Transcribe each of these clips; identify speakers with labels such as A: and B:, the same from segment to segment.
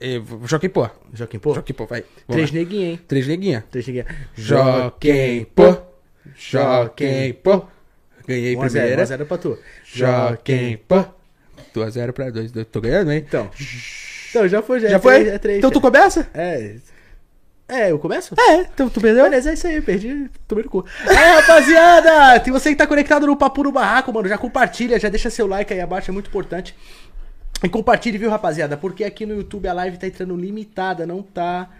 A: É, Joaquim Pô.
B: Joaquim Pô?
A: Joaquim Pô, vai. Vamos
B: Três
A: lá.
B: neguinha, hein?
A: Três neguinha.
B: Três neguinha.
A: Joaquim Pô. Joaquim Pô. Um Ganhei
B: 1 a 0, 1
A: primeira.
B: a 0 pra tu.
A: Joaquim Pô. 2x0 pra 2. Tô ganhando, hein?
B: Então. Então, já foi, já,
A: Já
B: é
A: foi?
B: três, é três.
A: então tu começa?
B: É. É, eu começo?
A: É, então tu perdeu?
B: Beleza, é isso aí, perdi, tomei no cu. É, rapaziada! Se você que tá conectado no Papo no Barraco, mano, já compartilha, já deixa seu like aí abaixo, é muito importante. E compartilhe, viu, rapaziada? Porque aqui no YouTube a live tá entrando limitada, não tá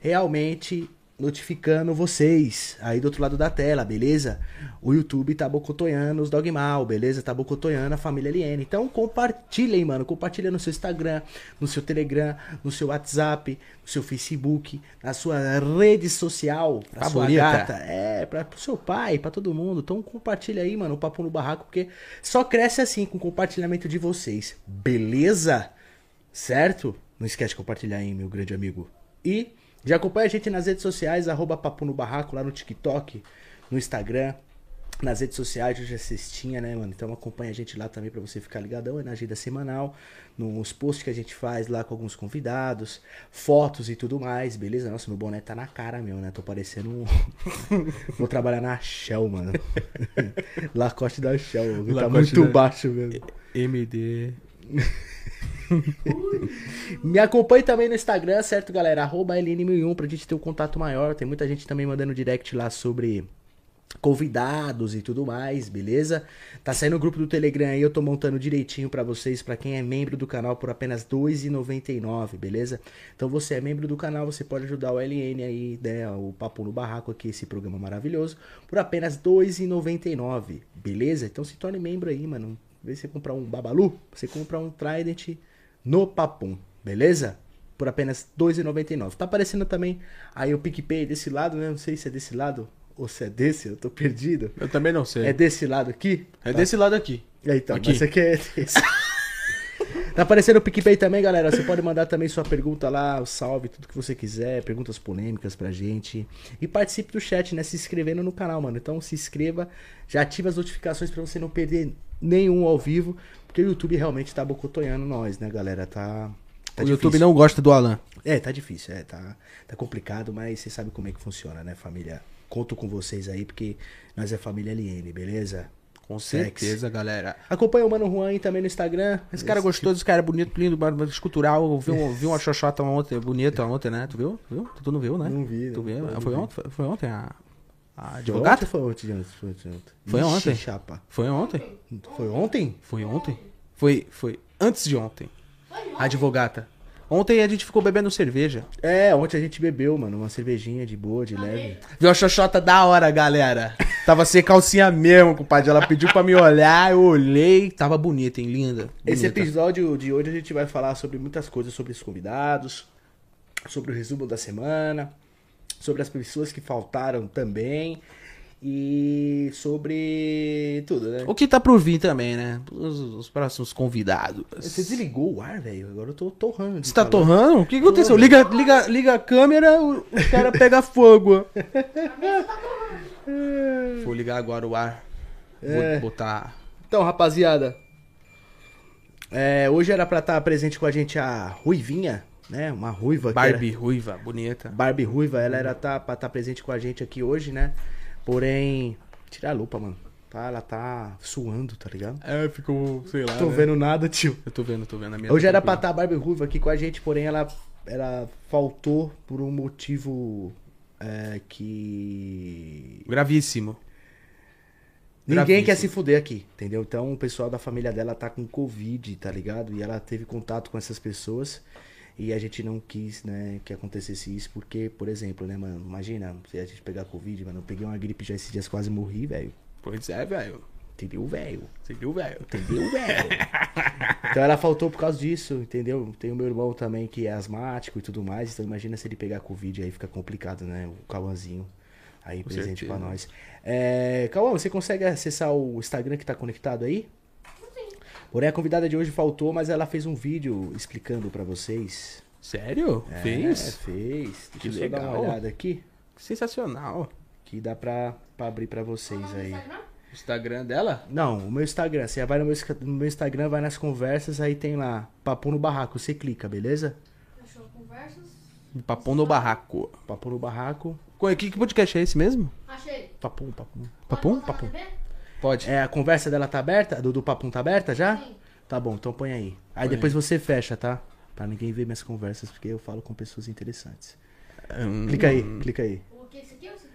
B: realmente notificando vocês aí do outro lado da tela, beleza? O YouTube tá bocotoiando os Dogmal, beleza? Tá bocotoiando a família Aliena. Então compartilhem, mano. Compartilha no seu Instagram, no seu Telegram, no seu WhatsApp, no seu Facebook, na sua rede social, pra
A: Favorita.
B: sua gata, é, pra, pro seu pai, pra todo mundo. Então compartilha aí, mano, o Papo no Barraco, porque só cresce assim, com o compartilhamento de vocês. Beleza? Certo? Não esquece de compartilhar aí, meu grande amigo. E já acompanha a gente nas redes sociais, arroba Papo no Barraco, lá no TikTok, no Instagram, nas redes sociais, hoje é cestinha, né, mano? Então acompanha a gente lá também pra você ficar ligadão, é na agenda semanal, nos posts que a gente faz lá com alguns convidados, fotos e tudo mais, beleza? Nossa, meu boné tá na cara, meu, né? Tô parecendo um... Vou trabalhar na Shell, mano. Lacoste da Shell, tá
A: Lacoste
B: muito
A: da-
B: baixo mesmo.
A: MD.
B: Me acompanhe também no Instagram, certo, galera? Arroba LN1001 pra gente ter um contato maior. Tem muita gente também mandando direct lá sobre convidados e tudo mais, beleza? Tá saindo o grupo do Telegram aí, eu tô montando direitinho pra vocês, pra quem é membro do canal por apenas R$ 2,99, beleza? Então você é membro do canal, você pode ajudar o LN aí, né, o Papo no Barraco aqui, esse programa maravilhoso, por apenas R$ 2,99, beleza? Então se torne membro aí, mano. Vê se você comprar um Babalu, você compra um Trident no Papum, beleza? Por apenas R$ 2,99. Tá aparecendo também aí o PicPay desse lado, né? Não sei se é desse lado ou se é desse, eu tô perdido.
A: Eu também não sei.
B: É desse lado aqui?
A: É desse lado aqui.
B: É, então,
A: Aqui.
B: mas esse aqui é desse. Tá aparecendo o PicPay também, galera. Você pode mandar também sua pergunta lá, o salve, tudo que você quiser, perguntas polêmicas pra gente. E participe do chat, né? Se inscrevendo no canal, mano. Então se inscreva, já ativa as notificações pra você não perder nenhum ao vivo, porque o YouTube realmente tá bocotoiando nós, né, galera? Tá. tá
A: o YouTube
B: difícil.
A: não gosta do Alan.
B: É, tá difícil, é, tá, tá complicado, mas você sabe como é que funciona, né, família? Conto com vocês aí, porque nós é família LN, beleza?
A: Com
B: certeza,
A: certeza, galera.
B: Acompanha o Mano Juan aí também no Instagram.
A: Esse cara gostoso, esse cara é bonito, lindo, barba escultural. Eu Vi, um, vi uma xoxota ontem, bonita ontem, né? Tu viu? Tu, viu? Tu, tu não viu, né?
B: Não vi,
A: Tu
B: não-
A: viu?
B: não
A: foi,
B: vi.
A: ontem, foi, foi ontem ah, a, a
B: Foi
A: advogada?
B: ontem, Foi ontem, foi ontem, foi ontem.
A: Foi
B: Ixi,
A: ontem?
B: chapa.
A: Foi ontem?
B: Foi ontem?
A: Foi ontem? Foi, foi antes de ontem. A advogata. Ontem a gente ficou bebendo cerveja.
B: É, ontem a gente bebeu, mano, uma cervejinha de boa, de leve.
A: Viu a xoxota da hora, galera. Tava sem calcinha mesmo, compadre. Ela pediu pra me olhar, eu olhei. Tava bonita, hein? Linda.
B: Esse
A: bonita.
B: episódio de hoje a gente vai falar sobre muitas coisas, sobre os convidados, sobre o resumo da semana, sobre as pessoas que faltaram também e sobre tudo, né?
A: O que tá por vir também, né? Os, os próximos convidados.
B: Você desligou o ar, velho? Agora eu tô torrando. de
A: Você tá
B: calor.
A: torrando? O que aconteceu? Liga, liga, liga a câmera, o, o cara pega fogo. Vou ligar agora o ar.
B: É.
A: Vou botar.
B: Então, rapaziada, é, hoje era pra estar presente com a gente a Ruivinha, né? Uma ruiva. que era-
A: Barbie ruiva, bonita.
B: Barbie Ruiva, ela era tá, pra estar presente com a gente aqui hoje, né? Porém, tira a lupa, mano. Tá, ela tá suando, tá ligado?
A: É, ficou, sei lá.
B: Tô vendo nada, tio.
A: Eu tô vendo, tô vendo a minha. né?
B: Hoje
A: tá
B: era pra
A: tranquila.
B: estar a Barbie Ruiva aqui com a gente, porém ela, ela faltou por um motivo é, que.
A: Gravíssimo.
B: Ninguém quer
A: Gravíssimo.
B: se fuder aqui, entendeu? Então o pessoal da família dela tá com Covid, tá ligado? E ela teve contato com essas pessoas e a gente não quis, né, que acontecesse isso, porque, por exemplo, né, mano, imagina, se a gente pegar Covid, mano, eu peguei uma gripe já esses dias, quase morri, velho.
A: Pois é, velho.
B: Entendeu, velho?
A: Você viu, velho?
B: Entendeu, velho? então ela faltou por causa disso, entendeu? Tem o meu irmão também que é asmático e tudo mais, então imagina se ele pegar Covid aí fica complicado, né? O Cauãzinho aí presente
A: certeza.
B: pra nós. É, Cauã, você consegue acessar o Instagram que tá conectado aí? Porém, a convidada de hoje faltou, mas ela fez um vídeo explicando pra vocês.
A: Sério?
B: É,
A: Fez?
B: fez. Deixa
A: Que
B: eu só dar
A: legal.
B: uma olhada aqui,
A: Sensacional.
B: que dá pra, pra abrir pra vocês aí.
A: Instagram dela?
B: Não, o meu Instagram. Você vai no meu, esca- no meu Instagram, vai nas conversas, aí tem lá, papo no barraco. Você clica, beleza?
C: Achou com versus.
A: Papo no barraco.
B: Papo no barraco.
A: Qual é- Que, que podcast é esse mesmo?
C: Achei.
B: Papum, papum.
C: Pode
A: Papum?
C: botar na
B: Tá
A: Papum.
C: TV?
A: Pode.
B: É, a conversa dela tá aberta? A do, do papum tá aberta já?
C: Sim.
B: Tá bom, então põe aí. Aí depois você fecha, tá? Pra ninguém ver minhas conversas, porque eu falo com pessoas interessantes.
A: Hum.
B: Clica aí, clica aí.
C: O que esse aqui ou esse aqui?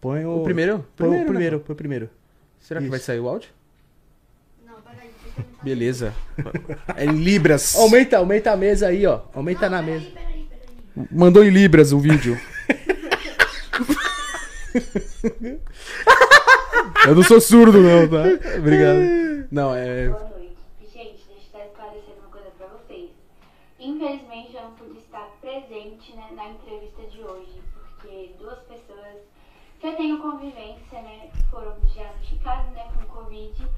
B: Põe o.
A: O primeiro?
B: Põe
A: Primeiro,
B: o
A: né?
B: primeiro, põe o primeiro.
A: Será que
B: Isso.
A: vai sair o áudio?
C: Não, peraí. deixa eu tentar.
A: Beleza. É em Libras.
B: Aumenta, aumenta a mesa aí, ó. Aumenta
C: Não,
B: na
C: peraí,
B: mesa.
C: Peraí, peraí.
A: Mandou em Libras o vídeo. Eu não sou surdo, não, tá? Obrigado. Não, é.
D: Boa noite. Gente, deixa eu estar esclarecendo uma coisa pra vocês. Infelizmente eu não pude estar presente né, na entrevista de hoje, porque duas pessoas que eu tenho convivência, né, foram diagnosticadas, né, com Covid.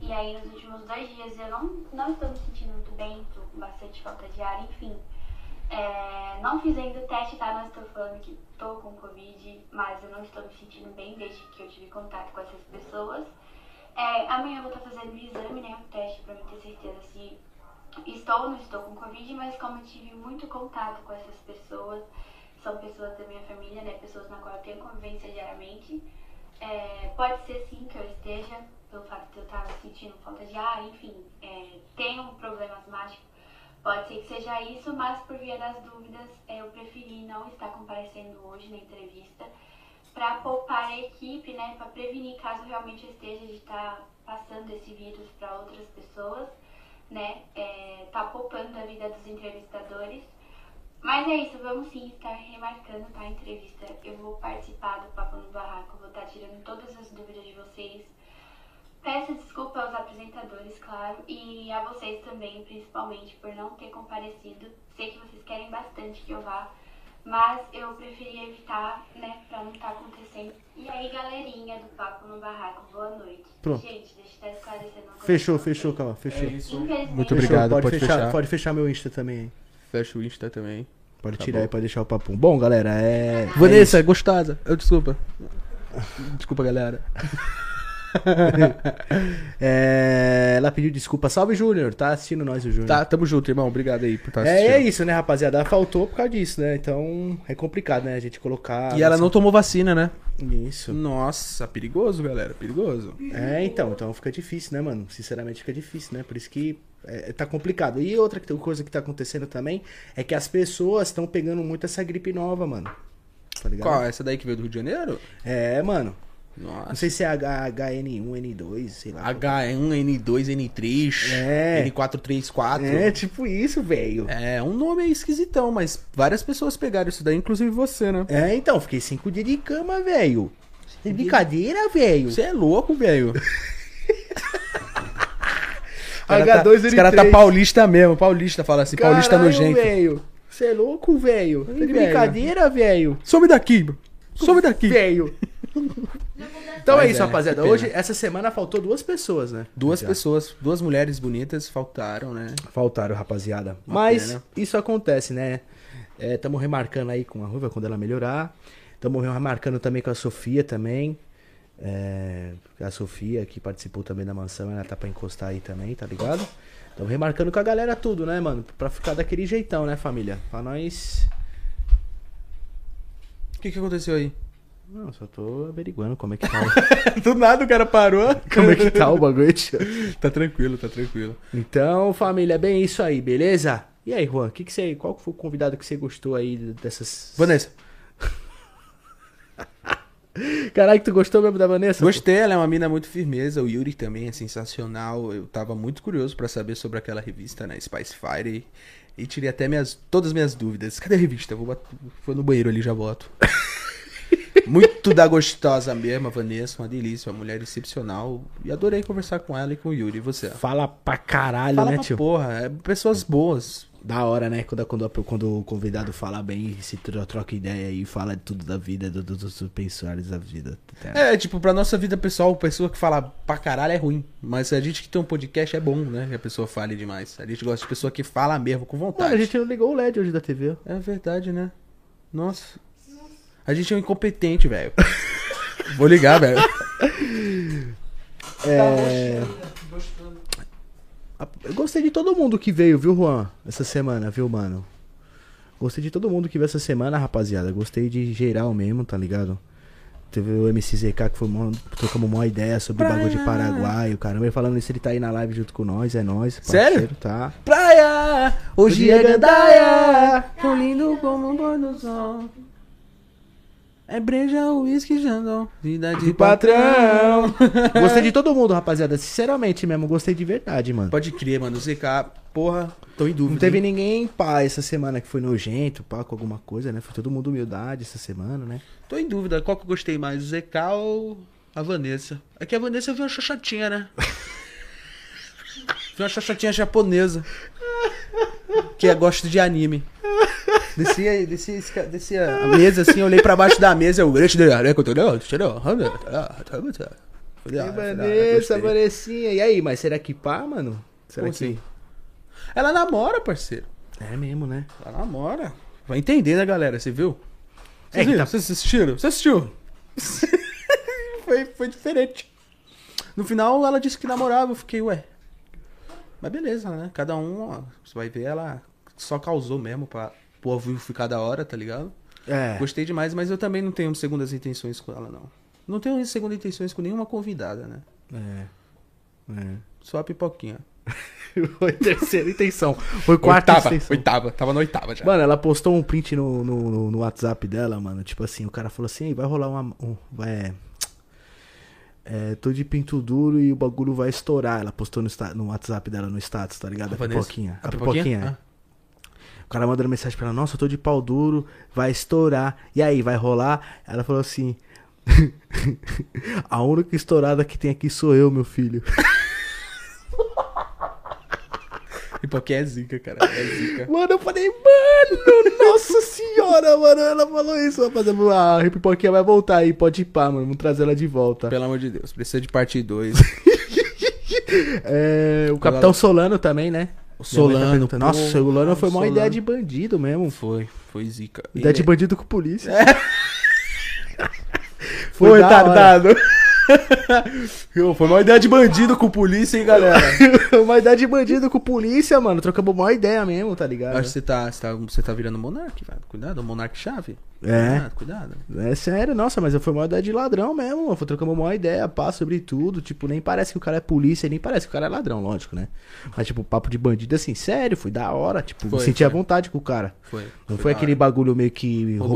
D: E aí nos últimos dois dias eu não, não estou me sentindo muito bem, tô com bastante falta de ar, enfim. É, não fiz ainda o teste, tá? Não estou falando que tô com Covid, mas eu não estou me sentindo bem desde que eu tive contato com essas pessoas. É, amanhã eu vou estar fazendo o exame, né? O teste pra eu ter certeza se estou ou não estou com Covid, mas como eu tive muito contato com essas pessoas, são pessoas da minha família, né? Pessoas na qual eu tenho convivência diariamente. É, pode ser sim que eu esteja, pelo fato de eu estar sentindo falta de ar, enfim, é, tenho um problema asmático. Pode ser que seja isso, mas por via das dúvidas, é, eu preferi não estar comparecendo hoje na entrevista para poupar a equipe, né, para prevenir caso realmente eu esteja de estar passando esse vírus para outras pessoas, né, é, tá poupando a vida dos entrevistadores. Mas é isso, vamos sim estar remarcando tá, a entrevista. Eu vou participar do Papo no Barraco, vou estar tirando todas as dúvidas de vocês. Peço desculpa aos apresentadores, claro, e a vocês também, principalmente, por não ter comparecido. Sei que vocês querem bastante que eu vá, mas eu preferia evitar, né, pra não estar acontecendo. E aí, galerinha do Papo no Barraco, boa noite.
B: Pronto.
D: Gente, deixa eu estar esclarecendo uma coisa.
B: Fechou,
D: pra vocês.
B: fechou, calma, fechou.
D: Infelizmente,
A: Muito
B: Fechou,
A: obrigado,
B: pode,
A: pode
B: fechar,
A: fechar.
B: Pode fechar meu Insta também, hein?
A: Fecha o Insta também.
B: Pode
A: Tá
B: tirar
A: bom.
B: aí, pode deixar o papum. Bom, galera, é.
A: Vanessa, gostosa. Eu desculpa. Desculpa, galera.
B: É, ela pediu desculpa. Salve, Júnior. Tá assistindo nós, o Júnior.
A: Tá, tamo junto, irmão. Obrigado aí por estar
B: É, é
A: assistindo.
B: isso, né, rapaziada? Ela Faltou por causa disso, né? Então é complicado, né? A gente colocar.
A: e ela não tomou vacina, né?
B: Isso.
A: Nossa, perigoso, galera. Perigoso.
B: É, então. Então fica difícil, né, mano? Sinceramente fica difícil, né? Por isso que é, tá complicado. E outra que- coisa que tá acontecendo também é que as pessoas estão pegando muito essa gripe nova, mano. Tá ligado?
A: Qual? é? Essa daí que veio do Rio de Janeiro?
B: É, mano. Não
A: Nossa.
B: sei se é H- HN1, N2, sei lá.
A: H1, N2, N3,
B: É. É,
A: N434.
B: tipo isso, velho.
A: É. um nome aí esquisitão, mas várias pessoas pegaram isso daí, inclusive você, né?
B: É, então, fiquei cinco dias de cama, velho. Que brincadeira, velho.
A: Você é louco, velho.
B: H2N3.
A: Os cara tá paulista mesmo, paulista fala assim, paulista
B: Caralho,
A: nojento.
B: velho. Você é louco, velho. Tá de
A: velho.
B: brincadeira, velho.
A: Some daqui, bro. some daqui.
B: Velho. Então
A: Mas
B: é isso,
A: é,
B: rapaziada.
A: que pena.
B: Hoje, essa semana faltou duas pessoas, né?
A: Duas
B: Já.
A: pessoas, duas mulheres bonitas faltaram, né?
B: Faltaram, rapaziada. Mas
A: pena.
B: isso acontece, né? Estamos remarcando aí com a Ruiva quando ela melhorar. Estamos remarcando também com a Sofia também. É, a Sofia que participou também da mansão, ela tá pra encostar aí também, tá ligado? Estamos remarcando com a galera tudo, né, mano? Pra ficar daquele jeitão, né, família? Pra nós.
A: O que que aconteceu aí?
B: Não, só tô averiguando como é que tá,
A: Do nada o cara parou.
B: o- como é que tá o bagulho. tio.
A: Tá tranquilo, tá tranquilo.
B: Então, família, é bem isso aí, beleza? E aí, Juan, que que você, qual que foi o convidado que você gostou aí dessas.
A: Vanessa,
B: Caralho, que tu gostou mesmo da Vanessa?
A: Gostei, ela é uma mina muito firmeza. O Yuri também é sensacional. Eu tava muito curioso pra saber sobre aquela revista, né? Spice Fire. E, e tirei até minhas, todas as minhas dúvidas. Cadê a revista? Vou, bot- vou no banheiro ali, já volto. muito da gostosa mesmo, a Vanessa. Uma delícia, uma mulher excepcional. E adorei conversar com ela e com o Yuri. E você?
B: Fala pra caralho,
A: Fala
B: né,
A: pra
B: tio?
A: porra. É pessoas boas.
B: Da hora, né? Quando, quando, quando o convidado fala bem, se tro- troca ideia e fala de tudo da vida, do- do- dos pensares da vida. tá,
A: É, tipo, pra nossa vida pessoal, pessoa que fala pra caralho é ruim. Mas a gente que tem um podcast é bom, né? Que a pessoa fale demais. A gente gosta de pessoa que fala mesmo, com vontade.
B: Mano, a gente não ligou o LED hoje da TV.
A: É verdade, né? Nossa. A gente é um incompetente, velho. Vou ligar, velho. É.
B: Eu gostei de todo mundo que veio, viu, Juan? Essa semana, viu, mano? Gostei de todo mundo que veio essa semana, rapaziada. Gostei de geral mesmo, tá ligado? Teve o MC ZK que foi mó, trocamos uma ideia sobre o bagulho de Paraguai. O caramba, ele falando isso, ele tá aí na live junto com nós, é nós.
A: Sério?
B: Tá.
A: Praia, hoje é gandaia, tão lindo como um pôr do sol. É breja, uísque, jandão, vida de patrão.
B: Gostei de todo mundo, rapaziada. Sinceramente mesmo, gostei de verdade, mano.
A: Pode crer, mano, ZK, porra, tô em dúvida.
B: Não teve
A: hein?
B: ninguém, pá, essa semana que foi nojento, pá, com alguma coisa, né? Foi todo mundo humildade essa semana, né?
A: Tô em dúvida, qual que eu gostei mais, o ZK ou a Vanessa? É que a Vanessa eu vi uma xoxotinha, né? vi uma xoxotinha japonesa. Que gosta de anime. Desci, aí, desci, esse ca- desci a a mesa assim, olhei pra baixo da mesa, eu. ah,
B: Ei,
A: Vanessa,
B: Vanessinha. E aí, mas será que pá, mano? Será
A: Como
B: que.
A: assim? Ela namora, parceiro.
B: É mesmo, né?
A: Ela namora. Tá Vai entender, né, galera? Você viu?
B: É que
A: Vocês viram?
B: tá-
A: Vocês assistiram? Você assistiu? foi, foi diferente. No final, ela disse que namorava. Eu fiquei, ué. Mas beleza, né? Cada um, ó, você vai ver, ela só causou mesmo pra o ao vivo ficar da hora, tá ligado?
B: É.
A: Gostei demais, mas eu também não tenho segundas intenções com ela, não. Não tenho segundas intenções com nenhuma convidada, né?
B: É. É.
A: Só a pipoquinha.
B: Foi terceira intenção. Foi quarta intenção.
A: oitava. Tava na oitava já.
B: Mano, ela postou um print no, no, no- no WhatsApp dela, mano. Tipo assim, o cara falou assim, "Ei, vai rolar uma. Um, vai, é, tô de pinto duro e o bagulho vai estourar. Ela postou no, sta- no WhatsApp dela, no status, tá ligado? A,
A: Vanessa?
B: pipoquinha. é.
A: A pipoquinha? Ah.
B: O cara mandando mensagem pra ela, nossa, eu tô de pau duro, vai estourar. E aí, vai rolar? Ela falou assim. A única estourada que tem aqui sou eu, meu filho.
A: Ah. Pipoquinha é zica, cara. É zica.
B: Mano, eu falei, mano, nossa senhora, mano. Ela falou isso, rapaziada. A pipoquinha vai voltar aí, pode ir pá, mano. Vamos trazer ela de volta.
A: Pelo amor de Deus, precisa de parte 2.
B: É, o Capitão Solano também, né? O
A: Solano, pô,
B: nossa, o Solano é.
A: cara,
B: foi
A: o
B: uma
A: Solano.
B: ideia de bandido mesmo.
A: Foi, foi zica.
B: Ideia de
A: Ele-
B: bandido com polícia. É. Foi tá, da
A: Meu, foi uma ideia de bandido com polícia, hein, galera?
B: uma ideia de bandido com polícia, mano. Trocamos uma ideia mesmo, tá ligado?
A: Eu acho que você tá, você tá, você tá virando monarque, velho. Cuidado, monarque chave.
B: É.
A: Cuidado, cuidado.
B: É sério, nossa, mas foi uma ideia de ladrão mesmo, mano. Foi trocando uma ideia, pá, sobre tudo. Tipo, nem parece que o cara é polícia, nem parece que o cara é ladrão, lógico, né? Mas, tipo, papo de bandido, assim, sério, foi da hora. Tipo,
A: Foi,
B: me senti à
A: foi.
B: vontade com o cara.
A: Foi.
B: Não foi,
A: da
B: aquele
A: hora.
B: bagulho meio que robotizado.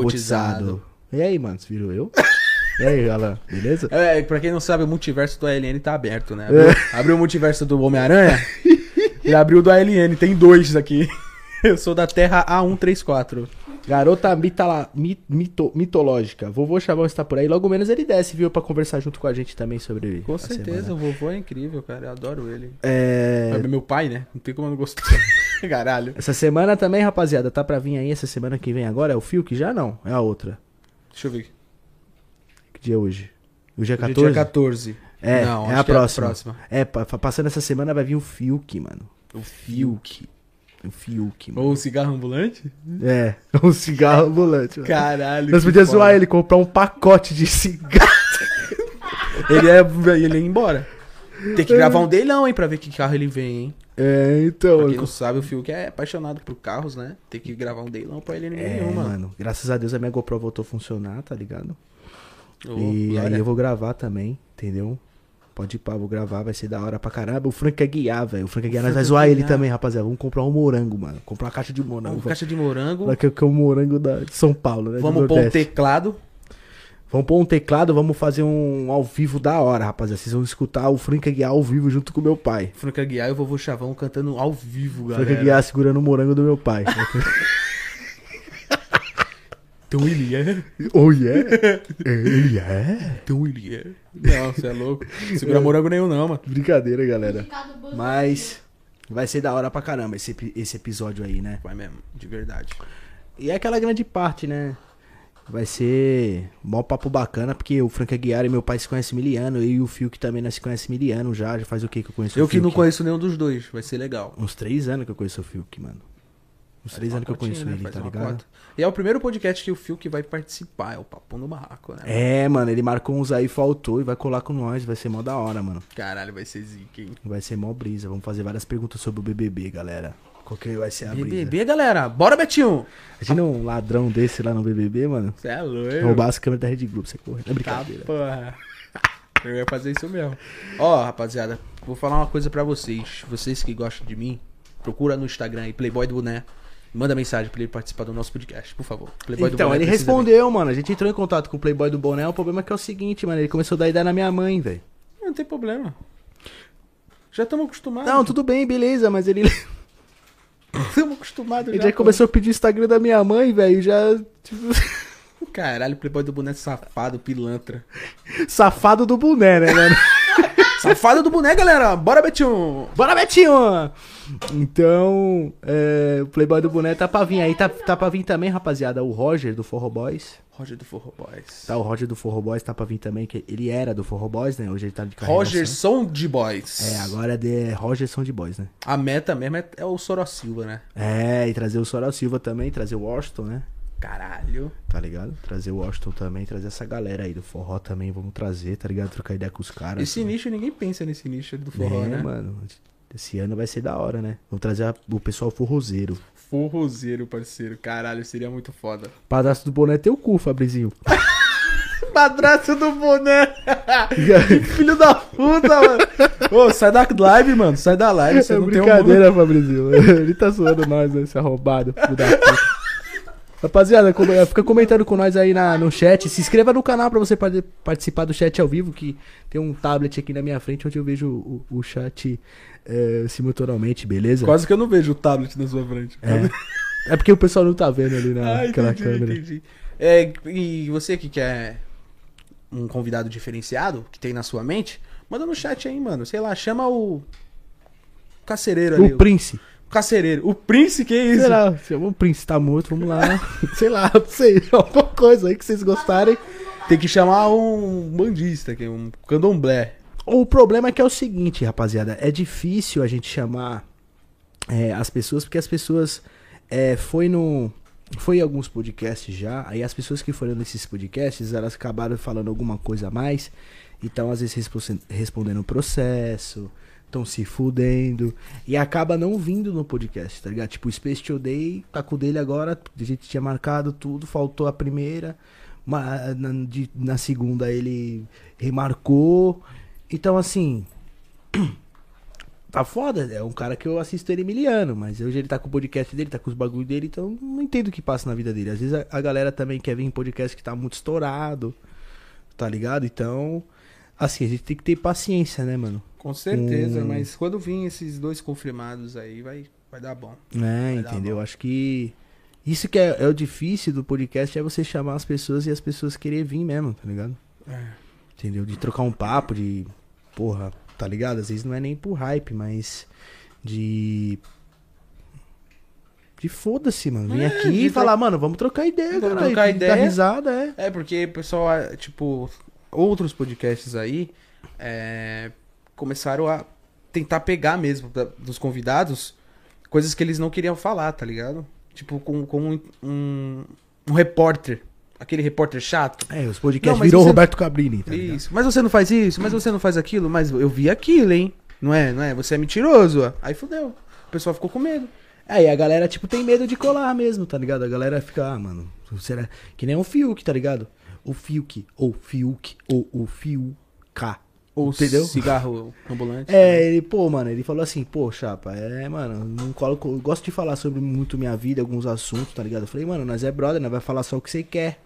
A: Robotizado.
B: E aí, mano, você virou eu? e aí, Alan, beleza?
A: É, pra quem não sabe, o multiverso do ALN tá aberto,
B: É.
A: né? Abriu, abriu o multiverso do Homem-Aranha e abriu o do ALN. Tem dois aqui. Eu sou da Terra A134.
B: Garota mitala, mi- mito- mitológica. Vovô Chavão está por aí. Logo menos ele desce, viu? Pra conversar junto com a gente também sobre.
A: Com
B: a
A: certeza,
B: semana.
A: o vovô é incrível, cara. Eu adoro ele.
B: É.
A: É meu pai, né? Não tem como eu não gostar. Caralho.
B: Essa semana também, rapaziada, tá pra vir aí essa semana que vem agora? É o Fiuk? Já não, é a outra.
A: Deixa eu ver.
B: Que dia é hoje? Hoje é
A: Hoje
B: 14?
A: Dia 14.
B: É,
A: Não,
B: é,
A: acho
B: a
A: que
B: próxima. é
A: É a próxima.
B: pa- fa- passando essa semana vai vir o Fiuk, mano.
A: O
B: Fiuk. O Fiuk, mano.
A: Ou o cigarro ambulante?
B: É, um cigarro ambulante. mano.
A: Caralho.
B: Nós
A: que
B: podíamos
A: foda.
B: zoar ele, comprar um pacote de cigarro.
A: Ele é, ele é embora. Tem que gravar um leilão, hein, pra ver que carro ele vem, hein?
B: É, então.
A: Pra quem não sabe, o Fiuk é apaixonado por carros, né? Tem que gravar um leilão pra ele
B: É,
A: nenhum, mano.
B: mano. Graças a Deus a minha GoPro voltou a funcionar, tá ligado?
A: Ô,
B: e
A: glória.
B: aí eu vou gravar também, entendeu? Pode ir pá, vou gravar, vai ser da hora pra caramba. O Frank é guiar, velho. O Frank é guiar, nós vai
A: Frank
B: zoar ele
A: Aguiar.
B: também, rapaziada. Vamos comprar um morango, mano. Comprar uma caixa de morango.
A: Vamos
B: Vamos
A: caixa de morango.
B: Lá que que é o morango da, de São Paulo, né? do
A: Vamos pôr um
B: Nordeste.
A: teclado.
B: Vamos pôr um teclado, vamos fazer um ao vivo da hora, rapaziada. Vocês vão escutar o Frank Aguiar ao vivo junto com o meu pai.
A: Franca Guiar e o Vovô Chavão cantando ao vivo,
B: Frank
A: galera.
B: Aguiar segurando o morango do meu pai.
A: Então ele é.
B: oh yeah! Ele é?
A: Então ele é. Não, você é louco. Segura morango nenhum, não, mano.
B: Brincadeira, galera.
C: Indicado Bolsonaro.
B: Mas vai ser da hora pra caramba esse, epi- esse episódio aí, né?
A: Vai mesmo, de verdade.
B: E é aquela grande parte, né? Vai ser um maior papo bacana, porque o Frank Aguiar e meu pai se conhecem miliano, eu e o Fiuk também nós se conhecem miliano já. Já faz o que que eu conheço o
A: Eu que não
B: Fiuk?
A: conheço nenhum dos dois, vai ser legal.
B: Uns três anos que eu conheço o Fiuk, mano. Uns três anos que eu conheço
A: né?
B: ele, tá ligado?
A: E é o primeiro podcast que o Fiuk vai participar, é o Papo no Barraco, né?
B: É, mano, ele marcou uns aí, faltou e vai colar com nós. Vai ser mó da hora, mano.
A: Caralho, vai ser zica, hein?
B: Vai ser mó brisa. Vamos fazer várias perguntas sobre o BBB, galera. qual que vai ser a brisa.
A: BBB, galera. Bora, Betinho!
B: Imagina um ladrão desse lá no BBB, mano.
A: Você é louco.
B: Roubar as câmeras da Rede Globo, você corre. É
A: Tá,
B: brincadeira.
A: porra. Eu ia fazer isso mesmo. Ó, rapaziada, vou falar uma coisa pra vocês. Vocês que gostam de mim, procura no Instagram aí, Playboy do Boné. Manda mensagem pra ele participar do nosso podcast, por favor. Playboy
B: Então, ele
A: precisa
B: respondeu, mano. A gente entrou em contato com o Playboy do Boné. O problema é que é o seguinte, mano. Ele começou a dar ideia na minha mãe, velho.
A: dele. Não tem problema. Já estamos acostumados.
B: Não, tudo bem, beleza, mas ele,
A: estamos acostumados.
B: ele já começou a pedir o Instagram da minha mãe, velho. Já. tipo,
A: pô. Caralho, Playboy do Boné safado, pilantra.
B: safado do boné, né, mano?
A: safado do Boné, galera. Bora, Betinho.
B: Bora, Betinho! Então, é, o Playboy do Boné tá pra vir aí. Tá, tá pra vir também, rapaziada, o Roger do Forro Boys.
A: Roger do Forro Boys.
B: Tá, o Roger do Forro Boys tá pra vir também, que ele era do Forro Boys, né? Hoje ele tá de carreira.
A: Roger
B: só.
A: Sound Boys.
B: É, agora é de Roger São de Boys, né?
A: A meta mesmo é, é o Soró Silva, né?
B: É, e trazer o Sorel Silva também, trazer o Washington, né?
A: Caralho.
B: Tá ligado? Trazer o Washington também, trazer essa galera aí do forró também, vamos trazer, tá ligado? Trocar ideia com os caras.
A: Esse nicho, ninguém pensa nesse nicho do forró,
B: forró, é,
A: né?
B: mano. Esse ano vai ser da hora, né? Vamos trazer a- o pessoal forrozeiro.
A: Forrozeiro, parceiro. Caralho, seria muito foda.
B: Padrasto do boné é teu cu, Fabrizinho.
A: Padraço do boné. Filho da puta, mano. Ô, sai da live, mano. Sai da live. Você
B: é
A: não um
B: brincadeira, Fabrizinho. Ele tá zoando nós, né? Esse arrombado, filho da puta. Rapaziada, como- fica comentando com nós aí na, no chat. Se inscreva no canal pra você par- participar do chat ao vivo, que tem um tablet aqui na minha frente onde eu vejo o, o chat eh, simultaneamente, beleza?
A: Tem um... Quase que eu não vejo o tablet na sua frente.
B: É. é porque o pessoal não tá vendo ali
A: Ah,
B: naquela
A: entendi,
B: câmera.
A: entendi. É, e você que quer um convidado diferenciado, que tem na sua mente, manda no chat aí, mano. Sei lá, chama o... Cacereiro ali.
B: O Prince.
A: o Cacereiro. O Prince, que isso?
B: Sei lá, se o Prince tá morto, vamos lá. sei lá, não sei, alguma coisa aí que vocês gostarem.
A: Tem que chamar um bandista, que é um candomblé.
B: O problema é que é o seguinte, rapaziada, é difícil a gente chamar é, as pessoas, porque as pessoas é, foi no. Foi em alguns podcasts já, aí as pessoas que foram nesses podcasts, elas acabaram falando alguma coisa a mais. Então, às vezes, respo- respondendo o processo, estão se fudendo. E acaba não vindo no podcast, tá ligado? Tipo, o Space Today, tá com o dele agora, a gente tinha marcado tudo, faltou a primeira. ma- na, de- na segunda ele remarcou. Então, assim, Tá foda, é um cara que eu assisto ele miliano, mas hoje ele tá com o podcast dele, tá com os bagulho dele, então eu não entendo o que passa na vida dele. Às vezes a, a galera também quer vir em podcast que tá muito estourado, tá ligado? Então, assim, a gente tem que ter paciência, né, mano?
A: Com certeza,
B: Hum.
A: mas quando vir esses dois confirmados aí, vai, vai dar bom.
B: É,
A: dar
B: entendeu? Acho que isso que é, é o difícil do podcast é você chamar as pessoas e as pessoas querer vir mesmo, tá ligado?
A: É.
B: Entendeu? De trocar um papo, de. Porra, tá ligado? Às vezes não é nem por hype, mas. De. De foda-se, mano. Vem
A: É,
B: aqui
A: de
B: e falar, mano, vamos trocar ideia,
A: Vamos
B: cara.
A: trocar
B: e
A: ideia.
B: Dar risada, é.
A: É, porque o pessoal, ah, tipo, outros podcasts aí é, começaram a tentar pegar mesmo da- dos convidados coisas que eles não queriam falar, tá ligado? Tipo, com, com um, um, um repórter, aquele repórter chato.
B: É, os podcasts
A: Não, mas
B: virou
A: você-
B: Roberto Cabrini, tá ligado?
A: Isso. Mas você não faz isso, mas você não faz aquilo, mas eu vi aquilo, hein? Não é, não é? Você é mentiroso. ó. Aí fudeu. O pessoal ficou com medo.
B: É, e a galera, tipo, tem medo de colar mesmo, tá ligado? A galera fica, ah, mano, será? Que nem o Fiuk, tá ligado? O Fiuk, ou Fiuk, ou o Fiuca.
A: Ou
B: Entendeu?
A: cigarro ambulante.
B: É, ele, pô, mano, ele falou assim, pô, chapa, é, mano, não coloco, eu gosto de falar sobre muito minha vida, alguns assuntos, tá ligado? Eu falei, mano, nós é brother, nós vai falar só o que você quer.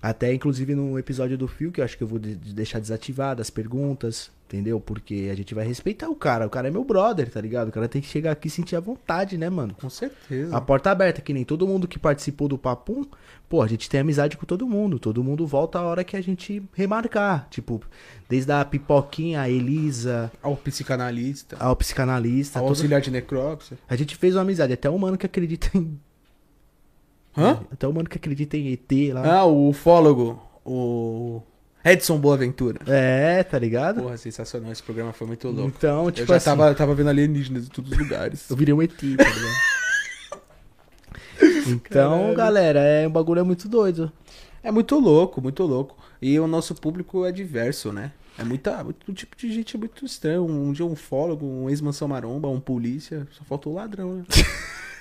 B: Até, inclusive, no episódio do Fio, que eu acho que eu vou de- de deixar desativado as perguntas, entendeu? Porque a gente vai respeitar o cara, o cara é meu brother, tá ligado? O cara tem que chegar aqui e sentir a vontade, né, mano?
A: Com certeza.
B: A porta aberta, que nem todo mundo que participou do Papum, pô, a gente tem amizade com todo mundo. Todo mundo volta a hora que a gente remarcar. Tipo, desde a Pipoquinha, a Elisa,
A: Ao psicanalista,
B: ao psicanalista.
A: ao
B: todo-
A: auxiliar de necrópsia.
B: A gente fez uma amizade, até um mano que acredita em.
A: Hã?
B: Até um mano que acredita em ET lá.
A: Ah, o ufólogo. O Edson Boaventura.
B: É, tá ligado?
A: Porra, sensacional. Esse programa foi muito Ah. louco.
B: então, tipo
A: eu já
B: assim,
A: tava, tava vendo alienígenas em todos os lugares.
B: Eu virei um ET, tá ligado? então, galera, é um bagulho é muito doido.
A: É muito louco, muito louco. E o nosso público é diverso, né? É muita, muito tipo de gente muito estranho. Um dia um fólogo, um ex-mansão maromba, um polícia. Só faltou o ladrão, né?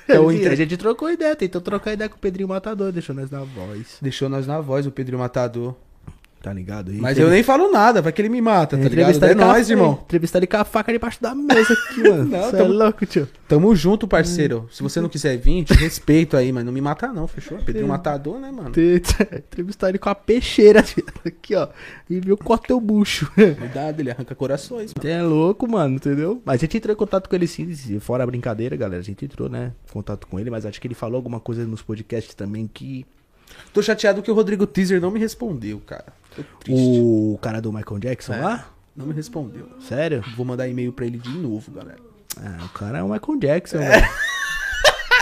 A: Então,
B: Enfim,
A: entre-
B: A gente trocou ideia, tentou trocar ideia com o Pedrinho Matador, deixou nós na voz.
A: Deixou nós na voz, o Pedro Matador.
B: Tá ligado? E
A: Mas
B: teve-
A: eu nem falo nada, vai que ele me mata, tá ligado?
B: Entrevista
A: É
B: ele com a-
A: nóis, irmão.
B: Entrevista ele com a faca debaixo da mesa aqui, mano.
A: Não, tá
B: Cê é
A: tamo-
B: louco, tio.
A: Tamo junto,
B: Hum.
A: parceiro. Se você não quiser vir, te respeito aí, mas não me matar não, fechou? Pedro Matador, né, mano?
B: Te- te- Entrevistar ele com a peixeira, tio. Aqui, ó. E viu qual teu bucho.
A: Cuidado, ele arranca corações, mano.
B: Você é louco, mano, entendeu? Mas a gente entrou em contato com ele sim, se- fora a brincadeira, galera. A gente entrou, né? Em contato com ele, mas acho que ele falou alguma coisa nos podcasts também que
A: Tô chateado que o Rodrigo Teaser não me respondeu, cara. Tô triste.
B: o cara do Michael Jackson
A: É.
B: lá.
A: Não me respondeu.
B: Sério?
A: Vou mandar e-mail pra ele de novo, galera.
B: Ah, o cara é o Michael Jackson, mano.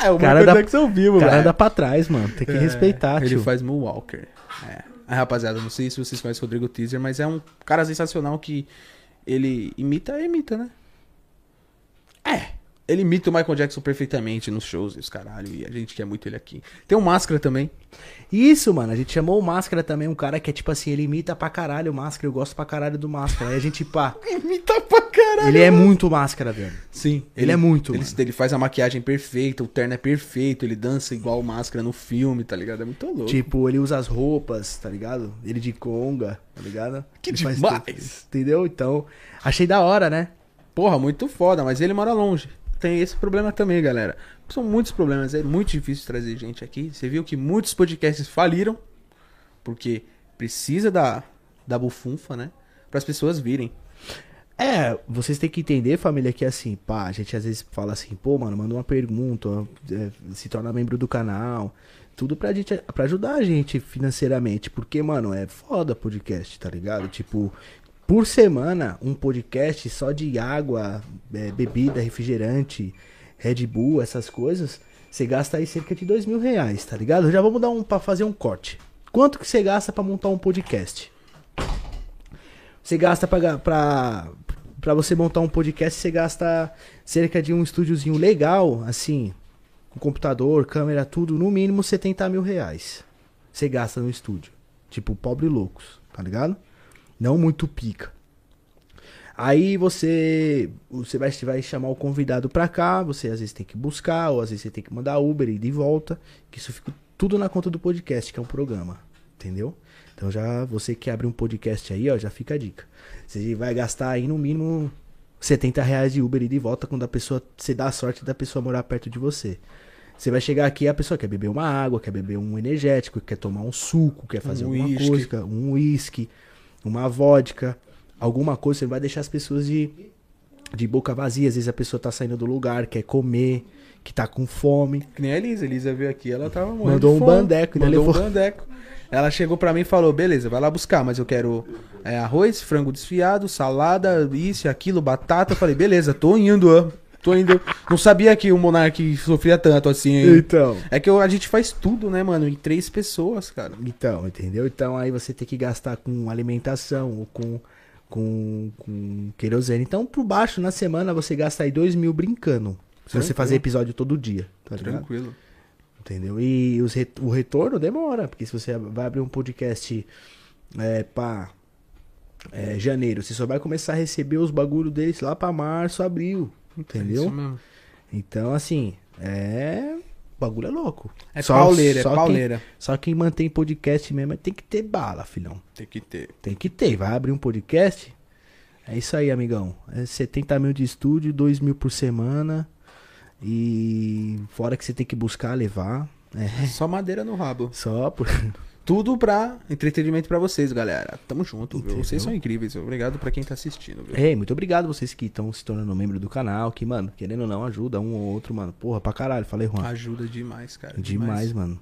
A: É, o
B: Cara da-
A: vivo,
B: O cara anda pra trás, mano. Tem que respeitar,
A: É, Ele
B: tio.
A: faz Moonwalker. É. Ah, rapaziada, não sei se vocês conhecem o Rodrigo Teaser, mas é um cara sensacional que ele imita, imita, né? É. Ele imita o Michael Jackson perfeitamente nos shows e os caralho, e a gente quer muito ele aqui. Tem um Máscara também.
B: Isso, mano. A gente chamou o Máscara também, um cara que é tipo assim, ele imita pra caralho o Máscara. Eu gosto pra caralho do Máscara. Aí a gente, pá.
A: Imita pra caralho.
B: Ele é muito Máscara, velho.
A: Sim.
B: Ele é muito,
A: Ele,
B: mano.
A: ele faz a maquiagem perfeita, o terno é perfeito, ele dança igual o Máscara no filme, tá ligado? É muito louco.
B: Tipo, ele usa as roupas, tá ligado? Ele de conga, tá ligado?
A: Que
B: Ele faz
A: demais!
B: tudo, entendeu? Então, achei da hora, né?
A: Porra, muito foda, mas ele mora longe. Tem esse problema também, galera. São muitos problemas, é muito difícil trazer gente aqui. Você viu que muitos podcasts faliram, porque precisa da, da bufunfa, né? Para as pessoas virem.
B: É, vocês têm que entender, família, que assim, pá, a gente às vezes fala assim, pô, mano, manda uma pergunta, ó, é, se torna membro do canal, tudo pra gente, pra ajudar a gente financeiramente, porque, mano, é foda podcast, tá ligado? Tipo, por semana, um podcast só de água, é, bebida, refrigerante, Red Bull, essas coisas, você gasta aí cerca de dois mil reais, tá ligado? Já vamos dar um, pra fazer um corte. Quanto que você gasta pra montar um podcast? Você gasta pra, ga- pra, pra você montar um podcast, você gasta cerca de um estúdiozinho legal, assim, com computador, câmera, tudo, no mínimo 70 mil reais. Você gasta no estúdio. Tipo, pobre loucos, tá ligado? Não muito pica. Aí você, você vai, vai chamar o convidado pra cá, você às vezes tem que buscar, ou às vezes você tem que mandar Uber e de volta, que isso fica tudo na conta do podcast, que é um programa, entendeu? Então já você que abre um podcast aí, ó, já fica a dica. Você vai gastar aí no mínimo 70 reais de Uber e de volta quando a pessoa, você dá a sorte da pessoa morar perto de você. Você vai chegar aqui, a pessoa quer beber uma água, quer beber um energético, quer tomar um suco, quer fazer
A: Um
B: alguma
A: uísque.
B: coisa, um uísque, uma vodka, alguma coisa, você vai deixar as pessoas de, de boca vazia. Às vezes a pessoa tá saindo do lugar, quer comer, que tá com fome.
A: Que nem a Elisa. A Elisa veio aqui, ela tava morrendo. de
B: Mandou um
A: fome.
B: bandeco, né?
A: Mandou um
B: Levou-
A: bandeco. Ela chegou pra mim e falou: beleza, vai lá buscar, mas eu quero é, arroz, frango desfiado, salada, isso, e aquilo, batata. Eu falei: beleza, tô indo, ó. Tô indo. Não sabia que o Monark sofria tanto assim, hein?
B: Então.
A: É que eu- a gente faz tudo, né, mano? Em três pessoas, cara.
B: Então, entendeu? Então aí você tem que gastar com alimentação ou com, com, com querosene. Então, por baixo, na semana, você gasta aí dois mil brincando. Se você
A: Tranquilo.
B: fazer episódio todo dia, tá ligado?
A: É Tranquilo.
B: Entendeu? E os re- o retorno demora, porque se você vai abrir um podcast é, pra é, janeiro, você só vai começar a receber os bagulho deles lá pra março, abril.
A: Isso
B: Entendeu?
A: mesmo.
B: Então, assim, é. O bagulho é louco.
A: É pauleira, é
B: só
A: pauleira.
B: Quem, só quem mantém podcast mesmo é- tem que ter bala, filhão.
A: Tem que ter.
B: Tem que ter. Vai abrir um podcast. É isso aí, amigão. É 70 mil de estúdio, 2 mil por semana. E fora que você tem que buscar levar. É,
A: Só madeira no rabo.
B: só por.
A: Tudo pra entretenimento pra vocês, galera. Tamo junto, viu?
B: Entendeu?
A: Vocês são incríveis. viu? Obrigado pra quem tá assistindo, viu?
B: Ei, muito obrigado vocês que estão se tornando membro do canal, que, mano, querendo ou não, ajuda um ou outro, mano. Porra, pra caralho, falei, Juan.
A: Ajuda Ah, é demais, cara.
B: demais, mano.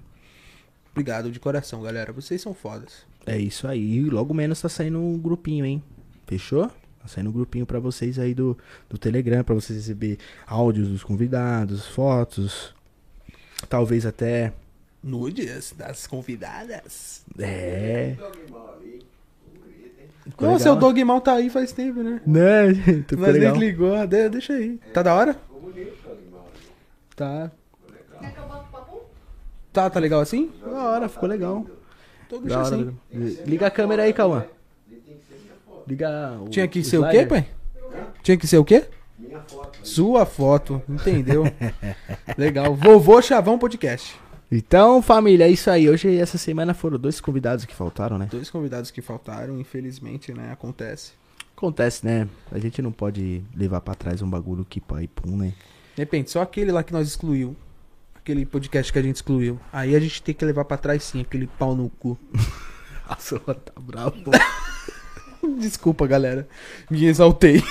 A: Obrigado de coração, galera. Vocês são fodas.
B: É isso aí. E logo menos tá saindo um grupinho, hein? Fechou? Tá saindo um grupinho pra vocês aí do, do Telegram, pra vocês receber áudios dos convidados, fotos. Talvez até.
A: Nudes das convidadas.
B: É. Ficou
A: Nossa,
B: legal.
A: o Dogmal tá aí faz tempo, né?
B: Né? Ficou
A: Mas
B: legal.
A: nem ligou. De- Deixa aí. Tá da hora? Tá.
C: Quer que eu bote o papo?
A: Tá, tá legal assim?
B: Da hora, ficou legal.
A: Então
B: Da
A: deixa
B: hora.
A: assim.
B: Liga a câmera aí, Cauã. Liga o
A: Tinha que ser o quê,
B: slider.
A: pai? Tinha que ser o quê?
E: Minha foto.
A: Sua foto, entendeu? Legal. Vovô Chavão Podcast.
B: Então, família, é isso aí. Hoje, e essa semana, foram dois convidados que faltaram, né?
A: Dois convidados que faltaram, infelizmente, né? Acontece.
B: Acontece, né? A gente não pode levar pra trás um bagulho que pai pum, né?
A: De repente, só aquele lá que nós excluiu. Aquele podcast que a gente excluiu. Aí a gente tem que levar pra trás sim, aquele pau no cu.
B: Nossa, tá bravo.
A: Desculpa, galera. Me exaltei.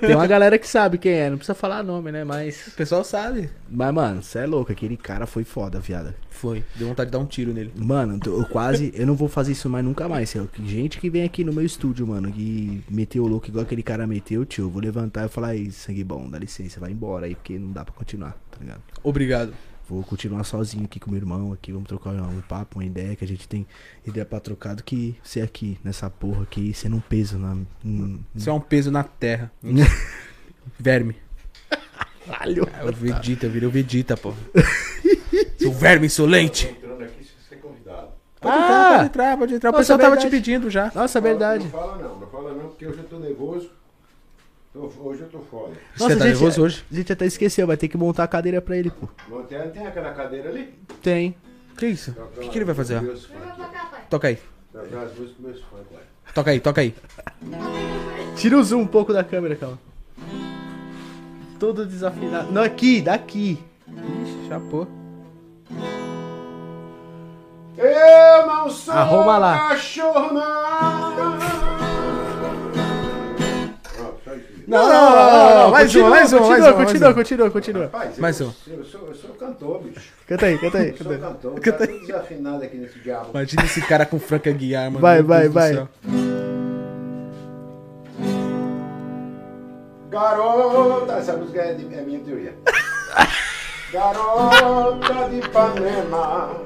B: Tem uma galera que sabe quem é, não precisa falar nome, né? Mas.
A: O pessoal sabe.
B: Mas, mano, você é louco, aquele cara foi foda, viada.
A: Foi. Deu vontade de dar um tiro nele.
B: Mano, eu quase. Eu não vou fazer isso mais nunca mais. cê. Gente que vem aqui no meu estúdio, mano, que meteu o louco igual aquele cara meteu, tio. Eu vou levantar e falar, aí, sangue bom, dá licença, vai embora aí, porque não dá pra continuar, tá ligado?
A: Obrigado.
B: Vou continuar sozinho aqui com meu irmão aqui, vamos trocar um papo, uma ideia que a gente tem ideia pra trocar do que ser aqui, nessa porra aqui, sendo um peso na. hum,
A: Isso é um peso na terra. Verme.
B: Caralho!
A: É o Vegeta, virou Vegeta, pô. Seu verme insolente.
E: Entrando aqui, se você é convidado.
A: Pode entrar, pode
B: Ah!
A: entrar, pode entrar. O
B: Nossa,
A: pessoal
B: é
A: tava te
B: verdade.
A: pedindo já.
B: Nossa, é verdade.
E: Não fala não, não fala não, porque hoje eu tô nervoso. Tô- hoje eu tô foda.
A: Você tá nervoso hoje?
B: A gente até esqueceu, vai ter que montar a cadeira pra ele, pô.
E: Montanha tem aquela cadeira ali?
B: Tem.
A: Que isso? O que, que ele vai fazer? ó?
E: Meus
C: Vai
E: funk.
C: tocar, Tá, pai.
A: Toca aí.
E: Vai tocar as músicas dos meus funk, olha.
A: Toca aí, toca aí.
B: Tira o zoom um pouco da câmera, calma. Todo desafinado. Não, aqui, daqui.
A: Ixi, chapou.
E: Eu não sou
B: Arruma lá.
E: cachorro, não! Pronto, só isso.
B: Ah,
A: Não, não, não, não, mais
B: continua,
A: uma, mais uma, mais
B: continua,
A: uma,
B: continua,
A: mais
B: continua, continua.
E: Rapaz,
A: Mais
E: eu,
A: um.
E: eu, sou, eu sou cantor, bicho.
B: Canta aí, canta aí.
E: Eu sou
B: Canta aí.
E: cantor. Tá tudo desafinado aqui nesse diabo.
A: Imagina esse cara com Franca Guiar, mano.
B: Vai,
A: Meu
B: vai,
A: Deus do
B: vai.
A: céu.
E: Garota, essa música é, de- é minha teoria. Garota de Ipanema,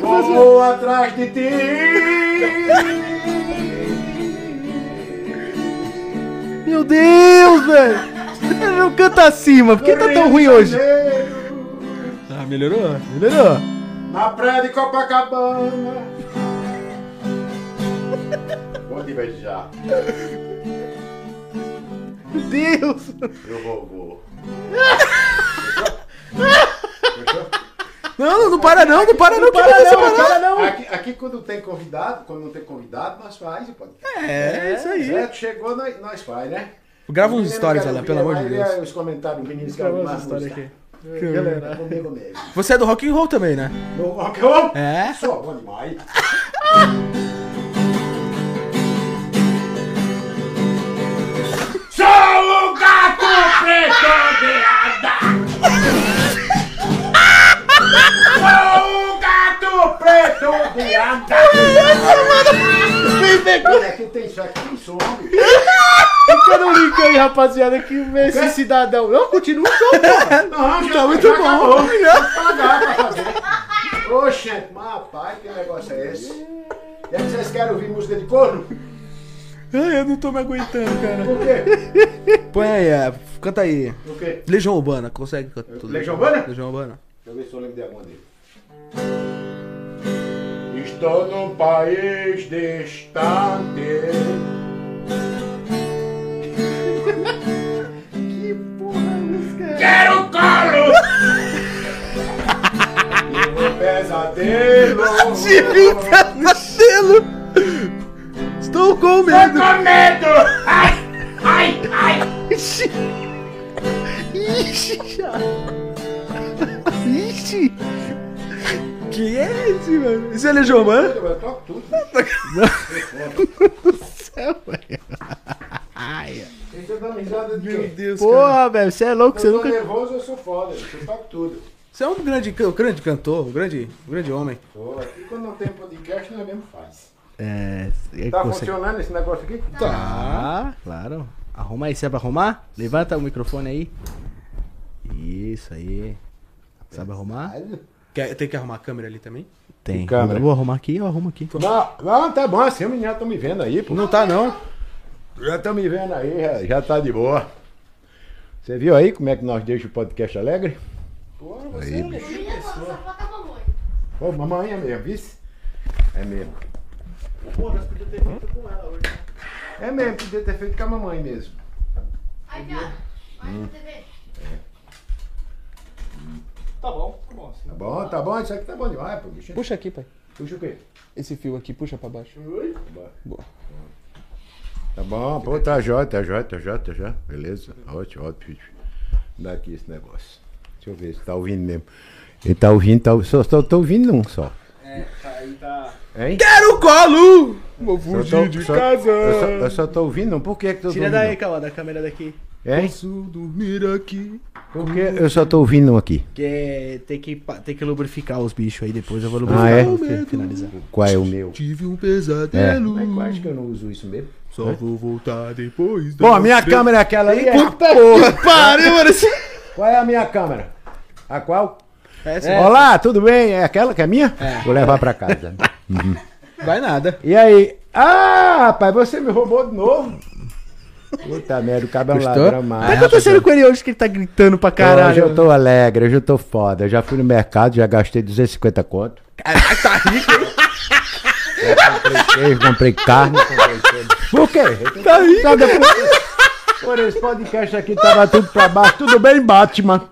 E: vou atrás de ti.
B: Meu Deus, velho. Ele não canta assim, mano. Por que tá tão ruim hoje?
A: Ah, melhorou?
B: Melhorou?
E: Na praia de Copacabana, vou te beijar,
B: Meu Deus.
E: meu vovô.
A: Não, não, não para não, não para não, que vai
B: Para não,
A: separar.
B: para Tá não.
E: Aqui, aqui quando tem convidado, quando não tem convidado, nós faz, pode.
A: É, isso aí.
E: Certo, chegou, nós, nós faz, né?
A: Grava uns
E: Menino,
A: stories,
E: quero
A: Alan, pelo amor de
E: ouvir
A: Deus.
E: aí Os comentários, meninos, que
B: Acabou
E: eu
B: essa
E: mais
B: história
E: música.
B: aqui.
E: tá? Galera, comigo mesmo.
A: Você é do rock and roll também, né?
E: No rock and roll,
A: É?
E: sou bom demais. Sou o gato preto de andar. Sou o gato preto de andar. Olha, aqui tem isso aqui, tem som. bicho.
B: Fica no link aí, rapaziada, que esse cidadão. Não, continua o show, porra.
E: Não, já,
A: Tá muito
E: já
A: bom.
E: acabou. pagar pra fazer. Oxe, mas rapaz, que negócio é esse? E aí, vocês querem ouvir música de corno?
A: Ai, eu não tô me aguentando, cara.
E: Por quê?
A: Põe aí, é, canta aí.
E: Por quê?
A: Legião Urbana, consegue cantar tudo?
E: Legião Urbana?
A: Legião Urbana.
E: Deixa eu ver se eu lembro de alguma dele. Estou num país distante.
B: Que porra, música.
E: Quero colo! E um pesadelo.
A: Tive um
B: tá
A: pesadelo. Estou com medo.
E: Com medo! Ai, ai, ai!
B: Ixi! Ixi! já. Ixi!
A: Que é esse, mano? Isso é Legião Urbana?
E: Eu toco tudo.
B: é Ai,
E: Vocês estão dando risada de
A: Meu
E: quê?
A: Deus, cara.
B: porra, velho, você é louco,
E: Eu
B: você
E: tô
B: nunca.
E: nervoso, eu sou foda. Eu toco tudo.
A: Você é um grande, can- grande cantor, um grande, um grande homem.
E: Pô, aqui quando não tem podcast, nós mesmo faz.
B: É. é
E: Tá
B: consegue-
E: funcionando esse negócio aqui?
B: Tá, claro. Arruma aí, você é pra arrumar? Levanta o microfone aí. Isso aí. Sabe
E: Tá.
B: arrumar?
A: Quer, tem que arrumar a câmera ali também?
B: Tem.
E: câmera.
B: Eu vou arrumar aqui, eu arrumo aqui.
E: Não, não, tá bom assim, os meninos já estão me vendo aí, pô.
A: Não tá, não.
E: Já estão me vendo aí, já, já tá de boa. Você viu aí como é que nós deixamos o podcast alegre?
A: Porra, você aí,
C: Menina, só foca a mamãe.
E: Ô, mamãe é mesmo, vice? É mesmo.
B: Pô, nós podíamos ter feito com ela hoje. né?
E: É mesmo, podia ter feito com a mamãe mesmo.
C: Aí, Thiago.
B: Hum.
C: Olha a TV.
F: Tá bom, tá bom. Assim.
E: Tá bom, tá bom, isso aqui tá bom demais, pô. Puxa,
A: Puxa aqui, pai.
E: puxa o quê?
A: Esse fio aqui, puxa pra baixo.
E: Tá bom, pô, tá jóia, tá jóia, tá jóia, tá jóia. Beleza? Ótimo, ótimo. Dá aqui é esse negócio. Deixa eu ver se tá ouvindo mesmo. Ele tá ouvindo, tá, só, só tô ouvindo um só.
F: É, tá, aí tá.
E: Hein?
A: Quero colo! Vou
E: Só
A: fugir
E: tô,
A: de
E: só-
A: casa!
E: Eu só, eu só tô ouvindo um. Por que que tô
B: Tira
E: ouvindo
B: daí,
E: um?
B: Cauã, da câmera daqui.
E: Hein?
A: Posso dormir aqui.
E: Por que eu só tô ouvindo um aqui?
B: Porque tem é que, pa- tem que lubrificar os bichos aí depois. Eu vou
E: Ah, é?
B: lubrificar pra você finalizar.
E: Qual é o meu?
A: Tive um pesadelo.
E: Mas eu acho que eu não uso isso mesmo.
A: Só vou voltar depois.
E: É. Bom, a
A: das
E: minha
A: três.
E: câmera é aquela ali. é-
A: Puta que pariu, mano.
E: Qual é a minha câmera? A qual? É.
A: Essa
E: Olá, tudo bem? É aquela que é minha? Vou levar pra casa.
A: Vai nada.
E: E aí? Ah, rapaz, você me roubou de novo. Puta merda, o cabelo é um
A: Gostou?
E: ladrão
B: O que tá
E: mais.
B: acontecendo com ele hoje que ele tá gritando pra caralho?
E: Hoje eu tô alegre, hoje eu tô foda. Eu já fui no mercado, já gastei 250 conto.
A: Caraca, tá rico.
E: Comprei queijo, comprei carne, comprei tudo. Por quê? Tá rindo. Só depois... Por esse podcast aqui tava tudo pra baixo, tudo bem, Batman.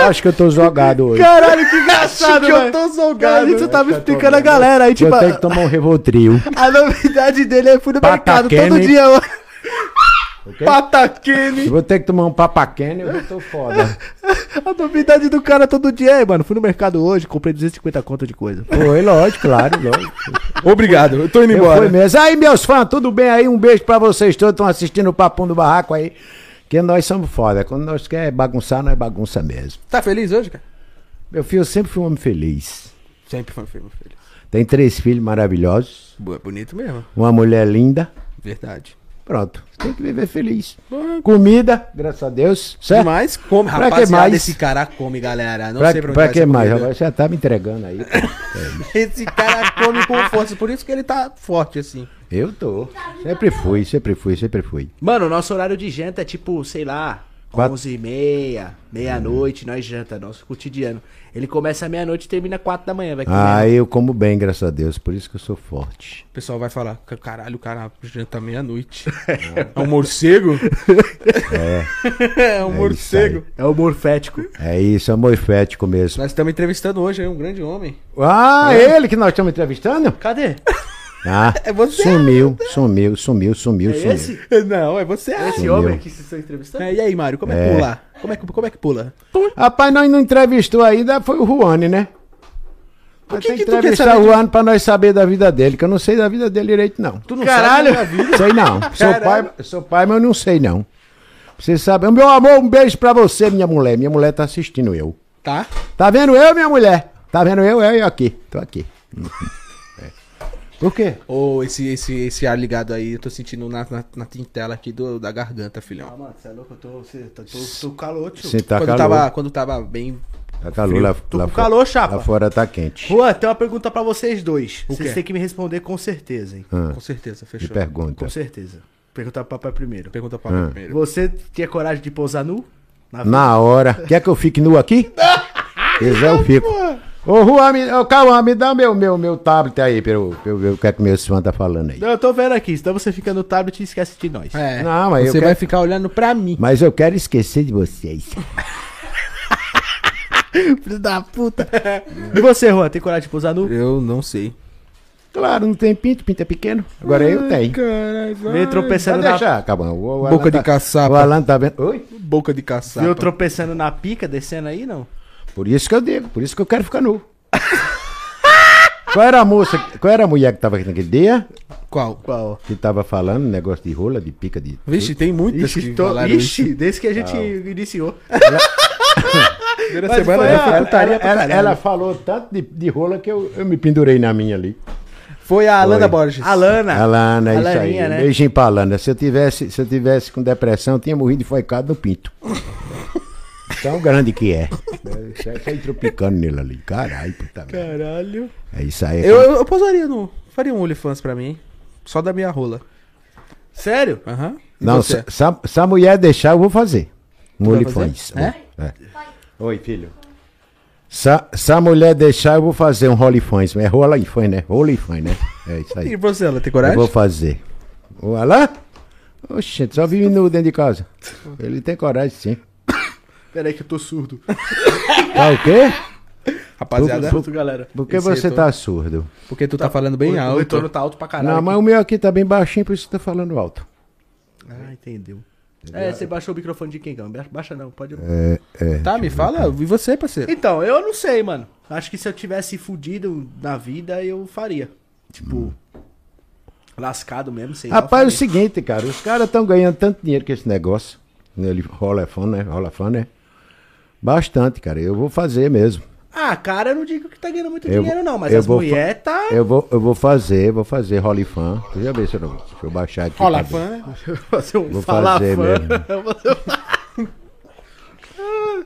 E: Eu acho que eu tô jogado hoje.
B: Caralho, que engraçado,
A: que eu
B: velho.
A: tô zongado,
B: Caralho, você
A: velho.
B: tava
E: Eu tô
B: explicando a
E: vendo.
B: galera aí, tipo,
E: eu
B: a,
E: tenho que tomar um Revotril.
B: a novidade dele é fui no mercado todo
E: Pataquene.
B: dia. ó.
E: ok?
B: Pataquene.
E: Eu vou ter que tomar um papaquene, eu tô foda.
B: A novidade do cara todo dia é, mano, fui no mercado hoje, comprei 250 conto de coisa.
E: Foi, lógico, claro, lógico.
A: Obrigado, eu tô indo
E: Eu fui
A: embora.
E: mesmo. Aí, meus fãs, tudo bem aí? Um beijo pra vocês todos que estão assistindo o Papão do Barraco aí. Que nós somos foda. Quando nós quer bagunçar, nós bagunça mesmo.
A: Tá feliz hoje, cara?
E: Meu filho, eu sempre fui um homem feliz.
A: Sempre foi um filme feliz.
E: Tem três filhos maravilhosos,
A: Boa, bonito mesmo.
E: uma mulher linda.
A: Verdade.
E: Pronto, tem que viver feliz. Comida, graças a Deus, certo?
A: Mas come,
E: Pra que
A: rapaziada.
E: mais?
A: Esse cara come, galera. Não
E: pra
A: sei pra onde
E: pra
A: vai
E: que
A: essa
E: mais?
A: comida.
E: Agora você já tá me entregando aí.
A: Esse cara come com força. Por isso que ele tá forte assim.
E: Eu tô. Sempre fui, sempre fui, sempre fui.
B: Mano, nosso horário de janta é tipo, sei lá,
E: Quatro-
B: 11 e meia, meia-noite, nós janta, nosso cotidiano. Ele começa à meia-noite e termina 4 da manhã, vai comer.
E: Ah, eu como bem, graças a Deus, por isso que eu sou forte.
A: O pessoal vai falar: caralho, o cara janta meia-noite. É um morcego? É. É um
E: isso
A: morcego.
B: É o morfético.
E: É isso, é morfético mesmo.
A: Nós estamos entrevistando hoje aí um grande homem.
E: Ah, ele que nós estamos entrevistando?
B: Cadê?
E: Ah,
A: É você.
E: sumiu, sumiu, sumiu, sumiu,
B: É
E: sumiu.
B: esse?
A: Não, é você. ah.
B: Esse
E: Sumiu.
B: homem que vocês estão entrevistando?
A: É, e aí, Mário, como é, que
E: É.
A: pula? Como é que, como é que pula?
E: Rapaz, nós não entrevistou ainda, foi o Juane, né?
A: Por
E: Nós
A: que
E: tem que
A: que tu quer
E: entrevistar
A: saber
E: o
A: de-
E: Juane pra nós saber da vida dele, que eu não sei da vida dele direito, não.
A: Tu não
B: Caralho!
A: sabe da minha vida.
E: Sei não. Sou
A: Caralho.
E: pai, sou pai, mas eu não sei não. Você sabe. Meu amor, um beijo pra você, minha mulher. Minha mulher tá assistindo eu.
A: Tá?
E: Tá vendo eu, minha mulher? Tá vendo eu, eu e eu aqui. Tô aqui. É. Por quê?
A: Ô, esse, esse, esse ar ligado aí, eu tô sentindo na, na, na tintela aqui do, da garganta, filhão.
B: mano, você é louco, eu tô, você, tô, tô, tô calor, tio.
E: Sim, tá
A: quando,
E: calor.
A: tava, quando tava bem.
E: Tá calor lá,
B: Tô
E: lá
B: com
E: fora-
B: calor, chapa.
E: Lá fora tá quente.
B: Juan, tem uma pergunta pra vocês dois.
A: O
B: vocês
A: quê?
B: têm que me responder com certeza, hein?
E: Ah,
A: Com certeza,
E: me
A: fechou.
E: pergunta.
B: Com certeza. Perguntar pro papai primeiro.
A: Pergunta pra mim
E: Ah.
A: primeiro.
B: Você tinha coragem de pousar nu? Na
E: Na hora. Quer que eu fique nu aqui? Quiser, eu fico. Ô, Juan, me, ô, Cauã, me dá meu, meu, meu tablet aí pra eu, pra eu ver o que é que meu fã tá falando aí.
B: Não, eu tô vendo aqui. Então você fica no tablet e esquece de nós.
A: É,
E: Não, mas eu
A: você
E: quero-
A: vai ficar olhando pra mim.
E: Mas eu quero esquecer de vocês.
B: Filho da puta. E você, Juan, tem coragem de pousar nu?
A: Eu não sei.
E: Claro, não tem pinto, pinto é pequeno. Agora eu tenho.
A: Caralho, vai.
B: Veio tropeçando
E: Pode
B: na...
E: deixar, Cabão. O-
A: Boca
E: o Alan
A: de
E: tá-
A: caçapa.
E: O Alan tá vendo. Oi?
A: Boca de caçapa.
B: Veio tropeçando na pica, descendo aí, não?
E: Por isso que eu digo, por isso que eu quero ficar nu. qual era a moça, qual era a mulher que tava aqui naquele dia?
A: Qual?
B: Qual?
E: Que tava falando negócio de rola, de pica, de.
A: Vixe, tem muitas
B: Ixi,
A: que
B: tô-
A: falaram isso.
B: Ixi, desde que a gente iniciou.
A: Primeira
B: mas
A: semana né? já
B: foi a-
A: foi
E: Ela,
A: é putaria pra
E: ela-
A: caralho.
E: ela falou tanto de, de rola que eu, eu me pendurei na minha ali.
A: Foi a Alana
E: Foi.
A: Borges.
B: Alana.
E: Alana, isso aí.
B: Alaninha,
E: Um
B: né?
E: beijinho pra Alana. Se eu tivesse, se eu tivesse com depressão, eu tinha morrido enfoicado no pinto. Tão grande que é. Sai tropicando nele ali. Caralho, puta merda.
B: Caralho.
E: É isso aí.
A: Eu, eu, eu pousaria no. Faria um OnlyFans pra mim. Só da minha rola.
B: Sério?
A: Aham. E
E: Não,
A: você?
E: se, se a- se a mulher deixar, eu vou fazer. Um
A: vai
E: OnlyFans.
A: fazer?
E: É? É. Oi, filho. Se, a- se a mulher deixar, eu vou fazer um OnlyFans. É OnlyFans, né? OnlyFans, né? É isso
A: E
E: aí.
A: você, ela tem
E: Eu
A: coragem?
E: vou fazer. O Alain? Oxente, só vive nu dentro de casa. Ele tem coragem, sim.
B: Peraí que eu tô surdo.
E: Tá o quê?
A: Rapaziada,
B: Pronto, galera.
E: Por que
A: Esse
E: você
A: retorno.
E: tá surdo?
A: porque tu tá, falando bem
B: o, O
A: alto.
B: retorno tá alto pra caralho.
E: Não, mas o meu aqui tá bem baixinho, por isso que tá falando alto.
B: Ah, entendeu. É, você baixou o microfone de quem, Gão? Ba- Baixa não, pode...
E: É, é.
A: Tá, me fala, e você, parceiro?
B: Então, eu não sei, mano. Acho que se eu tivesse fudido na vida, eu faria. Tipo, lascado mesmo, sei lá.
E: Rapaz, é o
B: eu faria.
E: seguinte, cara, os caras estão ganhando tanto dinheiro com esse negócio. Ele rola fã, né? Rola fã, né? Bastante, cara. Eu vou fazer mesmo.
B: Ah, cara, eu não digo que tá ganhando muito
E: Eu-
B: dinheiro não, mas
E: eu
B: as
E: vou fa-
B: mulheres tá...
E: Eu vou, eu vou fazer, vou fazer rola e fã. Deixa eu ver se eu, não, se eu baixar aqui. tá
A: Olá,
E: pra ver.
A: fã, né?
B: fazer um
E: Vou
B: falar
E: fazer
B: fã.
E: mesmo.
B: Eu vou fazer um-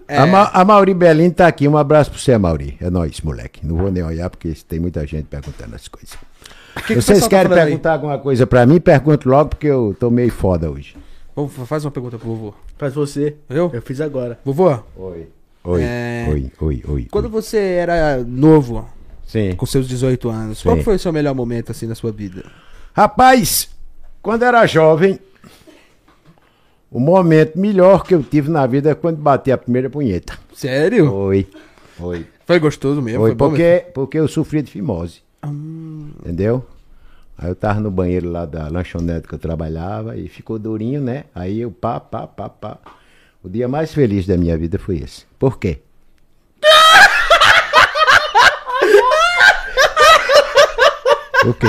E: A, Ma a Mauri Belin tá aqui. Um abraço pra você, Mauri. É nóis, moleque. Não vou nem olhar porque tem muita gente perguntando as coisas.
A: que o
E: Vocês
A: pessoal tá
E: querem
A: falando aí?
E: perguntar alguma coisa pra mim? Pergunto logo porque eu tô meio foda hoje.
A: Vamos, faz uma pergunta pro vovô.
B: Pra você.
A: Eu?
B: Eu fiz agora.
A: Vovô,
E: Oi. Oi,
A: É.
E: oi, oi, oi.
A: quando
E: oi.
A: você era novo,
E: Sim.
A: com seus 18 anos, qual
E: Sim.
A: foi o seu melhor momento, assim, na sua vida?
E: Rapaz, quando era jovem, o momento melhor que eu tive na vida é quando bati a primeira punheta.
A: Sério?
E: Oi. Oi.
A: Foi gostoso mesmo?
E: Oi,
A: foi bom mesmo? Ah.
E: porque, porque eu sofria de fimose. Entendeu? Aí eu tava no banheiro lá da lanchonete que eu trabalhava e ficou durinho, né? Aí eu pá, pá, pá, pá. O dia mais feliz da minha vida foi esse. Por quê? Por quê?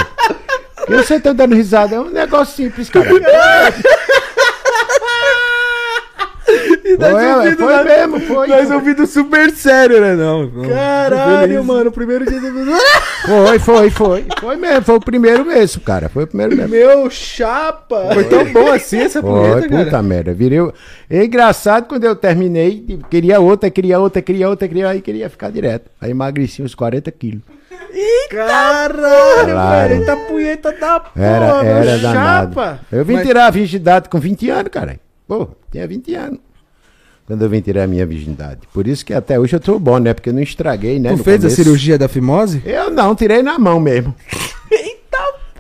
E: Eu sei que tá dando risada, é um negócio simples, cara. Foi, foi mesmo, foi.
A: Mas ouvido super sério, né? Não. não.
B: Caralho, mano, o primeiro dia...
E: Foi, foi, foi. Foi mesmo, foi o primeiro mesmo, cara. Foi o primeiro mesmo.
B: Meu chapa!
A: Foi tão bom assim essa
E: Foi,
A: punheta,
E: puta
A: cara.
E: merda. Virei. o- É engraçado quando eu terminei, queria outra, queria outra, queria outra, queria aí queria ficar direto. Aí emagreci uns 40 quilos.
B: Caralho,
E: Caralho.
B: velho, eita punheta da porra,
E: Era,
B: meu
E: era danado.
B: chapa!
E: Eu vim
A: Mas-
E: tirar a virgindade com 20 anos, cara. Pô, tinha 20 anos. Quando eu vim tirar a minha virgindade. Por isso que até hoje eu tô bom, né? Porque eu não estraguei, né?
A: Tu
E: no
A: fez a
E: começo.
A: cirurgia da fimose?
E: Eu não, tirei na mão mesmo.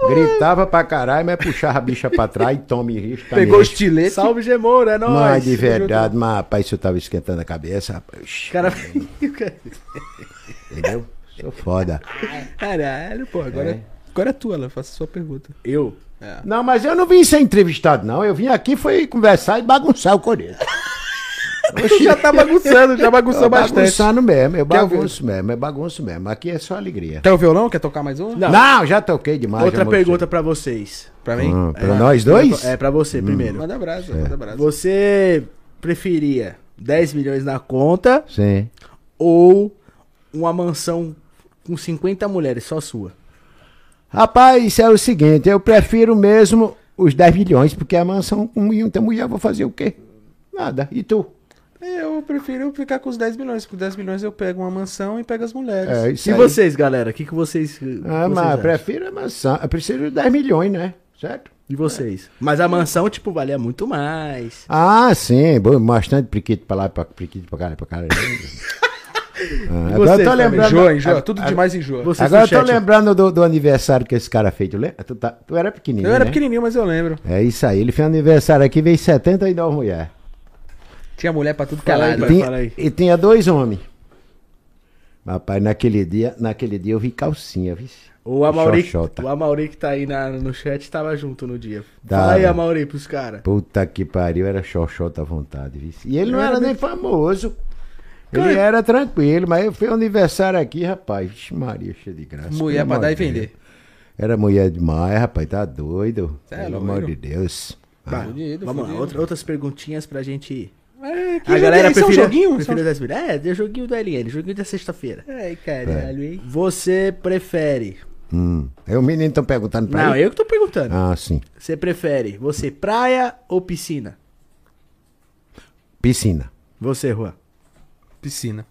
E: Gritava pra caralho, mas puxava a bicha pra trás e toma e risco. tá
A: Pegou o
E: mesmo.
A: estilete.
B: Salve, Gemoura, é nóis!
E: Mas de verdade, mas rapaz, isso eu tava esquentando a cabeça, rapaz.
B: Cara,
E: Entendeu? Sou foda.
A: Caralho, pô, agora é, agora é tua, ela faça a sua pergunta.
B: eu.
E: Não, mas eu não vim ser entrevistado, não. Eu vim aqui foi conversar e bagunçar o Corinthians.
A: Tu já tá bagunçando, já bagunçou
E: Tô
A: bastante.
E: bagunçando mesmo, eu
A: Quer ouvir?
E: bagunço mesmo, é bagunço mesmo. Aqui é só alegria.
A: Quer o violão? Quer tocar mais um?
B: Não.
E: Não, já toquei demais. já
B: Outra
E: mostrei.
B: pergunta pra vocês.
A: Pra mim?
E: Hum, pra nós dois? Hum.
B: É, pra você primeiro.
A: Manda abraço, manda abraço.
B: Você preferia 10 milhões na conta
E: Sim.
B: ou uma mansão com 50 mulheres, só sua?
E: Rapaz, é o seguinte, eu prefiro mesmo os 10 milhões, porque a mansão com muita mulher, eu vou fazer o quê? Nada. E tu?
A: Eu prefiro ficar com os 10 milhões. Com 10 milhões eu pego uma mansão e pego as mulheres.
E: É, isso
B: E
E: aí.
B: vocês, galera? O que, que vocês. que
E: Ah,
B: vocês
E: mas eu
B: acham?
E: prefiro a mansão. Eu preciso de 10 milhões, né? Certo?
B: E vocês? Mas a mansão, tipo, valia muito mais.
E: Ah, sim, bom, bastante priquito pra lá, pra, priquito pra cá, né, pra cá. Ah,
B: E
E: agora
B: você,
E: eu tô
B: Fábio?
E: lembrando.
A: enjoa, enjoa.
E: a-
A: Ah, tudo
E: a-
A: demais enjoa.
B: Você-
E: Agora eu
B: Vocês
E: tô
B: do chat.
E: lembrando do, do aniversário que esse cara fez. Tu, lembra? tu, tá- tu era pequenininho.
A: Eu era
E: né?
A: pequenininho, mas eu lembro.
E: É isso aí. Ele fez aniversário aqui, veio 79 mulheres.
A: Tinha mulher pra tudo que é
B: Fala aí,
A: era.
B: Vai,
E: Tinha-
B: fala aí.
E: E tinha dois homens. Rapaz, naquele dia, naquele dia eu vi calcinha, viu?
B: O Amauri,
E: Xoxota.
B: o Amauri que tá aí na- no chat tava junto no dia.
E: Tá,
B: Fala aí,
E: né?
B: Amauri, pros caras.
E: Puta que pariu, era xoxota à vontade, viu? E ele não
B: Era
E: era nem famoso. Ele era tranquilo, mas eu fui ao aniversário aqui, rapaz. Vixe, Maria, cheia de graça.
A: Mulher
E: pelo
A: pra
E: amor
A: dar e
E: de Deus.
A: vender.
E: Era mulher demais, rapaz, tá doido.
A: Cê é
E: pelo
A: louco.
E: amor de Deus.
B: Vai,
A: tá Fudido,
B: vamos lá,
A: fudido.
B: outra- outras perguntinhas pra gente ir.
A: É, que
B: A
A: jogo
B: galera
A: é esse? É um
B: prefere,
A: joguinho?
B: prefere
A: São-
B: das milhas. É, é joguinho do LN, joguinho da sexta-feira.
A: Ai, caralho, hein?
B: Você prefere.
E: Hum. É o menino estão perguntando pra
B: Não,
E: ele?
B: eu que tô perguntando.
E: Ah, sim.
B: Você prefere você praia ou piscina?
E: Piscina.
B: Você, Juan.
A: Piscina.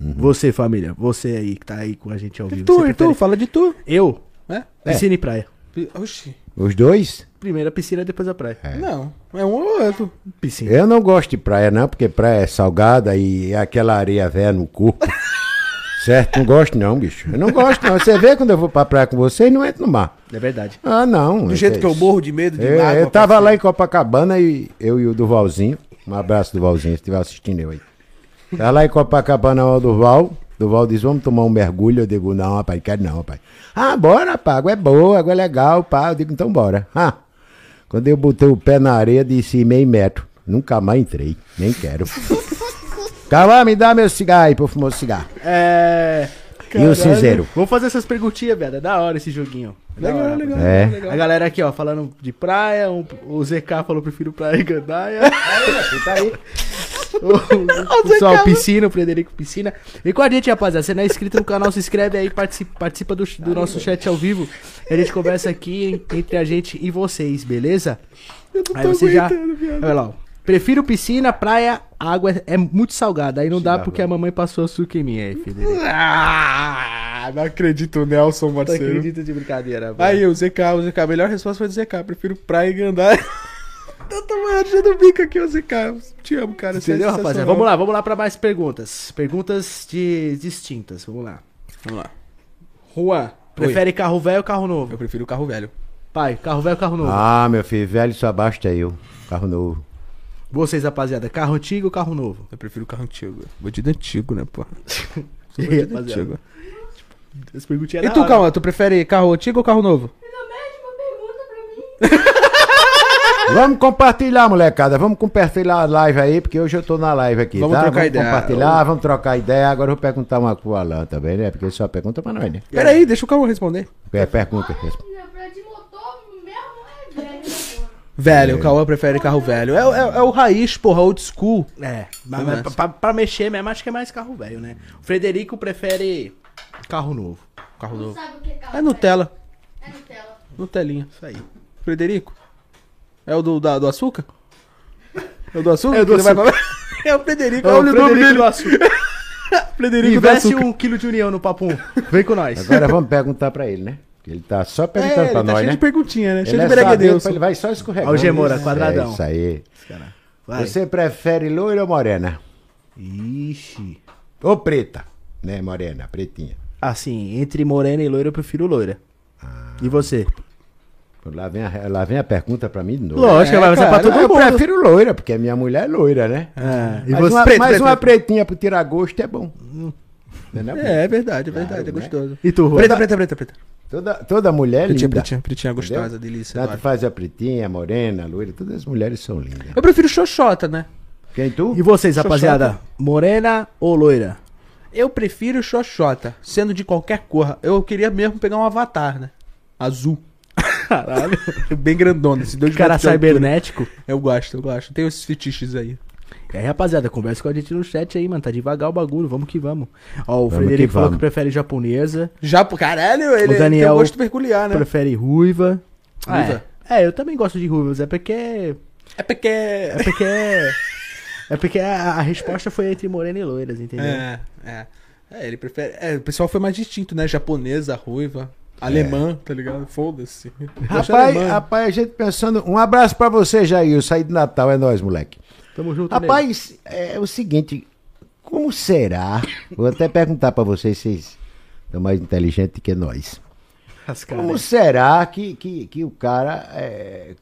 B: Você, família. Você aí que tá aí com a gente ao vivo.
A: Uhum. Tu,
B: Você
A: tu,
B: prefere-
A: fala de tu.
B: Eu?
A: né?
B: Piscina e praia.
A: Pi- Oxi.
E: Os dois?
B: Primeiro a piscina, depois a praia.
E: É.
A: Não, é um ou outro.
B: Piscina.
E: Eu não gosto de praia, não, porque praia é salgada e é aquela areia velha no corpo. certo, não gosto não, bicho. Eu não gosto não. Você vê quando eu vou pra praia com você e não entro no mar.
B: É verdade.
E: Ah, não.
A: Do jeito que eu morro de medo de
E: Eu,
A: mágoa,
E: eu É, tava
A: parceiro.
E: lá em Copacabana e eu e o Duvalzinho. Um abraço, Duvalzinho, se estiver assistindo eu aí. Tava lá em Copacabana, o Duval. Duval diz: vamos tomar um mergulho. Eu digo: não, rapaz, quero não, rapaz. Ah, bora, pá, água é boa, água é legal, pá. Eu digo: então bora. Ah, quando eu botei o pé na areia, disse meio metro. Nunca mais entrei, nem quero. Calma, me dá meu cigarro aí pra eu fumar um cigarro.
B: É.
E: E o cinzeiro?
B: Vou fazer essas perguntinhas, velho. É da hora esse joguinho. É da hora.
A: Legal, legal,
E: É.
A: legal,
B: A
A: legal.
B: galera aqui, ó, falando de praia. um- o ZK falou prefiro praia e gandaia.
E: Tá aí.
B: o pessoal, piscina, o Frederico Piscina. E com a gente, rapaziada. Você não é inscrito no canal, se inscreve aí, participa, participa do, do nosso chat ao vivo. E a gente conversa aqui en- entre a gente e vocês, beleza? aí
A: tô
B: você já.
A: aguentando, viado.
B: Olha lá, ó. Prefiro piscina, praia, a água é, é muito salgada. Aí não dá porque a mamãe passou açúcar em mim aí, Frederico.
A: Ah, não acredito, Nelson,
B: Não
A: Marcelo.
B: acredito de brincadeira, velho.
A: Aí, o ZK, o ZK. A melhor resposta foi do ZK. Prefiro praia e gandar. Eu tô achando bico aqui, o ZK. Te amo, cara. você é
B: Entendeu, rapaziada?
A: sensacional.
B: Vamos lá, vamos lá pra mais perguntas. Perguntas de distintas, vamos lá.
A: Vamos lá.
B: Juan, prefere carro velho ou carro novo?
A: Eu prefiro o carro velho.
B: Pai, carro velho ou carro novo?
E: Ah, meu filho, velho só basta eu. Carro novo.
B: Vocês, rapaziada, carro antigo ou carro novo?
A: Eu prefiro o carro antigo. Bandido antigo, né, porra?
B: E aí, rapaziada? As perguntinhas
A: E
B: é da
A: tu,
B: hora.
A: calma, tu prefere carro antigo ou carro novo?
E: Vamos compartilhar, molecada. Vamos compartilhar a live aí, porque hoje eu tô na live aqui,
A: Vamos
E: tá?
A: trocar
E: vamos
A: ideia.
E: compartilhar, vamos trocar ideia. Agora eu vou perguntar uma pro Alan também, né? Porque só pergunta pra nós, né?
A: Pera aí, deixa o carro responder.
E: É, pergunta. resposta.
C: Pra de motor mesmo é velho.
A: Velho, o Cauã prefere carro velho. É, é, é o raiz, porra, old school.
B: É, mas,
A: Vamos
B: mas
A: nessa.
B: pra, pra mexer mesmo, acho que é mais carro velho, né? O Frederico prefere carro novo.
A: Carro
C: Não
A: novo.
C: sabe o que é carro
A: É Nutella.
C: velho. É Nutella.
A: Nutelinha.
B: Isso aí.
A: Frederico? É o do, da- do açúcar? É o do açúcar?
B: É o
A: Que
B: do
A: ele vai pra- É o Frederico. Olha o nome
B: Frederico
A: dele.
B: do açúcar.
A: Frederico do
B: Investe
A: açúcar.
B: um quilo de união no papum. Vem com nós.
E: Agora vamos perguntar pra ele, né? Porque Ele tá só
A: É,
E: perguntando
A: ele
E: pra
A: tá
E: nós,
A: cheio
E: né?
A: de perguntinha, né? Cheio
E: é
A: de
E: saber,
A: bregadeus.
E: ele vai só escorregando.
B: Algemora,
E: Isso,
B: quadradão.
E: É isso aí.
B: Cara, vai.
E: Você prefere loira ou morena?
B: Ixi.
E: Ou preta? Né, morena, pretinha.
B: Assim, entre morena e loira, eu prefiro loira. E você?
E: Lá vem a, lá vem a pergunta pra mim de novo.
B: Lógico,
A: É,
B: vai ser pra
A: cara,
B: todo
E: eu
B: mundo.
E: prefiro loira, porque minha mulher é loira, né?
B: Ah,
A: É.
B: e
E: mais
B: você?
E: uma,
A: preto,
E: mais
A: preto,
E: uma
A: preto.
E: pretinha pro tirar gosto é bom. Não é,
A: É, é verdade, é verdade. é
E: Claro, né?
A: gostoso.
B: E tu, Rô?
A: Preta, preta, preta, preta.
E: Toda, toda mulher é
A: Pretinha,
E: linda.
A: pretinha, pretinha gostosa,
E: entendeu?
A: delícia.
E: Tanto
A: adoro.
E: faz a pretinha, a morena, a loira, todas as mulheres são lindas.
A: Eu prefiro xoxota, né?
E: Quem tu?
B: E vocês, rapaziada? Morena ou loira?
A: Eu prefiro xoxota, sendo de qualquer cor. Eu queria mesmo pegar um avatar, né? Azul.
B: Caralho.
A: Bem grandona, esse dois
B: Cara
A: metros de altura.
B: cibernético.
A: Eu gosto, eu gosto. Tem esses fetiches aí.
B: E aí, É, rapaziada, conversa com a gente no chat aí, mano. Tá devagar o bagulho, vamos que vamos. Ó, o
E: que
B: Frederico falou
E: vamos.
B: que prefere japonesa,
A: Já, pô, caralho, ele ele tem
B: Daniel-
A: um gosto peculiar, né?
B: prefere ruiva. Ah,
A: Ruiva?
B: é. é, eu também gosto de ruivas, é porque.
A: É porque...
B: É porque. é porque a, a resposta foi entre morena e loiras, entendeu?
A: É, é. É, ele prefere... É, o pessoal foi mais distinto, né? Japonesa, ruiva, alemã, tá ligado? Foda-se. Gosto
E: É. Rapaz,
A: alemã.
E: rapaz, a gente pensando. Um abraço pra você, Jair. Saí de Natal, é nóis, moleque.
B: Tamo junto, nego.
E: Rapaz, é o seguinte. Como será? Vou até perguntar pra vocês, vocês estão mais inteligentes que nós.
B: As caras.
E: Como será que, que, que o cara é,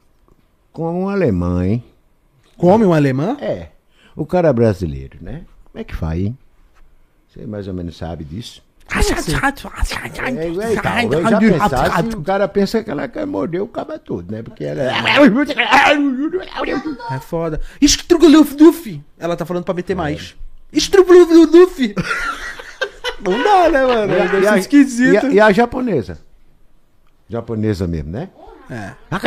E: com um alemão, hein?
A: Come um alemã?
E: É. O cara é brasileiro, né? Como é que faz, hein? Você mais ou menos sabe disso.
B: Tá
E: É, é, e tal, eu já pensasse, o cara pensa que ela quer morder o caba todo, né? Porque ela é.
A: É foda. Estrugulufduf! Ela tá falando pra meter mais. Estrugulufduf! Não dá, né, mano? É um
E: E
A: negócio
E: a-
A: esquisito.
E: E a, e a japonesa? Japonesa mesmo, né?
A: É.
E: A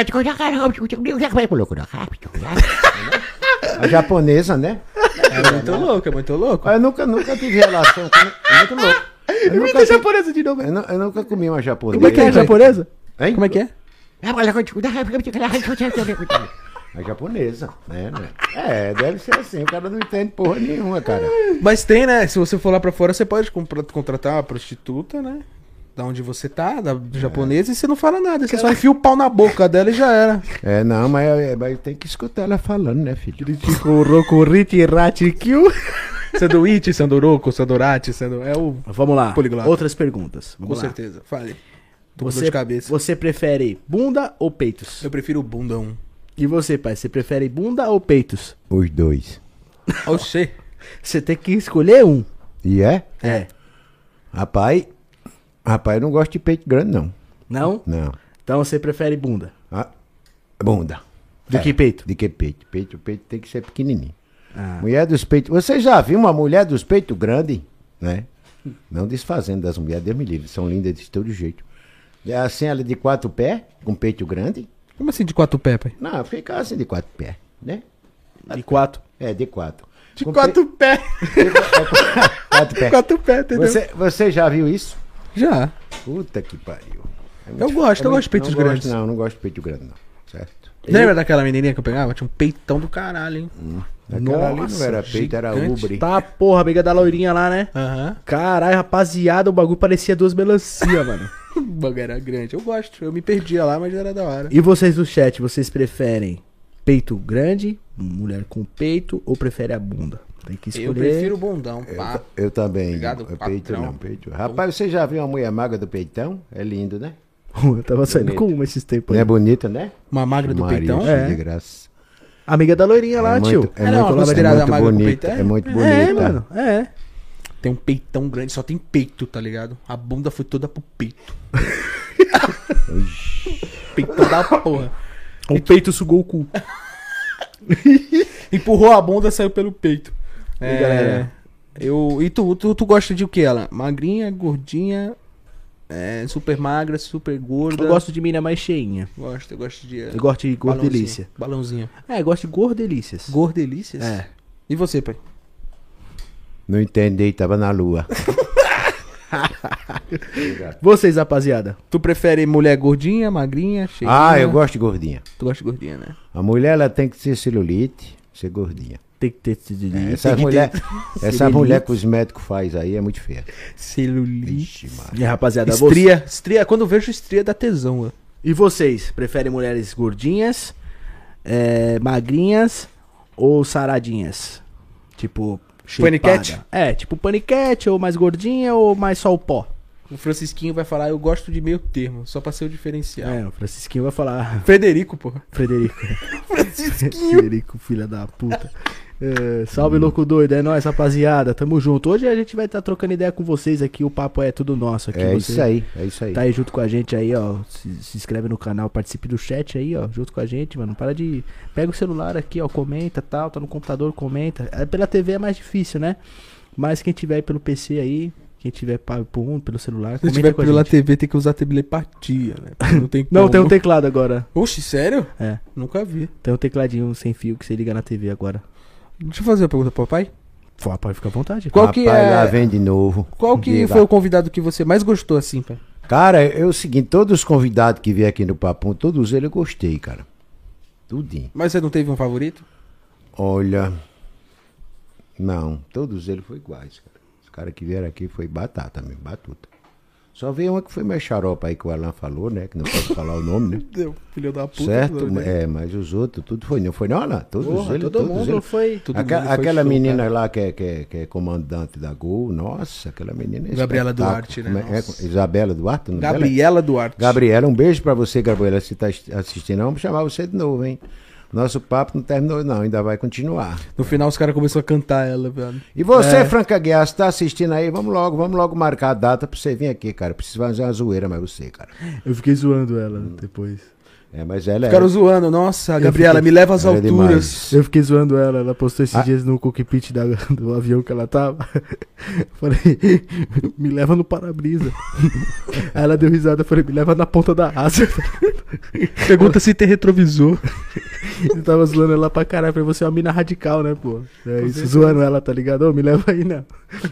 E: japonesa, né?
A: É muito louco, é muito louco.
E: Eu nunca, nunca tive relação com. É muito louco. Eu nunca,
B: Imita a japonesa de novo.
E: eu nu- eu nunca comi uma japonesa.
B: Como é que é a japonesa?
E: Hein?
A: Como é que é?
E: A japonesa, né? né? É, deve ser assim. O cara não entende porra nenhuma, cara.
A: Mas tem, né? Se você for lá pra fora, você pode compra- contratar uma prostituta, né? Da onde você tá, da
E: É.
A: japonesa, e você não fala nada. Você só enfia o pau na boca dela e já era.
E: É, não, mas, é, mas tem que escutar ela falando, né, filho?
B: Chico Roku Riti Rati Kyu.
A: Sanduíche, Sandoroco, Sandorate, Sandor... É o...
B: Vamos lá.
A: Poliglota.
B: Outras perguntas.
A: Com
B: Vamos lá.
A: certeza. Fale. Tô com dor
B: Você,
A: de cabeça.
B: você prefere bunda ou peitos?
A: Eu prefiro o bundão.
B: E você, pai, você prefere bunda ou peitos?
E: Os dois.
A: Oxê.
B: Você tem que escolher um.
E: E é?
B: É.
E: Rapaz, rapaz, eu não gosto de peito grande, não.
B: Não?
E: Não.
B: Então você prefere bunda
E: Ah, bunda.
B: do
E: É,
B: que peito?
E: De que peito? Peito, peito tem que ser pequenininho.
A: Ah.
E: Mulher dos peitos. Você já viu uma mulher dos peitos grande, né? Não desfazendo das mulheres, Deus me livre. São lindas de todo jeito. É assim, ela de quatro pés, com peito grande.
A: Como assim de quatro pés, pai?
E: Não, fica assim de quatro pés, né?
B: De quatro.
E: É, de quatro.
A: De
E: Com
A: quatro pés.
E: pe- é, com- quatro pés.
A: Quatro pés, entendeu?
E: Você, você já viu isso?
A: Já.
E: Puta que pariu. É
A: Eu
E: muito-
A: gosto,
E: é
A: eu
E: muito-
A: gosto de peitos
E: não gosto,
A: grandes.
E: não, não gosto de peito grande, não. Certo?
A: Lembra daquela menininha que eu pegava? Tinha um peitão do caralho, hein?
E: Aquela ali não
A: Nossa,
E: era peito, era
A: gigante.
E: ubre.
B: Tá, porra, amiga da loirinha lá, né?
A: Aham.
B: Caralho, rapaziada, o bagulho parecia duas melancia, mano.
A: O bagulho era grande. Eu gosto. Eu me perdia lá, mas era da hora.
B: E vocês do chat, vocês preferem peito grande, mulher com peito, ou prefere a bunda? Tem que escolher.
A: Eu prefiro o bundão,
E: Eu,
A: pá.
E: ta- eu também.
A: Obrigado,
E: eu
A: patrão.
E: peito não, peito. Rapaz, você já viu uma mulher magra do peitão? É lindo, né?
B: Eu tava saindo com uma esses tempos
E: É
B: aí.
E: bonita, né?
A: Uma magra do
E: Maria,
A: peitão?
E: cheia de
B: É.
E: graça.
B: Amiga da loirinha lá,
E: é
B: tio.
E: muito, é
A: Ela é uma
E: muito, é
A: considerada
E: muito
A: magra do
E: bonita.
A: peitão?
E: É muito bonita.
B: É, mano, é.
A: Tem um peitão grande, só tem peito, tá ligado? A bunda foi toda pro peito. peitão da porra.
B: O peito sugou o cu.
A: Empurrou a bunda, saiu pelo peito. É,
B: galera?
A: Eu, e tu, tu, tu gosta de o que ela? Magrinha, gordinha, é, super magra, super gorda.
B: Eu gosto de mina mais cheinha.
A: Gosto, eu gosto de.
B: Eu gosto de gordelícia.
A: Balãozinho. balãozinho.
B: É, eu gosto de gordelícias.
A: Gordelícias?
B: É.
A: E você, pai?
E: Não entendi, tava na lua.
B: Vocês, rapaziada.
A: Tu prefere mulher gordinha, magrinha, cheia?
E: ah, eu gosto de gordinha.
A: Tu gosta de gordinha, né?
E: A mulher ela tem que ser celulite, ser gordinha.
B: Tem que ter decidido.
E: Essas É, mulher, essa mulher que os médicos fazem aí é muito feia.
A: Celulite.
E: Ixi, mano.
B: E rapaziada, você-
A: Estria. Estria. Quando eu vejo estria, dá tesão, ó.
B: E vocês, preferem mulheres gordinhas, é, magrinhas ou saradinhas? Tipo, shapeada.
A: Paniquete?
B: É, tipo paniquete, ou mais gordinha, ou mais só o pó.
A: O Francisquinho vai falar, eu gosto de meio termo, só pra ser o diferencial.
B: É, o Francisquinho vai falar,
A: Frederico, porra.
B: Frederico. Francisquinho. Frederico, filha da puta. É, salve,
E: Hum.
B: louco doido, é nóis, rapaziada. Tamo junto. Hoje a gente vai estar trocando ideia com vocês aqui. O papo é tudo nosso aqui.
E: É
B: você-
E: isso aí, é isso aí.
B: Tá aí junto com a gente aí, ó. Se, se inscreve no canal, participe do chat aí, ó. Junto com a gente, mano. Para de. Pega o celular aqui, ó. Comenta tal. Tá no computador, comenta. É, Pela TV é mais difícil, né? Mas quem tiver aí pelo PC aí, quem tiver pa- por um, pelo celular,
A: Se
B: comenta
A: tiver
B: com a
A: pela
B: gente.
A: TV, tem que usar telepatia, né? Não tem
B: Não,
A: como.
B: tem um teclado agora.
A: Oxe, sério?
B: É.
A: Nunca vi.
B: Tem um tecladinho sem fio que você liga na TV agora.
A: Deixa eu fazer uma pergunta pro papai.
B: Fala, ah, pode ficar à vontade.
A: Qual
E: Rapaz,
A: que é-
E: lá vem de novo.
A: Qual que
E: Diga.
A: foi o convidado que você mais gostou, assim, pai?
E: Cara, é o seguinte, todos os convidados que vieram aqui no Papum, todos eles eu gostei, cara. Tudinho.
A: Mas você não teve um favorito?
E: Olha. Não, todos eles foram iguais, cara. Os caras que vieram aqui foi batata mesmo, batuta. Só veio uma que foi mais xaropa aí que o Alan falou, né? Que não posso falar o nome, né?
A: Deu, filho da puta.
E: certo?
A: tudo, né?
E: É, mas os outros, tudo foi. Não foi não, Alan? Todos
B: Porra,
E: eles,
B: todo
E: todos
B: mundo
E: eles.
B: foi.
A: Todo
E: Aquela,
A: mundo foi
E: aquela
A: show,
E: menina
A: cara.
E: lá que é, que, é, que é comandante da Gol, nossa, aquela menina é
A: Gabriela
E: espetáculo.
A: Duarte, né?
E: Como é- é?
A: Nossa.
E: Isabela Duarte, o nome dela?
A: Gabriela Duarte.
E: Gabriela, um beijo pra você, Gabriela, se tá assisti- assistindo. Vamos chamar você de novo, hein? Nosso papo não terminou, não, ainda vai continuar.
A: No final, os caras começaram a cantar ela, velho.
E: E você,
A: É.
E: Franca Guiar, se tá assistindo aí, vamos logo, vamos logo marcar a data pra você vir aqui, cara. Preciso fazer uma zoeira mais você, cara.
B: Eu fiquei zoando ela
A: Hum.
B: depois.
E: É, mas ela é.
A: Ficaram zoando. Nossa, Gabriela,
B: fiquei-
A: me leva às
E: Ela é
A: alturas.
B: Eu fiquei zoando ela, ela postou esses
E: Ah.
B: dias no cockpit da- do avião que ela tava. Falei, me leva no para-brisa. Aí ela deu risada, eu falei, me leva na ponta da asa.
A: Pergunta se tem retrovisor.
B: Eu tava zoando ela pra caralho. Falei, você é uma mina radical, né, pô? É isso, zoando ela, tá ligado? Ô, me leva aí na,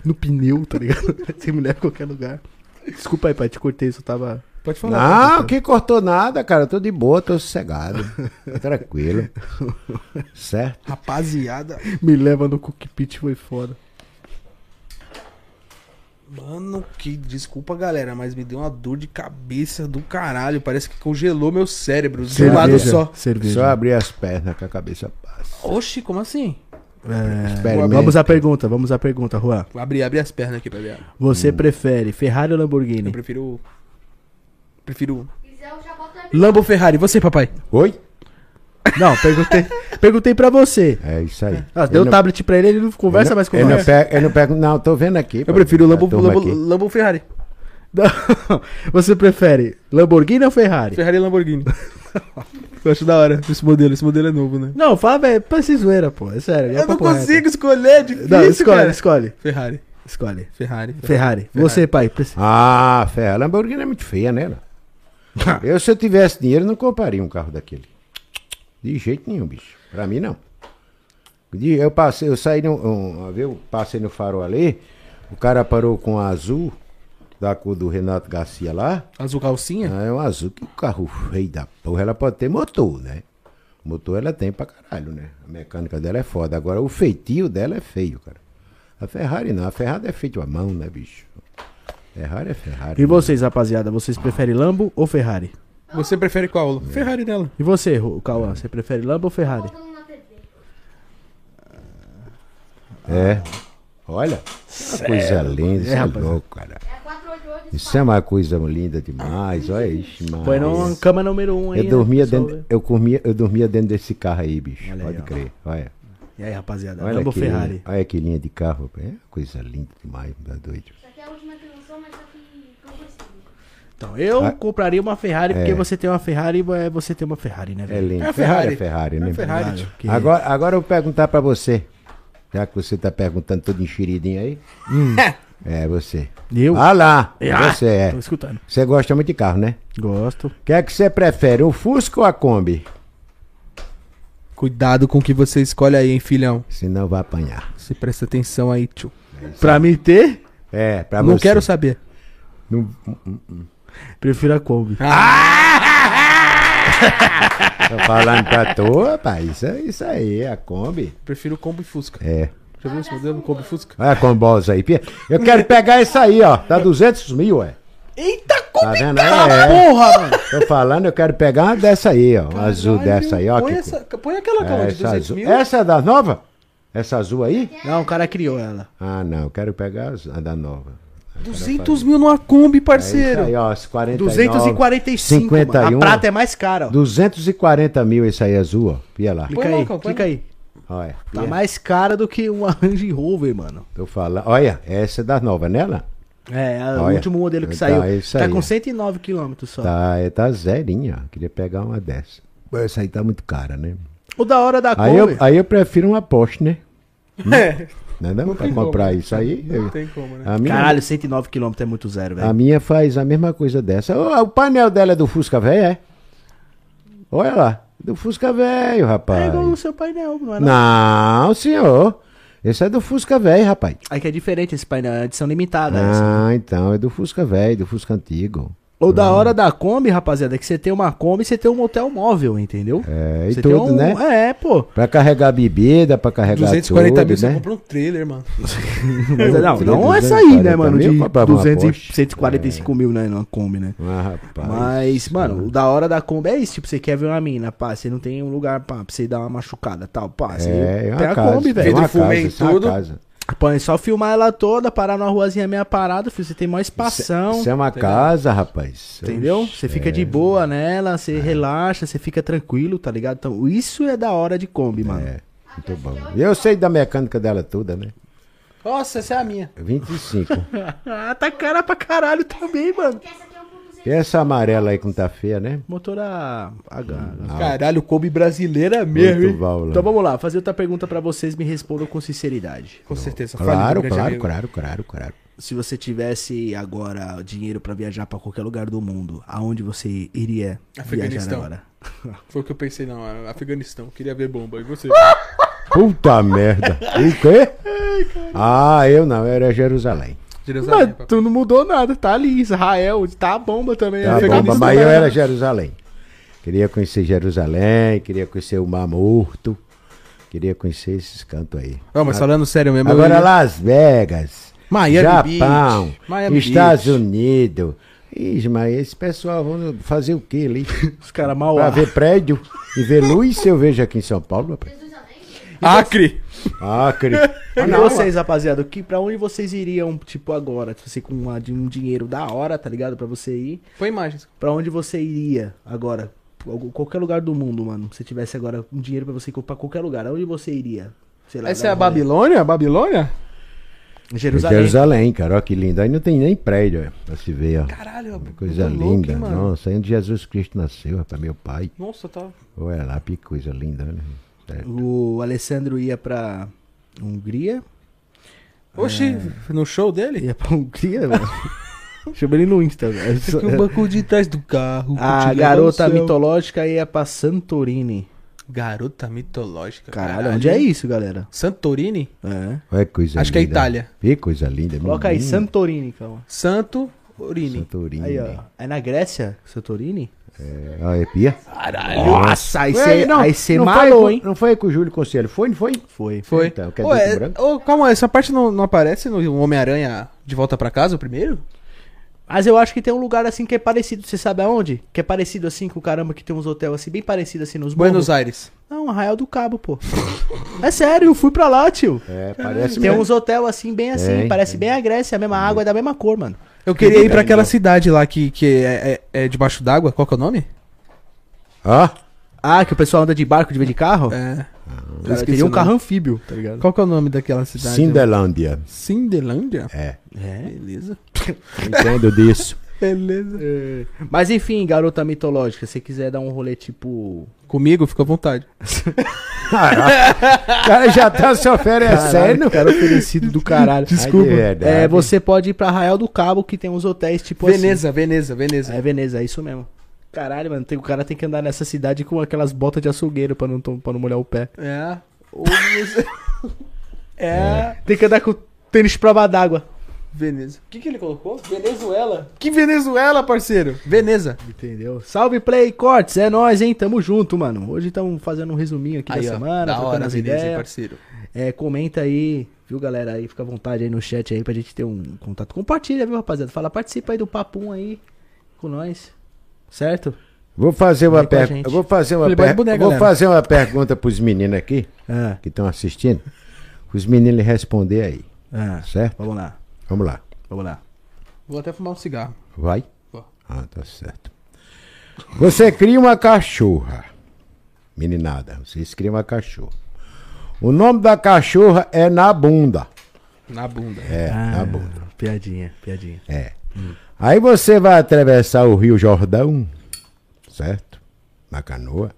B: no pneu, tá ligado? Você me leva em qualquer lugar. Desculpa aí, pai, te cortei, só tava.
A: Pode falar.
E: Não, que cortou nada, cara. Tô de boa, tô sossegado. tranquilo. Certo?
A: Rapaziada.
B: Me leva no cockpit, foi foda.
A: Mano, que desculpa, galera, mas me deu uma dor de cabeça do caralho. Parece que congelou meu cérebro de um lado só.
B: Cerveja.
E: Só abrir as pernas que a cabeça passa.
A: Oxi, como assim?
E: Experimenta.
B: É, Vamos à pergunta, vamos à pergunta, Juan.
A: Abre, abre as pernas aqui pra ver.
B: Você prefere Ferrari ou
A: Eu
B: Lamborghini?
A: prefiro. Prefiro.
C: quiser, eu já boto a minha.
A: Lambo Ferrari, você, papai?
E: Oi?
B: Não, perguntei, perguntei pra você.
E: É isso aí.
B: Ah,
E: Eu
B: deu
E: não-
B: tablet pra ele, ele não conversa
E: eu não-
B: mais com
E: eu não
B: nós.
E: pego, eu não pego, não, tô vendo aqui. tá
A: Eu prefiro
E: a
A: Lambo,
E: turma
A: Lambo,
E: aqui.
A: Lambo Ferrari.
B: Não, Você prefere Lamborghini ou Ferrari?
A: Ferrari e Lamborghini. Eu acho da hora esse modelo. Esse modelo é novo, né?
B: Não, fala, velho, pra ser zoeira, pô. É sério. é
A: Eu não
B: papo reto.
A: consigo escolher, é difícil,
B: Não, escolhe,
A: cara.
B: escolhe.
A: Ferrari,
B: Escolhe.
A: Ferrari.
B: Ferrari. Você, pai. preci-
E: Ah, fé, a Lamborghini é muito feia, né? lá? eu, se eu tivesse dinheiro, não compraria um carro daquele. De jeito nenhum, bicho. Pra mim, não. De- Eu passei, eu saí no, um, uma vez eu passei no farol ali, o cara parou com um azul, da cor do Renato Garcia lá,
A: Azul calcinha?
E: Ah, É um azul que o carro feio da porra, ela pode ter motor, né? Motor ela tem pra caralho, né? A mecânica dela é foda. Agora o feitio dela é feio, cara. A Ferrari não, a Ferrari é feito à mão, né, bicho? Ferrari é Ferrari.
B: E
E: né?
B: vocês, rapaziada, vocês preferem Lambo ou Ferrari?
A: Você prefere qual? Ferrari dela.
B: E você, Ru- Cauã, você prefere Lambo ou Ferrari?
C: Botando na TV.
E: É. Olha, que coisa linda, isso é,
B: rapaz.
E: louco, cara.
C: É 488
E: Isso é uma coisa linda demais, olha isso, mano.
B: Põe na cama número 1 um aí.
E: Eu
B: né,
E: dormia
B: pessoal,
E: dentro,
B: né?
E: eu comia, eu dormia dentro desse carro aí, bicho.
B: Olha aí,
E: Pode
B: ó.
E: crer. Olha.
B: E aí, rapaziada,
E: Olha
B: Lambo ou
E: que,
B: Ferrari?
E: olha que linha de carro, é coisa linda demais, tá doido.
C: Isso aqui é a última que lançou, mas só que não consigo.
B: Então, eu
E: Ah.
B: compraria uma Ferrari, porque
E: É.
B: você tem uma Ferrari, é você tem uma Ferrari, né,
E: É
B: velho?
E: lindo.
A: É a
E: Ferrari
A: Ferrari.
E: é Ferrari, né?
A: É a Ferrari,
B: Claro
A: tio.
B: que-
E: Agora, agora eu vou perguntar pra você. Já que você tá perguntando todo enxeridinho aí.
A: Hum.
E: É você.
B: Eu?
E: Ah lá.
B: Ah,
E: Você é.
B: Tô escutando.
E: Você gosta muito de carro, né?
B: Gosto.
E: O que é que você prefere, o Fusca ou a Kombi?
A: Cuidado com o que você escolhe aí, hein, filhão.
E: Senão vai apanhar.
A: Você presta atenção aí, tio.
B: Pra mim ter,
E: É, pra
A: não
E: você.
A: quero saber.
E: Não-
B: prefiro a Kombi.
E: Tô falando pra tu, rapaz. Isso, é- isso aí, a Kombi.
A: Prefiro Kombi Fusca.
E: É.
A: Já viu esse modelo Kombi Fusca?
E: Olha a combosa aí. Pia. Eu quero pegar isso aí, ó. Tá 200 mil, ué.
A: Eita,
E: Tá vendo aí? É.
A: porra, mano!
E: Tô falando, eu quero pegar uma dessa aí, ó. Uma azul dessa aí, ó.
A: Põe,
E: que
A: essa, põe aquela cama de
E: É, essa,
A: 200
E: azul.
A: mil.
E: essa é da nova? Essa azul aí?
B: Não, o cara criou ela.
E: Ah, não, eu quero pegar as- a da nova.
A: 200 mil numa Kombi,
E: É isso
A: parceiro.
E: aí, ó, as 49,
B: 245,
E: 51,
B: mano. A prata é mais cara, ó.
E: 240 mil esse aí é azul, ó. Pia lá.
B: Clica
A: Põe
B: aí,
A: lá, Cauã, põe
B: clica
A: lá.
B: aí.
E: Olha,
B: Tá
E: pia.
B: mais cara do que um Range Rover, mano.
E: tô falando. Olha, essa é da nova, né, lá?
B: É, é o
E: Olha,
B: último modelo que
E: tá,
B: saiu.
E: é isso
B: Tá
E: aí,
B: com
E: ó.
B: 109 km só.
E: Tá, é, tá zerinha, ó. Queria pegar uma dessa. Mas essa aí tá muito cara, né?
B: O da hora da
E: Aí eu,
B: Kombi.
E: aí eu prefiro uma Porsche, né?
A: É,
E: Não, é não, pra
A: tem como.
E: comprar isso aí.
A: não tem como, né?
E: A minha,
B: Caralho, 109 km é muito zero,
E: a
B: velho.
E: minha faz a mesma coisa dessa. Ô, o painel dela é do Fusca velho, é? Olha lá. Do Fusca velho, rapaz.
B: É igual o seu painel, não é? Não.
E: Não, senhor. Esse é do Fusca velho, rapaz.
B: É que é diferente esse painel, é edição limitada. essa.
E: Ah, então é do Fusca velho, do Fusca antigo.
B: O da hora da Kombi, rapaziada, é que você tem uma Kombi e você tem um motel móvel, entendeu?
E: É, e
B: Você tem
E: tudo,
B: um-
E: né?
B: É, pô.
E: Pra carregar bebida, pra
A: É,
E: carregar
A: 240
E: tudo,
A: mil, você
E: né?
A: compra um trailer, mano.
B: Mas é, não,
E: Sim,
B: não essa aí, né,
E: 240
B: mano?
E: mil,
B: De
E: comprava uma
B: 200 e
E: Porsche.
B: 145 mil, né, na Kombi, né?
E: Ah, rapaz.
B: Mas, mano, o da hora da Kombi é isso. Tipo, você quer ver uma mina, pá, você não tem um lugar, pá, pra você dar uma machucada tal, pá. Você
E: É,
B: pega
E: é uma
B: assim, a
E: casa.
B: Kombi,
E: É
B: velho.
A: Vidro
E: uma
A: fumê
E: casa,
A: em
E: isso é uma
A: tudo.
E: casa.
B: Pô, é só filmar ela toda, parar numa ruazinha meia parada, filho. Você tem maior espação.
E: Isso é uma casa, rapaz.
B: Entendeu?
E: Oxe,
B: Você fica
E: é.
B: de boa nela, você relaxa, você fica tranquilo, tá ligado? Então, isso é da hora de Kombi, mano.
E: É, muito bom. Eu sei da mecânica dela toda, né?
A: Nossa, essa é a minha.
E: 25.
B: Ah, tá cara pra caralho também, mano.
C: Porque essa aqui é um pouco
E: e essa amarela aí que não tá feia, né?
B: Motor a. H.
A: Caralho, Kombi brasileira mesmo,
E: Muito
A: hein?
E: válvula.
B: Então vamos lá, fazer outra pergunta pra vocês, me respondam com sinceridade.
A: Com certeza.
E: Claro,
A: Fale,
E: claro,
A: grande amigo.
E: claro, claro, claro.
B: Se você tivesse agora dinheiro pra viajar pra qualquer lugar do mundo, aonde você iria viajar
A: Afeganistão.
B: agora?
A: Foi o que eu pensei, não. é Afeganistão. Queria ver bomba. E você?
E: Puta merda. O quê? Ah, eu não, era Jerusalém.
A: Jerusalém, papai.
B: tu não mudou nada, tá ali, Israel, tá a bomba também.
E: Tá
A: Afeganistão,
E: bom, mas eu
A: né?
E: era Jerusalém. Queria conhecer Jerusalém, queria conhecer o Mar Morto, queria conhecer esses cantos aí.
A: Não, mas falando sério mesmo. eu
E: Agora
A: ia-
E: Las Vegas,
A: É Miami
E: Japão,
A: Beach, Miami
E: Estados
A: Beach.
E: Unidos. Ih, mas esse pessoal vão fazer o quê ali?
B: Os caras mal
E: pra ver prédio e ver luz, eu vejo aqui em São Paulo. rapaz.
C: Jesus amém.
A: Então, Acre!
E: Acre.
B: E
E: Ah, não,
B: vocês, rapaziada, que, pra onde vocês iriam, tipo, agora? Tipo assim, com uma- de um dinheiro da hora, tá ligado? Pra você ir.
A: Foi imagens.
B: Pra onde você iria agora? Algum- Qualquer lugar do mundo, mano. Se tivesse agora um dinheiro pra você ir pra qualquer lugar, aonde você iria? Sei lá,
A: Essa é a
B: dar um rolê.
A: Babilônia? Babilônia?
B: Jerusalém.
E: Jerusalém, cara, olha que lindo. Aí não tem nem prédio é, pra se ver, ó.
A: Caralho, é
E: Coisa
A: eu tô louco,
E: linda.
A: hein, mano?
E: Nossa, aí onde Jesus Cristo nasceu, rapaz, meu pai.
A: Nossa, tá.
E: Olha lá, que coisa linda, olha. É.
B: O Alessandro ia pra Hungria.
A: Oxi, no show dele?
B: Ia pra Hungria, mano. Chama ele no Insta, velho.
A: Fica o banco de trás do carro.
B: A
A: que te leva ao
B: garota
A: céu.
B: mitológica ia pra Santorini.
A: Garota mitológica.
B: Caralho, onde é isso, galera?
A: Santorini?
B: É. Hum.
E: Olha que coisa
A: Acho que
E: linda.
A: é Itália.
E: Que coisa linda. é
B: Coloca aí,
E: menino.
B: Santorini, calma.
A: Santo Orini.
E: Santorini.
B: Aí, ó. Aí na Grécia, Santorini?
E: É, ó, é pia?
A: Caralho.
B: Nossa, aí
E: Ué,
B: você aí cê
E: não
B: malou,
E: foi,
B: hein?
E: Não foi com o Júlio Conselho, foi, não foi?
B: Foi.
A: Foi.
E: Então, quer
A: Ô,
E: dizer que
A: é-
E: branco?
A: ô, calma, essa parte não, não aparece no Homem-Aranha de volta pra casa, o primeiro? é
B: Mas eu acho que tem um lugar assim que é parecido, você sabe aonde? Que é parecido assim com o caramba, que tem uns hotéis assim, bem parecido assim nos
A: Buenos
B: morros.
A: Aires.
B: Não, Arraial do Cabo, pô. é sério, eu fui pra lá, tio.
E: É, parece
B: Tem
A: né?
E: mesmo.
B: uns hotéis assim, bem assim,
E: Tem,
B: parece bem a Grécia, a mesma água é da mesma cor, mano.
A: Eu queria ir pra
E: legal.
A: aquela cidade lá que, que é, é- é debaixo d'água, qual que é o nome?
E: Ó,
B: Ah, que o pessoal anda de barco de vez de carro?
A: É.
B: Eu
A: esqueci
B: queria
A: o
B: um
A: nome.
B: carro anfíbio, tá ligado?
A: Qual que é o nome daquela cidade?
E: Cinderlândia.
A: Cinderlândia?
E: É,
B: É.
A: Beleza.
E: entendo disso.
A: Beleza.
B: É. Mas enfim, garota mitológica, se quiser dar um rolê tipo.
A: Comigo, fica à vontade.
E: O cara já tá se
A: É
E: oferecendo.
B: Caralho, cara é oferecido do caralho.
E: Desculpa. Ai, de verdade.
B: É, você pode ir pra Arraial do Cabo, que tem uns hotéis tipo
A: Veneza, Veneza, Veneza.
B: assim. É Veneza, é isso mesmo. Caralho, mano, tem- o cara tem que andar nessa cidade com aquelas botas de açougueiro pra não, tom- pra não molhar o pé.
A: É. Ou você- é.
B: Tem que andar com tênis prova d'água.
A: Veneza. O que, que ele colocou? Venezuela. Que Venezuela, parceiro? Veneza.
B: Entendeu? Salve Play Cortes, é nóis, hein? Tamo junto, mano. Hoje estamos fazendo um resuminho aqui da semana,
A: da
B: trocando
A: hora,
B: as
A: Veneza, hein,
B: ideias.
A: parceiro.
B: É, comenta aí, viu, galera? Aí fica à vontade aí no chat aí pra gente ter um contato. Compartilha, viu, rapaziada? Fala, participa aí do papum aí com nós. Certo?
E: Vou fazer uma,
B: Vem com a
E: per...
B: gente.
E: eu vou fazer uma,
A: Playboy de
E: per...
A: boneca,
E: vou
A: galera.
E: fazer uma pergunta pros meninos aqui,
B: Ah,
E: que estão assistindo. Os meninos responder aí, tá
B: ah.
E: certo?
B: Vamos lá,
E: Vamos lá.
B: vamos lá.
A: Vou até fumar um cigarro.
E: Vai?
A: Vou.
E: Ah, tá certo. Você cria uma cachorra. Meninada, vocês criam uma cachorra. O nome da cachorra é Na Bunda.
A: Na bunda.
E: É, Na
B: Ah,
E: Bunda.
B: Piadinha, piadinha.
E: É. Aí você vai atravessar o Rio Jordão, certo? Na canoa.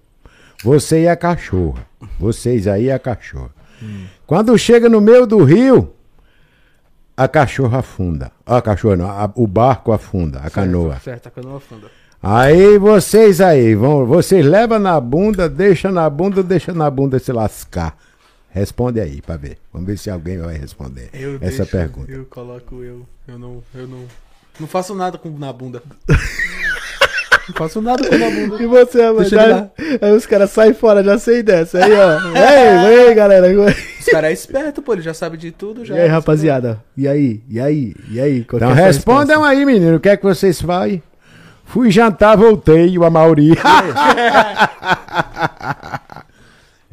E: Você e a cachorra. Vocês aí e a cachorra. Quando chega no meio do rio, a cachorra afunda. Ah, A cachorra não, a- o barco afunda, a canoa.
A: Tá, Certo, a canoa afunda.
E: Aí vocês aí, vão, vocês levam na bunda, deixa na bunda, deixa na bunda se lascar. Responde aí pra ver. Vamos ver se alguém vai responder essa é pergunta.
A: Eu coloco eu. Eu não. Eu não. Não faço nada com na bunda. não faço nada com na bunda.
B: E você, mano?
A: Deixa ele lá.
B: Aí os caras saem fora, já sei dessa. Aí, ó. ei, ei, galera.
A: Esse cara é esperto, pô. Ele já sabe de tudo. Já
B: E aí, rapaziada? E aí? E aí? E aí? Qual que
E: Então
B: é a sua
E: respondam aí, menino. O que é que vocês fazem? Fui jantar, voltei, o Amauri.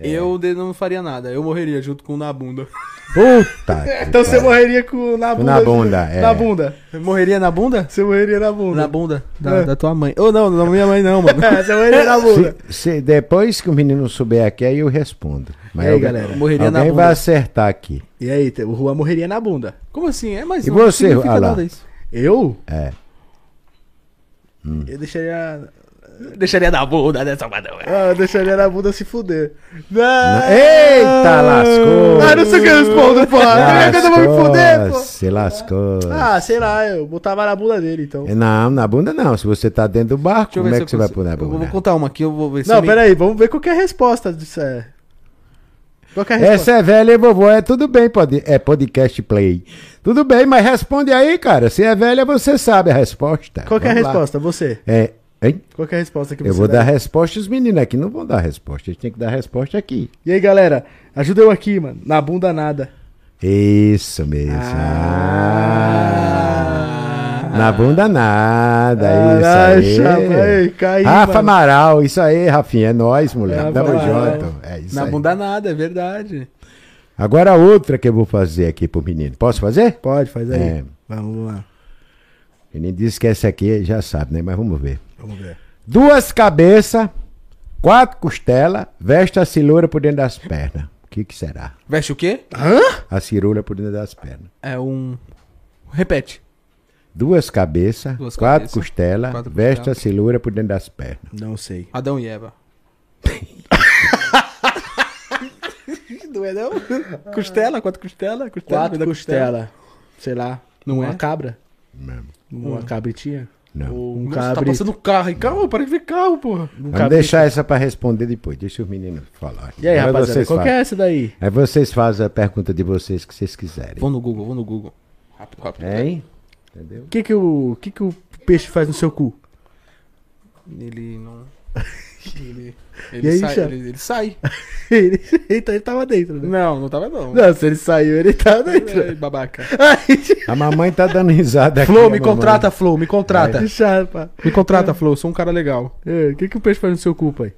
E: É.
A: Eu de- não faria nada. Eu morreria junto com o na bunda.
E: Puta.
B: Então você morreria com na bunda.
E: Na bunda, É. é.
B: Na bunda.
A: Eu morreria na bunda?
B: Você morreria na bunda.
A: Na bunda da, da tua mãe. Ou não, da minha mãe não, mano.
B: É, você morreria na bunda.
E: Se, se depois que o menino souber aqui, aí eu respondo. Mas
B: E aí,
E: alguém-
B: galera?
A: Eu morreria na
E: alguém
A: bunda.
E: vai acertar aqui.
B: E aí, te- o Juan morreria na bunda.
A: Como assim? É, mas
E: E
A: não
E: você,
A: significa
E: Alá?
A: nada isso.
B: Eu?
E: É. Hum.
B: Eu deixaria.
A: Deixaria na bunda né, dessa madrugada.
B: Ah, eu deixaria na bunda se fuder.
E: Na- Eita, lascou.
B: Ah, não sei o que eu respondo, pô. Ah, eu vou me fuder, pô.
E: Se lascou.
B: Ah, sei lá, eu botava na bunda dele, então.
E: Não, na bunda não. Se você tá dentro do barco,
A: Deixa eu
E: como
A: ver
E: é
A: se
E: que você
A: eu
E: vai
A: consigo.
E: pôr na
A: Eu vou
E: bunda?
A: contar uma aqui, eu vou ver se.
B: Não,
A: eu me-
B: peraí, vamos ver qual que é a resposta disso é. Qual que é a resposta?
E: Essa é velha e vovô, é tudo bem, pod- é podcast play. Tudo bem, mas responde aí, cara. Se é velha, você sabe a resposta.
B: Qual que é a
E: Vamos lá.
B: resposta? Você.
E: É, hein?
B: Qual que é a resposta que você
E: Eu vou
B: dá?
E: dar resposta, os meninos aqui não vão dar resposta. Eles têm que dar resposta aqui.
B: E aí, galera, ajuda eu aqui, mano. Na bunda nada.
E: Isso mesmo. Ah. Na bunda nada,
B: Caralho,
E: isso
B: chapa,
E: aí.
B: ei, Ah, cai,
E: Rafa
B: mano.
E: Amaral, isso aí, Rafinha, é nóis, moleque.
B: Rafa
E: Tamo
B: Amaral.
E: junto. É isso
A: Na
E: aí.
A: bunda nada, é verdade.
E: Agora outra que eu vou fazer aqui pro menino. Posso fazer?
B: Pode, faz aí.
E: É.
B: Vamos lá.
E: O menino disse que essa aqui já sabe, né? Mas vamos ver.
B: Vamos ver.
E: Duas cabeças, quatro costelas, veste a ciroula por dentro das pernas. O que que será?
A: Veste o quê?
E: A ciroula por dentro das pernas.
A: É um. Repete.
E: Duas cabeças,
A: Duas
E: quatro
A: cabeças,
E: costelas,
A: quatro
E: veste a
A: costelas.
E: ciroula por dentro das pernas.
B: Não sei.
A: Adão e Eva. não é não? Costela, quatro costela, costela.
E: Tá
B: Quatro
A: da
B: costela. Sei lá.
A: Não
B: uma
A: é?
B: cabra?
E: Não.
B: Uma cabritinha?
E: Hum. Não.
B: Ou um
A: Nossa, tá
B: cabrito?
A: passando carro aí. Calma, para de ver carro, porra.
B: Um
E: Vamos deixar essa pra responder depois. Deixa os meninos falar.
B: E aí,
E: Mas
B: rapaziada,
E: vocês
B: qual que
E: fazem.
B: é essa daí?
E: Aí vocês fazem a pergunta de vocês que vocês quiserem.
A: Vou no Google, vou no Google. É, Rápido, rápido.
E: Hein? Entendeu?
B: O que que o, que que o peixe faz no seu cu?
A: Ele não. Ele,
B: E aí,
A: ele, sai,
B: chefe?
A: ele, ele sai.
B: Ele, então ele tava dentro, né?
A: Não, não tava não. Tá
B: Não, se ele saiu, ele tava
A: Ei,
B: dentro.
A: babaca.
B: Aí,
E: A mamãe tá dando risada aqui.
A: Flow,
E: a
A: me
E: mamãe.
A: contrata, Flow, me contrata.
B: chapa.
A: Me contrata, Flow, sou um cara legal.
B: É, O que que o peixe faz no seu cu, pai?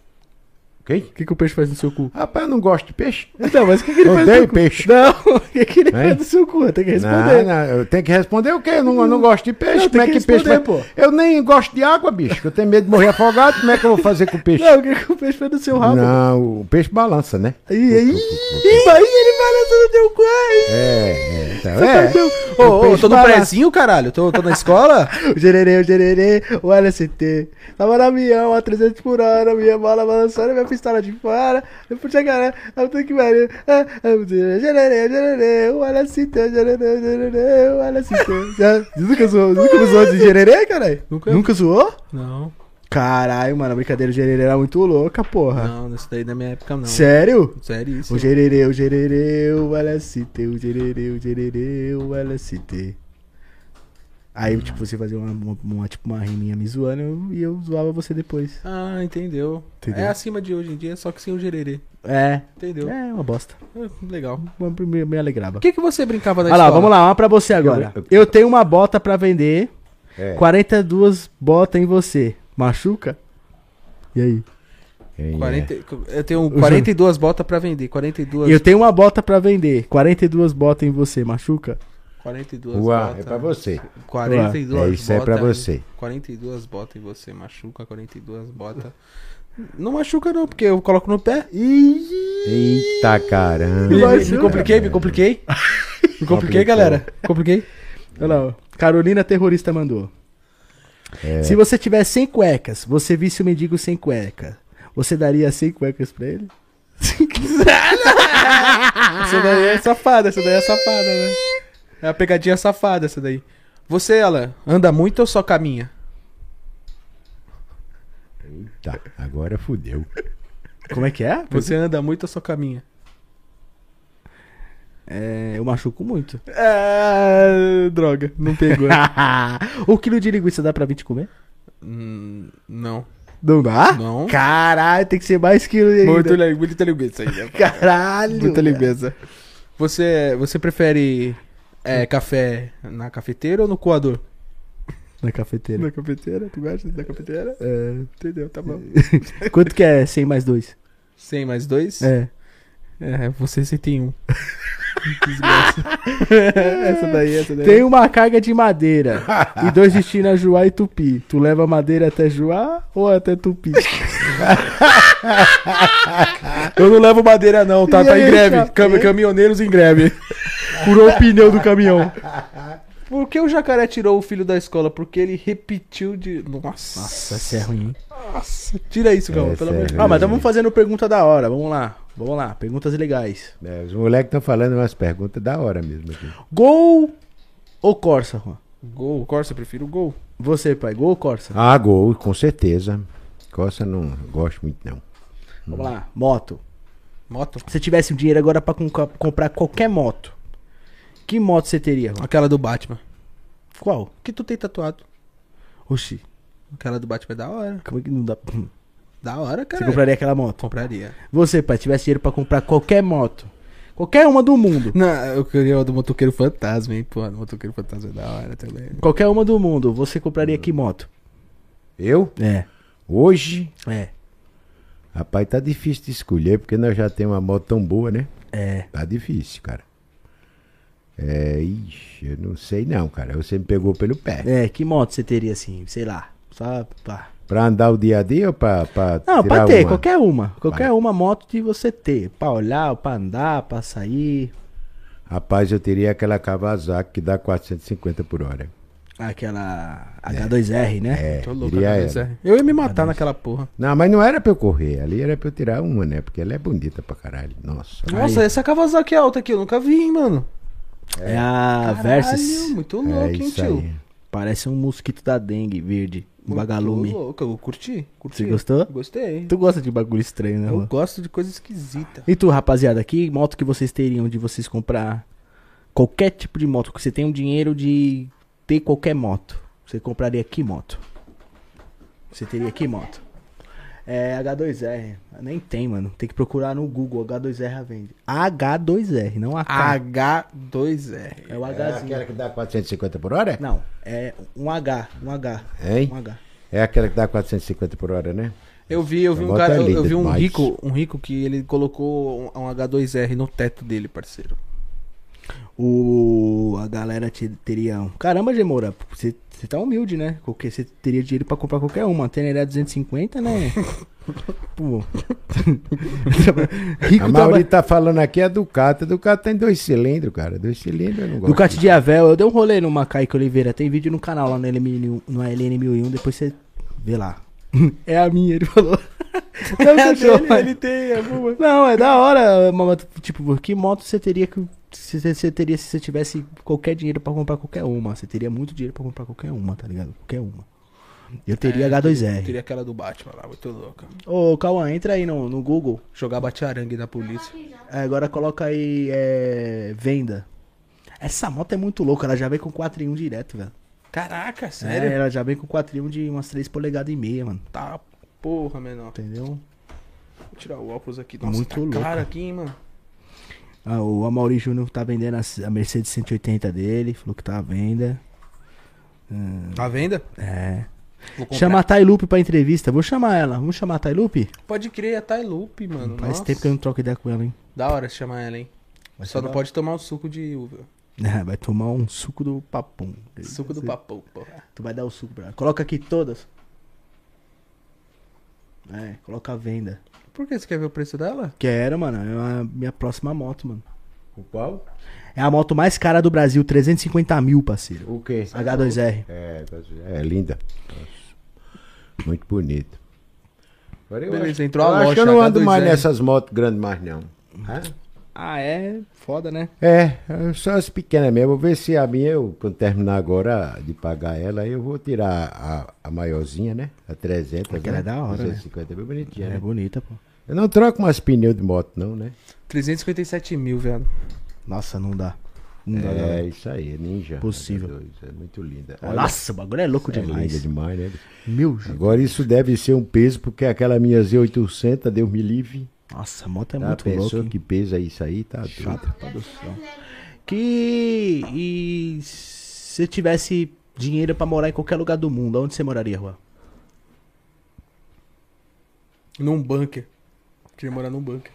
E: Quem?
B: O que que o peixe faz no seu cu?
E: Rapaz, eu não gosto de peixe.
B: Não, mas o que que ele faz no
E: Odeio
B: seu cu?
E: peixe.
B: Não, o que que ele
E: Hein?
B: faz no seu cu? Tem que
E: Não,
B: responder.
E: não, eu tenho que responder o quê? Eu não, eu não gosto de peixe.
B: Não, tem
E: como é
B: que
E: que, peixe vai...
B: responder,
E: Eu nem gosto de água, bicho. que Eu tenho medo de morrer afogado. Como é que eu vou fazer com o peixe?
B: Não, o que que o peixe faz no seu rabo?
E: Não, o peixe balança, né?
B: Aí, aí, aí ele balança no teu cu. aí.
E: É, é. Então,
B: Tá
E: é.
B: teu-
A: Ô, ô, tô no
B: balança.
A: prezinho, caralho. Tô, tô na escola.
B: O gererê, o gererê, o LST. Tava na avião a 300 por hora, minha bola balançando, minha pistola de fora. Eu puxei a cara, eu tenho que ver. Gererê, o gererê, o LST, o gererê, o gererê, o LST. Já- Você nunca zoou, nunca me zoou de gererê, caralho?
A: Nunca.
B: Nunca zoou?
A: Não,
B: Caralho, mano, a brincadeira do gererê era muito louca, porra.
A: não, isso daí na minha época não.
B: Sério?
A: Sério isso.
B: O gererê, o gererê, o LST, o gererê, o gererê, o LST. Aí,
E: Ah.
B: tipo, você fazia uma, uma- uma- tipo, uma riminha me zoando eu- e eu zoava você depois.
A: Ah, entendeu.
B: Entendeu?
A: É acima de hoje em dia, só que sem o gererê.
B: É.
A: Entendeu?
B: É, uma bosta.
A: Ah, Legal.
B: Uma, me, me alegrava.
A: O que, que você brincava na
B: Olha lá,
A: escola?
B: vamos lá, uma pra você agora.
E: Eu-
B: Eu tenho uma bota pra vender,
E: É.
B: 42 botas em você. Machuca? E aí?
E: É.
A: 40 Eu tenho 42 botas pra vender. 42.
B: Eu tenho uma bota pra vender, 42 botas em você. Machuca?
A: 42
E: Uá,
A: botas.
E: é pra você.
A: 42
E: Uá, é, isso é
A: bota
E: pra
A: em-
E: você.
A: 42 botas em você. Machuca, 42 botas. Não machuca não, porque eu coloco no pé.
E: Eita caramba.
A: Me, me compliquei, me compliquei. Me compliquei,
E: Complicou.
A: galera. Compliquei.
B: Olha lá, ó. Carolina Terrorista mandou.
E: É.
B: Se você tivesse 100 cuecas, você visse o mendigo sem cueca, você daria 100 cuecas pra ele?
A: Essa daí é safada, essa daí é safada, né? É uma pegadinha safada essa daí. Você, ela, anda muito ou só caminha?
E: Tá, agora fudeu.
B: Como é que é?
A: Você anda muito ou só caminha?
B: É, eu machuco muito.
A: É, droga, não pegou.
B: o Um quilo de linguiça dá pra 20 comer?
A: Hum, não.
B: Não dá?
A: Não.
B: Caralho, tem que ser mais quilo ainda.
A: Muito li- muita linguiça aí. né?
B: Caralho.
A: Muita linguiça. Você, você prefere é, café na cafeteira ou no coador?
B: Na cafeteira.
A: cafeteira? Tu gosta da cafeteira?
B: É.
A: Entendeu, tá bom.
B: Quanto que é 100 mais 2?
A: 100 mais dois?
B: É.
A: É, você 101. Desgraça. essa daí, essa daí.
B: Tem uma carga de madeira e dois destinos a Juá e Tupi. Tu leva a madeira até Juá ou até Tupi?
A: Eu não levo madeira, não, tá?
B: E
A: Tá
B: aí,
A: em greve.
B: chapa?
A: Cam- caminhoneiros em greve.
B: Furou o pneu do caminhão.
A: Por que o jacaré tirou o filho da escola? Porque ele repetiu de. Nossa.
B: Nossa, essa é ruim.
A: Tira isso, Galo,
E: É,
A: pelo amor de
E: sério.
B: Ah, mas estamos fazendo pergunta da hora. Vamos lá. Vamos lá. Perguntas legais.
E: É, os moleques estão falando umas perguntas da hora mesmo aqui.
B: Gol ou Corsa, Juan?
A: Gol, Corsa, eu prefiro gol.
B: Você, pai. Gol ou Corsa?
E: Ah, gol, com certeza. Costa não gosto muito, não.
B: Vamos lá. Moto.
A: Moto.
B: Se você tivesse um dinheiro agora pra com- comprar qualquer moto, que moto você teria, Juan?
A: Aquela do Batman.
B: Qual?
A: Que tu tem tatuado.
B: Oxi.
A: Aquela do Batman é da hora.
B: Como é que não dá?
A: Da hora,
B: Você
A: cara.
B: compraria aquela moto?
A: Compraria.
B: Você, pai, tivesse dinheiro pra comprar qualquer moto. Qualquer uma do mundo.
A: Não, eu queria o do motoqueiro fantasma, hein? Porra, do motoqueiro fantasma é da hora também.
B: Qualquer uma do mundo. Você compraria que moto?
E: Eu?
B: Uhum. É.
E: Hoje,
B: É.
E: rapaz, tá difícil de escolher, porque nós já temos uma moto tão boa, né?
B: É.
E: Tá difícil, cara. É, ixi, eu não sei não, cara. Você me pegou pelo pé.
B: É, que moto você teria assim? Sei lá. Só pra...
E: Pra andar o dia a dia ou pra. pra
B: Não,
E: tirar
B: pra ter,
E: uma?
B: qualquer uma. Qualquer uma moto de você ter. Pra olhar, pra andar, pra sair.
E: Rapaz, eu teria aquela Kawasaki que dá 450 por hora.
B: Aquela H2R, né?
E: É,
A: Tô louco,
E: iria
A: né,
E: ela.
A: Zé? Eu ia me matar naquela porra.
E: Não, mas não era pra eu correr, ali era pra eu tirar uma, né? Porque ela é bonita pra caralho. Nossa.
A: Nossa, essa Kawasaki alta aqui, eu nunca vi, hein, mano.
B: É, a Versys.
A: muito
E: Ah, É
A: louco, hein,
E: isso
A: tio.
E: aí.
B: Parece um mosquito da dengue verde. Um
A: Muito
B: vagalume.
A: louco, eu curti, curti.
B: Você gostou?
A: Gostei.
B: Tu
E: Então,
B: gosta de bagulho estranho, né,
A: Eu
B: Luan?
A: gosto de coisa esquisita.
B: E tu, rapaziada, que moto que vocês teriam de vocês comprar? Qualquer tipo de moto, que você tem um dinheiro de ter qualquer moto. Você compraria que moto? Você teria que moto? É H2R. Nem tem, mano. Tem que procurar no Google. H2R a vende. H2R, não AK.
E: Ah.
A: Ah, H2R.
B: É o
E: É
B: Hzinho.
E: aquela que dá 450 por hora?
B: Não, é um H. Um H.
E: Hein?
B: Um H.
E: É aquela que dá 450 por hora, né?
A: Eu vi, eu vi
E: A
A: um
E: moto
B: tá
A: cara,
E: é
A: eu, eu
E: linda
A: vi um
E: demais.
A: rico, um rico que ele colocou um, um H2R no teto dele, parceiro.
B: O, a galera te, teria. um- Caramba, Gemoura, você você tá humilde, né? Qualquer, você teria dinheiro pra comprar qualquer uma. é Teneré 250, né? Pô.
E: a
B: Rico trabalha.
E: maioria tá falando aqui é a Ducati. A Ducati tem dois cilindros, cara. Dois cilindros eu não gosto.
B: Ducati de Avel, eu dei um rolê no Macaico Oliveira. Tem vídeo no canal lá no, LM1001, no LN1001. Depois você vê lá. É a minha, ele falou. Não,
A: É a
B: cachorro,
A: dele,
B: mas-
A: ele tem, é boa.
B: Não, é da hora. Mas, tipo, que moto você teria que. se Você você teria se você tivesse qualquer dinheiro pra comprar qualquer uma. Você teria muito dinheiro pra comprar qualquer uma, tá ligado? Qualquer uma. Eu teria
A: É, Eu
B: H2R.
A: Teria aquela do Batman lá, muito louca.
B: Ô, Cauã, entra aí no, no Google.
A: Jogar bate-arangue na polícia.
B: É, agora coloca aí. é, venda. Essa moto é muito louca. Ela já vem com 4 em 1 direto, velho.
A: Caraca,
B: É,
A: sério?
B: ela já vem com 4 em 1 de umas 3 polegadas e meia, mano.
A: Tá, porra, menor.
B: Entendeu?
A: Vou tirar o óculos aqui. Nossa,
B: Muito
A: tá
B: louco.
A: caro aqui, hein, mano.
B: Ah, o Amaury Júnior tá vendendo a, a Mercedes 180 dele. Falou que tá à venda. Hum,
A: Tá à venda?
B: É.
A: Vou comprar.
B: Chama a Tai Lupe pra entrevista. Vou chamar ela. Vamos chamar a Tai Lupe?
A: Pode crer, a Tai Loop, mano.
B: Faz
A: Nossa.
B: tempo que eu não troco ideia com ela, hein?
A: Da hora se chamar ela, hein?
B: Vai
A: Só
B: ser
A: não
B: da-
A: pode tomar o suco de uva.
B: É, vai tomar um suco do papum.
A: Suco do papão, porra.
B: Tu vai dar o suco pra ela. Coloca aqui todas. É, coloca a venda.
A: Por que você quer ver o preço dela?
B: Quero, mano. É a minha próxima moto, mano.
E: O qual?
B: É a moto mais cara do Brasil, 350 mil, parceiro.
E: O quê?
B: H2R.
E: É, é linda. Nossa. Muito bonito. Agora eu
A: Beleza,
E: acho-
A: entrou a
E: eu Acho
A: loja,
E: que eu não ando
A: H2R.
E: mais nessas motos grandes mais, não. Hã?
B: Ah, é foda, né?
E: É, é só as pequenas mesmo. Vou ver se a minha, eu, quando terminar agora de pagar ela, eu vou tirar a, a maiorzinha, né? A 300.
B: Aquela
E: né?
B: é da hora, né?
E: 250 é bem bonitinha,
B: É
E: né?
B: bonita, pô.
E: Eu não troco mais pneu de moto, não, né?
A: 357 mil, velho.
B: Nossa, não dá. Não dá,
E: É
B: galera.
E: isso aí, Ninja.
B: Possível.
E: H2, É muito linda.
B: Nossa, o bagulho é louco
E: Olha, é
B: demais.
E: linda demais, né?
B: Meu Deus.
E: Agora isso deve ser um peso, porque aquela minha Z800, Deus me livre.
B: Nossa, a moto é
E: tá?
B: muito
E: Pensou
B: louca. hein?
E: que pesa isso aí, tá?
B: Chato.
E: doido.
B: Que. E se tivesse dinheiro pra morar em qualquer lugar do mundo, onde você moraria, Juan?
A: Num bunker. Queria morar num bunker.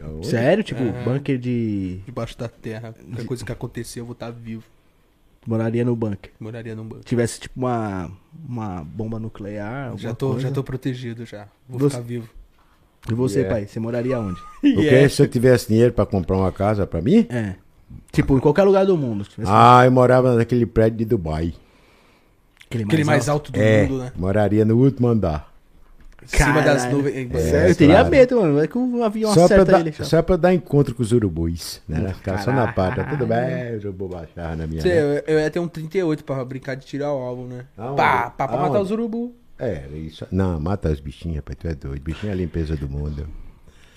E: Aonde?
A: é
B: Sério? Tipo,
E: É.
B: bunker de.
A: Debaixo da terra. Qualquer coisa que acontecer, eu vou estar vivo.
B: Moraria no bunker.
A: Moraria num bunker.
B: Tivesse, tipo, uma. Uma bomba nuclear. alguma
A: Já tô,
B: coisa.
A: já tô protegido já. Vou
B: Você-
A: ficar vivo.
B: E você,
E: Yeah.
B: pai? Você moraria onde?
E: Porque
A: é.
E: se eu tivesse dinheiro pra comprar uma casa pra mim,
B: É. Tipo, em qualquer lugar do mundo.
A: É.
B: se tivesse
E: ah, eu morava naquele prédio de Dubai.
A: Aquele mais alto do
E: é,
A: mundo, né?
E: moraria no último andar.
A: Em cima das
B: Caralho.
A: nuvens.
E: É.
B: Eu teria
E: claro.
B: medo, mano. Vai que o avião
E: Só pra,
B: acerta
E: dar,
B: ele. já.
E: só pra dar encontro com os urubus, né? Ficar só na pata,
B: Caralho.
E: tudo bem,
A: né?
E: urubu baixar na minha.
A: Sei,
E: né?
A: eu, eu ia ter um 38 pra brincar de tirar o alvo, né?
E: Aonde?
A: Pá, pá, pra matar
E: Aonde?
A: os urubu.
E: É, isso. Não, mata os bichinhos, rapaz, tu é doido. Bichinho é a limpeza do mundo.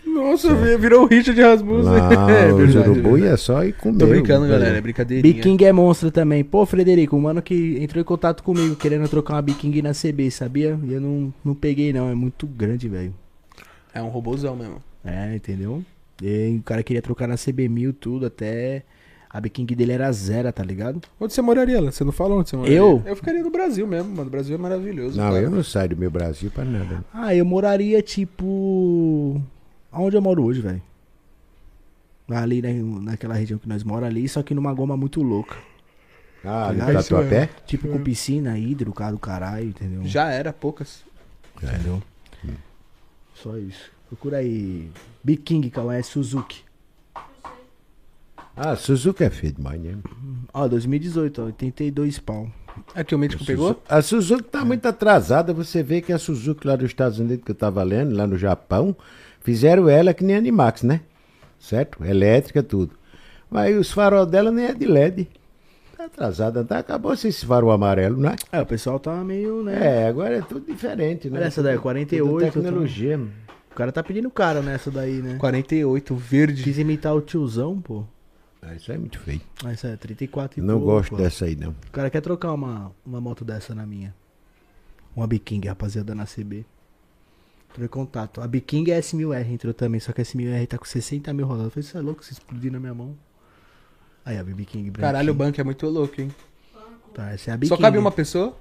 A: Nossa, virou um o Richard Rasmussen.
E: Não, os
A: É verdade, é
E: urubu
A: verdade.
E: ia só e comer.
A: Tô brincando,
E: o-
A: galera. É brincadeirinha.
B: Biking é monstro também. Pô, Frederico, o mano que entrou em contato comigo querendo trocar uma Biking na CB, sabia? E eu não, não peguei, não. É muito grande, velho.
A: É um robôzão mesmo.
B: É, entendeu? E o cara queria trocar na CB1000 tudo, até a Bking dele era zero, tá ligado?
A: Onde você moraria, Lan? Você não fala onde você moraria?
B: Eu?
A: Eu ficaria no Brasil mesmo, mano. O Brasil é maravilhoso.
E: Não,
A: cara.
E: eu não saio do meu Brasil pra nada.
B: Ah, eu moraria tipo. Aonde eu moro hoje, velho? Ali né, naquela região que nós moramos ali, só que numa goma muito louca.
E: Ah, ali
B: Ah,
E: tá
A: isso
E: tua pé?
B: Tipo com piscina, hidro, cara do caralho, entendeu?
A: Já era, poucas.
B: Entendeu? Só isso. Procura aí. Biking, Kawai, Suzuki.
E: Ah, Suzuki é feio demais, né?
B: Ó, 2018, ó, 82 pau.
A: Aqui o médico um pegou?
E: A Suzuki tá muito atrasada. Você vê que a Suzuki lá dos Estados Unidos, que eu tava lendo, lá no Japão, fizeram ela que nem Animax, né? Certo? Elétrica, tudo. Mas os farol dela nem é de LED. Tá atrasada, tá? Acabou-se esse farol amarelo, né?
B: É, o pessoal tá meio, né?
E: É, agora é tudo diferente, né?
B: Olha essa daí,
E: Tudo-
B: 48,
E: tudo Tecnologia. mano.
B: O cara tá pedindo caro nessa daí, né?
A: 48, verde.
B: Quis imitar o tiozão, pô.
E: Ah, isso é muito feio.
B: Essa é 34 e
E: não
B: pouco,
E: gosto
B: ó.
E: dessa aí, não.
B: O cara quer trocar uma, uma moto dessa na minha. Uma Biking, rapaziada, na CB. Entrou em contato. A Biking é S1000R, entrou também. Só que a S1000R tá com 60 mil rodadas. Eu falei, isso é louco, se explodir na minha mão. Aí, a Biking.
A: Caralho, o
B: branquinha.
A: banco é muito louco, hein?
B: Tá, essa é a
A: Só
B: Biking.
A: cabe uma pessoa?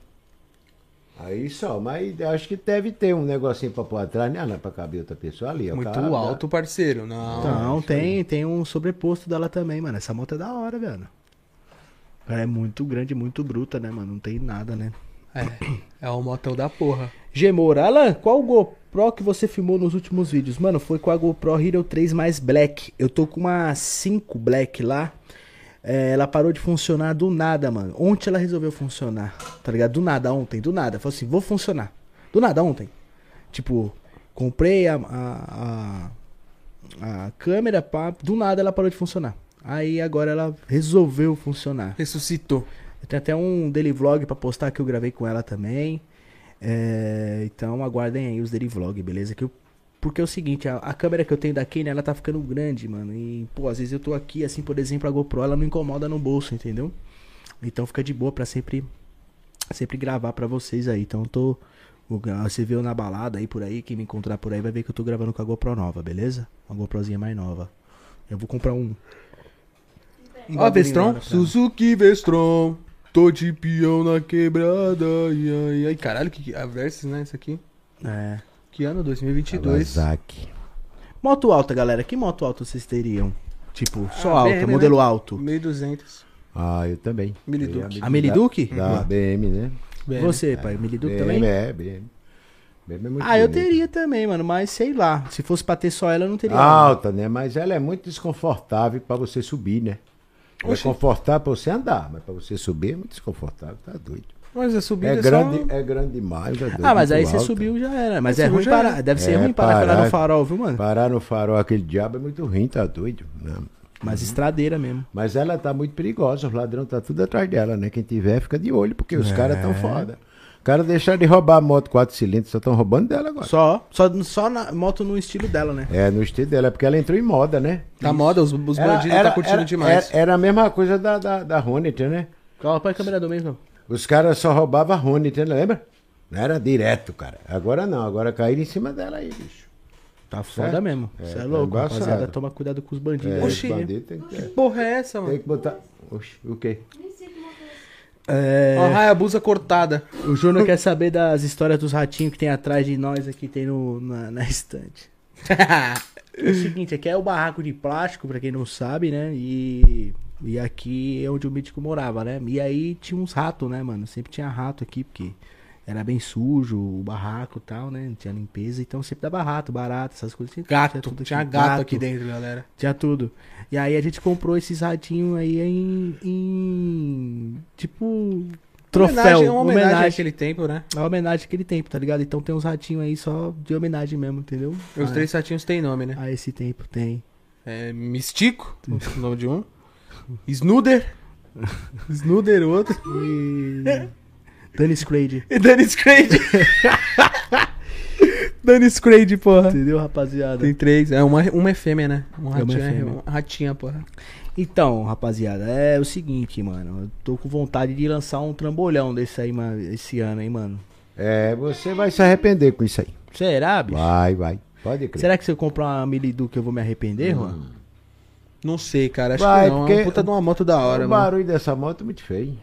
E: Aí só, mas acho que deve ter um negocinho pra pôr atrás, né? Não, pra caber outra pessoa ali. ó,
A: muito
E: cabe, né? ó.
A: alto, parceiro. Não.
B: Não, tem, tem um sobreposto dela também, mano. Essa moto é da hora, velho. Cara, é muito grande, muito bruta, né, mano? Não tem nada, né?
A: É, é o motão da porra.
B: Gemoura, Alan, qual GoPro que você filmou nos últimos vídeos? Mano, foi com a GoPro Hero 3 mais Black. Eu tô com uma 5 Black lá. É, ela parou de funcionar do nada, mano. Ontem ela resolveu funcionar, tá ligado? Do nada, ontem, do nada. Falei assim, vou funcionar. Do nada, ontem. Tipo, comprei a, a, a, a câmera, pá, do nada ela parou de funcionar. Aí agora ela resolveu funcionar.
A: Ressuscitou.
B: Eu tenho até um daily vlog pra postar que eu gravei com ela também. É, então aguardem aí os daily vlog, beleza? Que eu- porque é o seguinte, a, a câmera que eu tenho daqui, né, ela tá ficando grande, mano. E, pô, às vezes eu tô aqui, assim, por exemplo, a GoPro, ela não incomoda no bolso, entendeu? Então fica de boa pra sempre sempre gravar pra vocês aí. Então eu tô o gra- você viu na balada aí por aí, quem me encontrar por aí vai ver que eu tô gravando com a GoPro nova, beleza? Uma GoProzinha mais nova. Eu vou comprar um
A: Ó,
B: bagulho né?
A: Vestron.
B: lá pra-
A: Suzuki Vestron. Tô de peão na quebrada. Ai, ai, ai. Caralho, que, que- a Versys, né? Isso aqui.
B: é,
A: Que ano? 2022.
E: Kawasaki.
B: Moto alta, galera. Que moto alta vocês teriam? Tipo, só
A: Ah,
B: alta,
A: BM,
B: modelo
A: né?
B: alto.
A: 1200.
E: Ah, eu também.
A: Miliduque.
B: A Miliduque?
E: Da, da BM, né?
B: Você, pai, Miliduque
E: BM
B: Uhum. também?
E: é, BM. BM é muito
B: Ah, eu
E: bonita.
B: teria também, mano, mas sei lá. Se fosse pra ter só ela, eu não teria. Ah, não.
E: Alta, né? Mas ela é muito desconfortável pra você subir, né? Ela É confortável pra você andar, mas pra você subir é muito desconfortável, tá doido.
A: Mas a subida
E: É
A: é,
E: grande,
A: só...
E: é grande demais. é doido,
B: um- Ah, mas
E: muito
B: aí você
E: alta.
B: subiu já era. Mas é
A: subiu,
B: ruim
A: já
B: parar.
A: era.
B: Deve ser
E: É,
B: ruim parar pra lá no
E: parar-
B: farol, viu, mano?
E: Parar no farol aquele diabo é muito ruim, tá doido? Não.
B: Mas estradeira mesmo.
E: Mas ela tá muito perigosa, os ladrões tá tudo atrás dela, né? Quem tiver fica de olho, porque
A: É.
E: os caras tão foda. O cara deixaram de roubar a moto quatro cilindros, só estão roubando dela agora.
B: Só, só, só na moto no estilo dela, né?
E: É, no estilo dela, porque ela entrou em moda, né?
A: Tá moda, os, os
E: Era-
A: bandidos
E: era-
A: tá curtindo
E: era-
A: demais.
E: Era, era a mesma coisa da, da, da Hornet, né?
B: Cala pra câmera do mesmo.
E: Os caras só roubavam a Hornet, né? lembra? Não era direto, cara. Agora não, agora caíram em cima dela aí, bicho.
B: Tá foda
E: Certo?
B: mesmo.
E: É,
B: Você é,
E: tá
B: louco,
E: embaçado.
B: rapaziada. Toma cuidado com os bandidos.
E: É,
B: né?
A: Oxi.
E: os bandidos tem que,
A: Porra, é essa,
E: tem
A: mano?
E: que botar. Oxi, o quê?
C: Nem sei como é que é isso.
B: É,
A: Ó, a abusa cortada.
B: O Júnior quer saber das histórias dos ratinhos que tem atrás de nós aqui, tem no, na, na estante. É o seguinte, aqui é o barraco de plástico, pra quem não sabe, né? E, e aqui é onde o mítico morava, né? E aí tinha uns ratos, né, mano? Sempre tinha rato aqui, porque era bem sujo o barraco e tal, né? Não tinha limpeza, então sempre dava rato, barata, essas coisas. Tinha-
A: Gato.
B: é tudo
A: Tinha gato, aqui dentro, galera.
B: tinha tudo. E aí a gente comprou esses ratinhos aí em. em tipo. Troféu.
A: Homenagem, é uma homenagem, àquele tempo, né?
B: É uma homenagem àquele tempo, tá ligado? Então tem uns ratinhos aí só de homenagem mesmo, entendeu?
A: Os
B: a,
A: três satinhos têm nome, né?
B: a esse tempo tem.
A: É Mistico, o nome de um. Snooder. Snooder, outro.
B: E. Dennis Craig.
A: E Dennis Craig. Dennis Craig, porra.
B: Entendeu, rapaziada?
A: Tem três. É uma, uma é fêmea, né? Um
B: É uma
A: ratinho, é
B: fêmea.
A: uma ratinha, porra.
B: Então, rapaziada, é o seguinte, mano. Eu tô com vontade de lançar um trambolhão desse aí, mano, esse ano, hein, mano.
E: É, você vai se arrepender com isso aí.
B: Será, bicho?
E: Vai, vai. Pode crer.
B: Será que se eu comprar uma Miliduque eu vou me arrepender, Juan?
A: Não sei, cara. Acho
E: Vai,
A: que não. É
E: porque-
A: uma puta de uma moto da hora,
E: o
A: mano.
E: um barulho dessa moto é muito feio.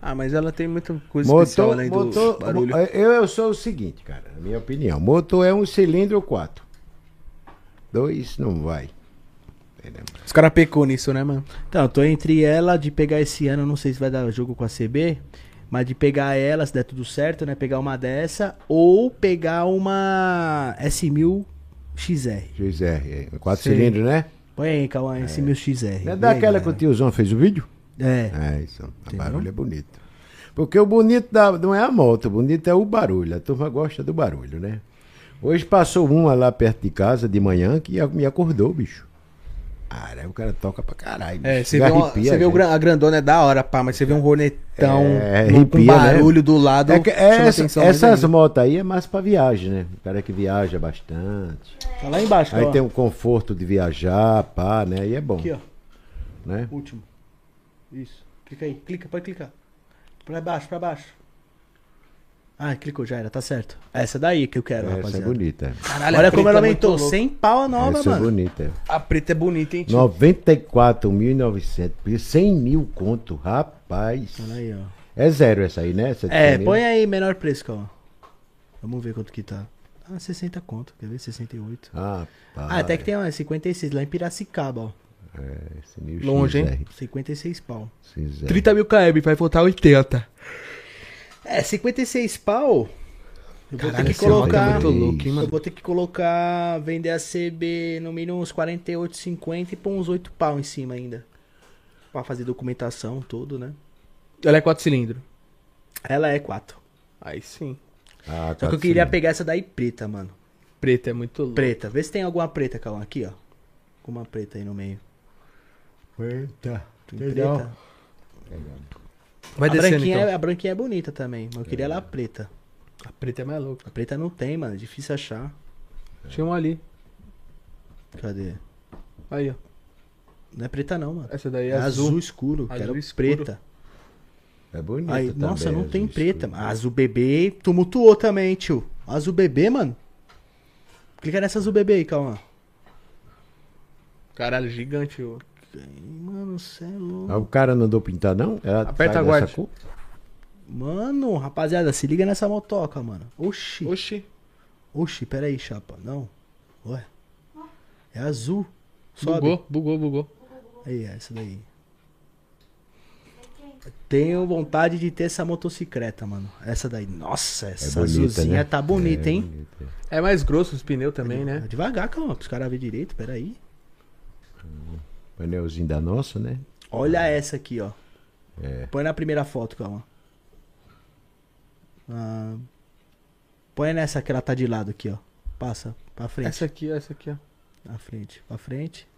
A: Ah, mas ela tem muita coisa especial
E: Motor,
A: além do
E: motor, é-
A: barulho.
E: eu, eu sou o seguinte, cara, na minha opinião. Motor é um cilindro quatro. Dois não vai. Entendeu?
A: Os caras pecou nisso, né, mano?
B: Então, eu tô entre ela de pegar esse ano, não sei se vai dar jogo com a CB, mas de pegar ela, se der tudo certo, né? Pegar uma dessa, ou pegar uma S1000XR.
E: XR, é, quatro
B: Sei.
E: cilindros, né?
B: Põe aí, Cauã, S1000XR.
E: É daquela que o tiozão fez o vídeo?
B: É.
E: É, isso. O
B: Entendeu?
E: barulho é bonito. Porque o bonito da- não é a moto, o bonito é o barulho. A turma gosta do barulho, né? Hoje passou uma lá perto de casa de manhã que a- me acordou, bicho. Ah, aí o cara toca pra caralho.
A: É,
E: bicho.
A: você vê, uma-
E: Arrepia,
A: você vê o
E: gente.
A: gran- a grandona é da hora, pá, mas você vê um ronetão
E: É,
A: um- com
E: arrepia, né?
A: barulho do lado.
E: É que- é
A: chama
E: essa-
A: atenção mais
E: essas
A: ainda.
E: motos aí é mais pra viagem, né? O cara que viaja bastante.
B: Tá lá embaixo,
E: Aí
B: Cauã.
E: tem um conforto de viajar, pá, né? E é bom.
B: Aqui, ó.
E: Né?
B: Último. Isso. Clica aí. Clica, pode clicar. Pra baixo, pra baixo. Ah, clicou, já era, tá certo. Essa daí que eu quero,
E: Essa é
B: rapaziada.
E: bonita.
A: Caralho,
B: Olha
A: a
B: como
A: preta
B: ela
A: é muito
B: aumentou.
A: louca.
B: 100 pau a nova,
E: Essa é
B: mano.
E: bonita.
A: A preta é bonita, hein, tio?
E: 94.900, porque 100 mil conto, rapaz.
B: Olha aí, ó.
E: É zero essa aí, né? Essa de
B: É,
E: 100 mil?
B: põe aí menor preço, Cauã. Vamos ver quanto que tá. Ah, 60 conto, quer ver? 68.
E: Rapaz.
B: Ah, até que tem uma 56 lá em Piracicaba, ó.
E: É, 100 mil
A: Longe, hein?
E: XR,
B: 56 pau.
E: XR.
A: 30 mil km, vai faltar 80.
B: É, 56 pau. Eu vou
A: Caralho,
B: ter que
A: essa moto é
B: colocar.
A: muito louca, hein,
B: Eu
A: mano?
B: vou ter que colocar, vender a CB no mínimo uns 48,50 e pôr uns 8 pau em cima ainda. Pra fazer documentação, tudo, né?
A: Ela é 4 cilindros.
B: Ela é 4.
A: Aí sim.
E: Ah,
B: Só que eu
E: 400.
B: queria pegar essa daí preta, mano.
A: Preta é muito louca.
B: Preta. Vê se tem alguma preta, Calma. Aqui, ó. Alguma preta aí no meio.
E: Eita,
B: Tem
E: legal.
B: preta?
A: Vai
B: a,
A: descendo,
B: branquinha,
A: então.
B: é- a branquinha é bonita também, mas eu queria ela preta.
A: A preta é mais louca.
B: A preta não tem, mano. é Difícil achar.
A: Tinha uma ali.
B: Cadê?
A: Aí, ó.
B: Não é preta não, mano.
A: Essa daí
B: É
A: é azul.
B: azul, escuro.
A: Azul
B: quero
A: escuro.
B: preta.
E: É bonito
B: Aí,
E: também,
B: nossa, não
E: azul
B: tem
E: escuro.
B: preta. mano. Ah, Azul bebê tumultuou também, tio. Azul bebê, mano. Clica nessa azul bebê aí, calma.
A: Caralho, gigante, ô.
B: Mano, cê é louco.
E: Ah, o cara não andou pintar, não? Ela
A: Aperta
E: sai
A: a
E: dessa
A: guarda.
E: cor?
B: Mano, rapaziada, se liga nessa motoca, mano. Oxi. Oxi,
A: Oxi.
B: pera aí, chapa. Não. Ué. É azul. Sobe.
A: Bugou, bugou, bugou.
B: Aí, é essa daí. Tenho vontade de ter essa motocicleta, mano. Essa daí. Nossa,
E: É
B: essa
E: bonita,
B: azulzinha
E: né?
B: tá bonita,
E: É
B: hein?
E: bonita.
A: É mais grosso os pneus também, né?
B: Devagar, calma, pros caras verem direito, peraí.
E: É, Painelzinho da nossa, né?
B: Olha essa aqui, ó.
E: É.
B: Põe na primeira foto, calma. Ah, põe nessa que ela tá de lado aqui, ó. Passa, pra frente.
A: Essa aqui, ó, essa aqui, ó.
B: Pra frente, pra frente.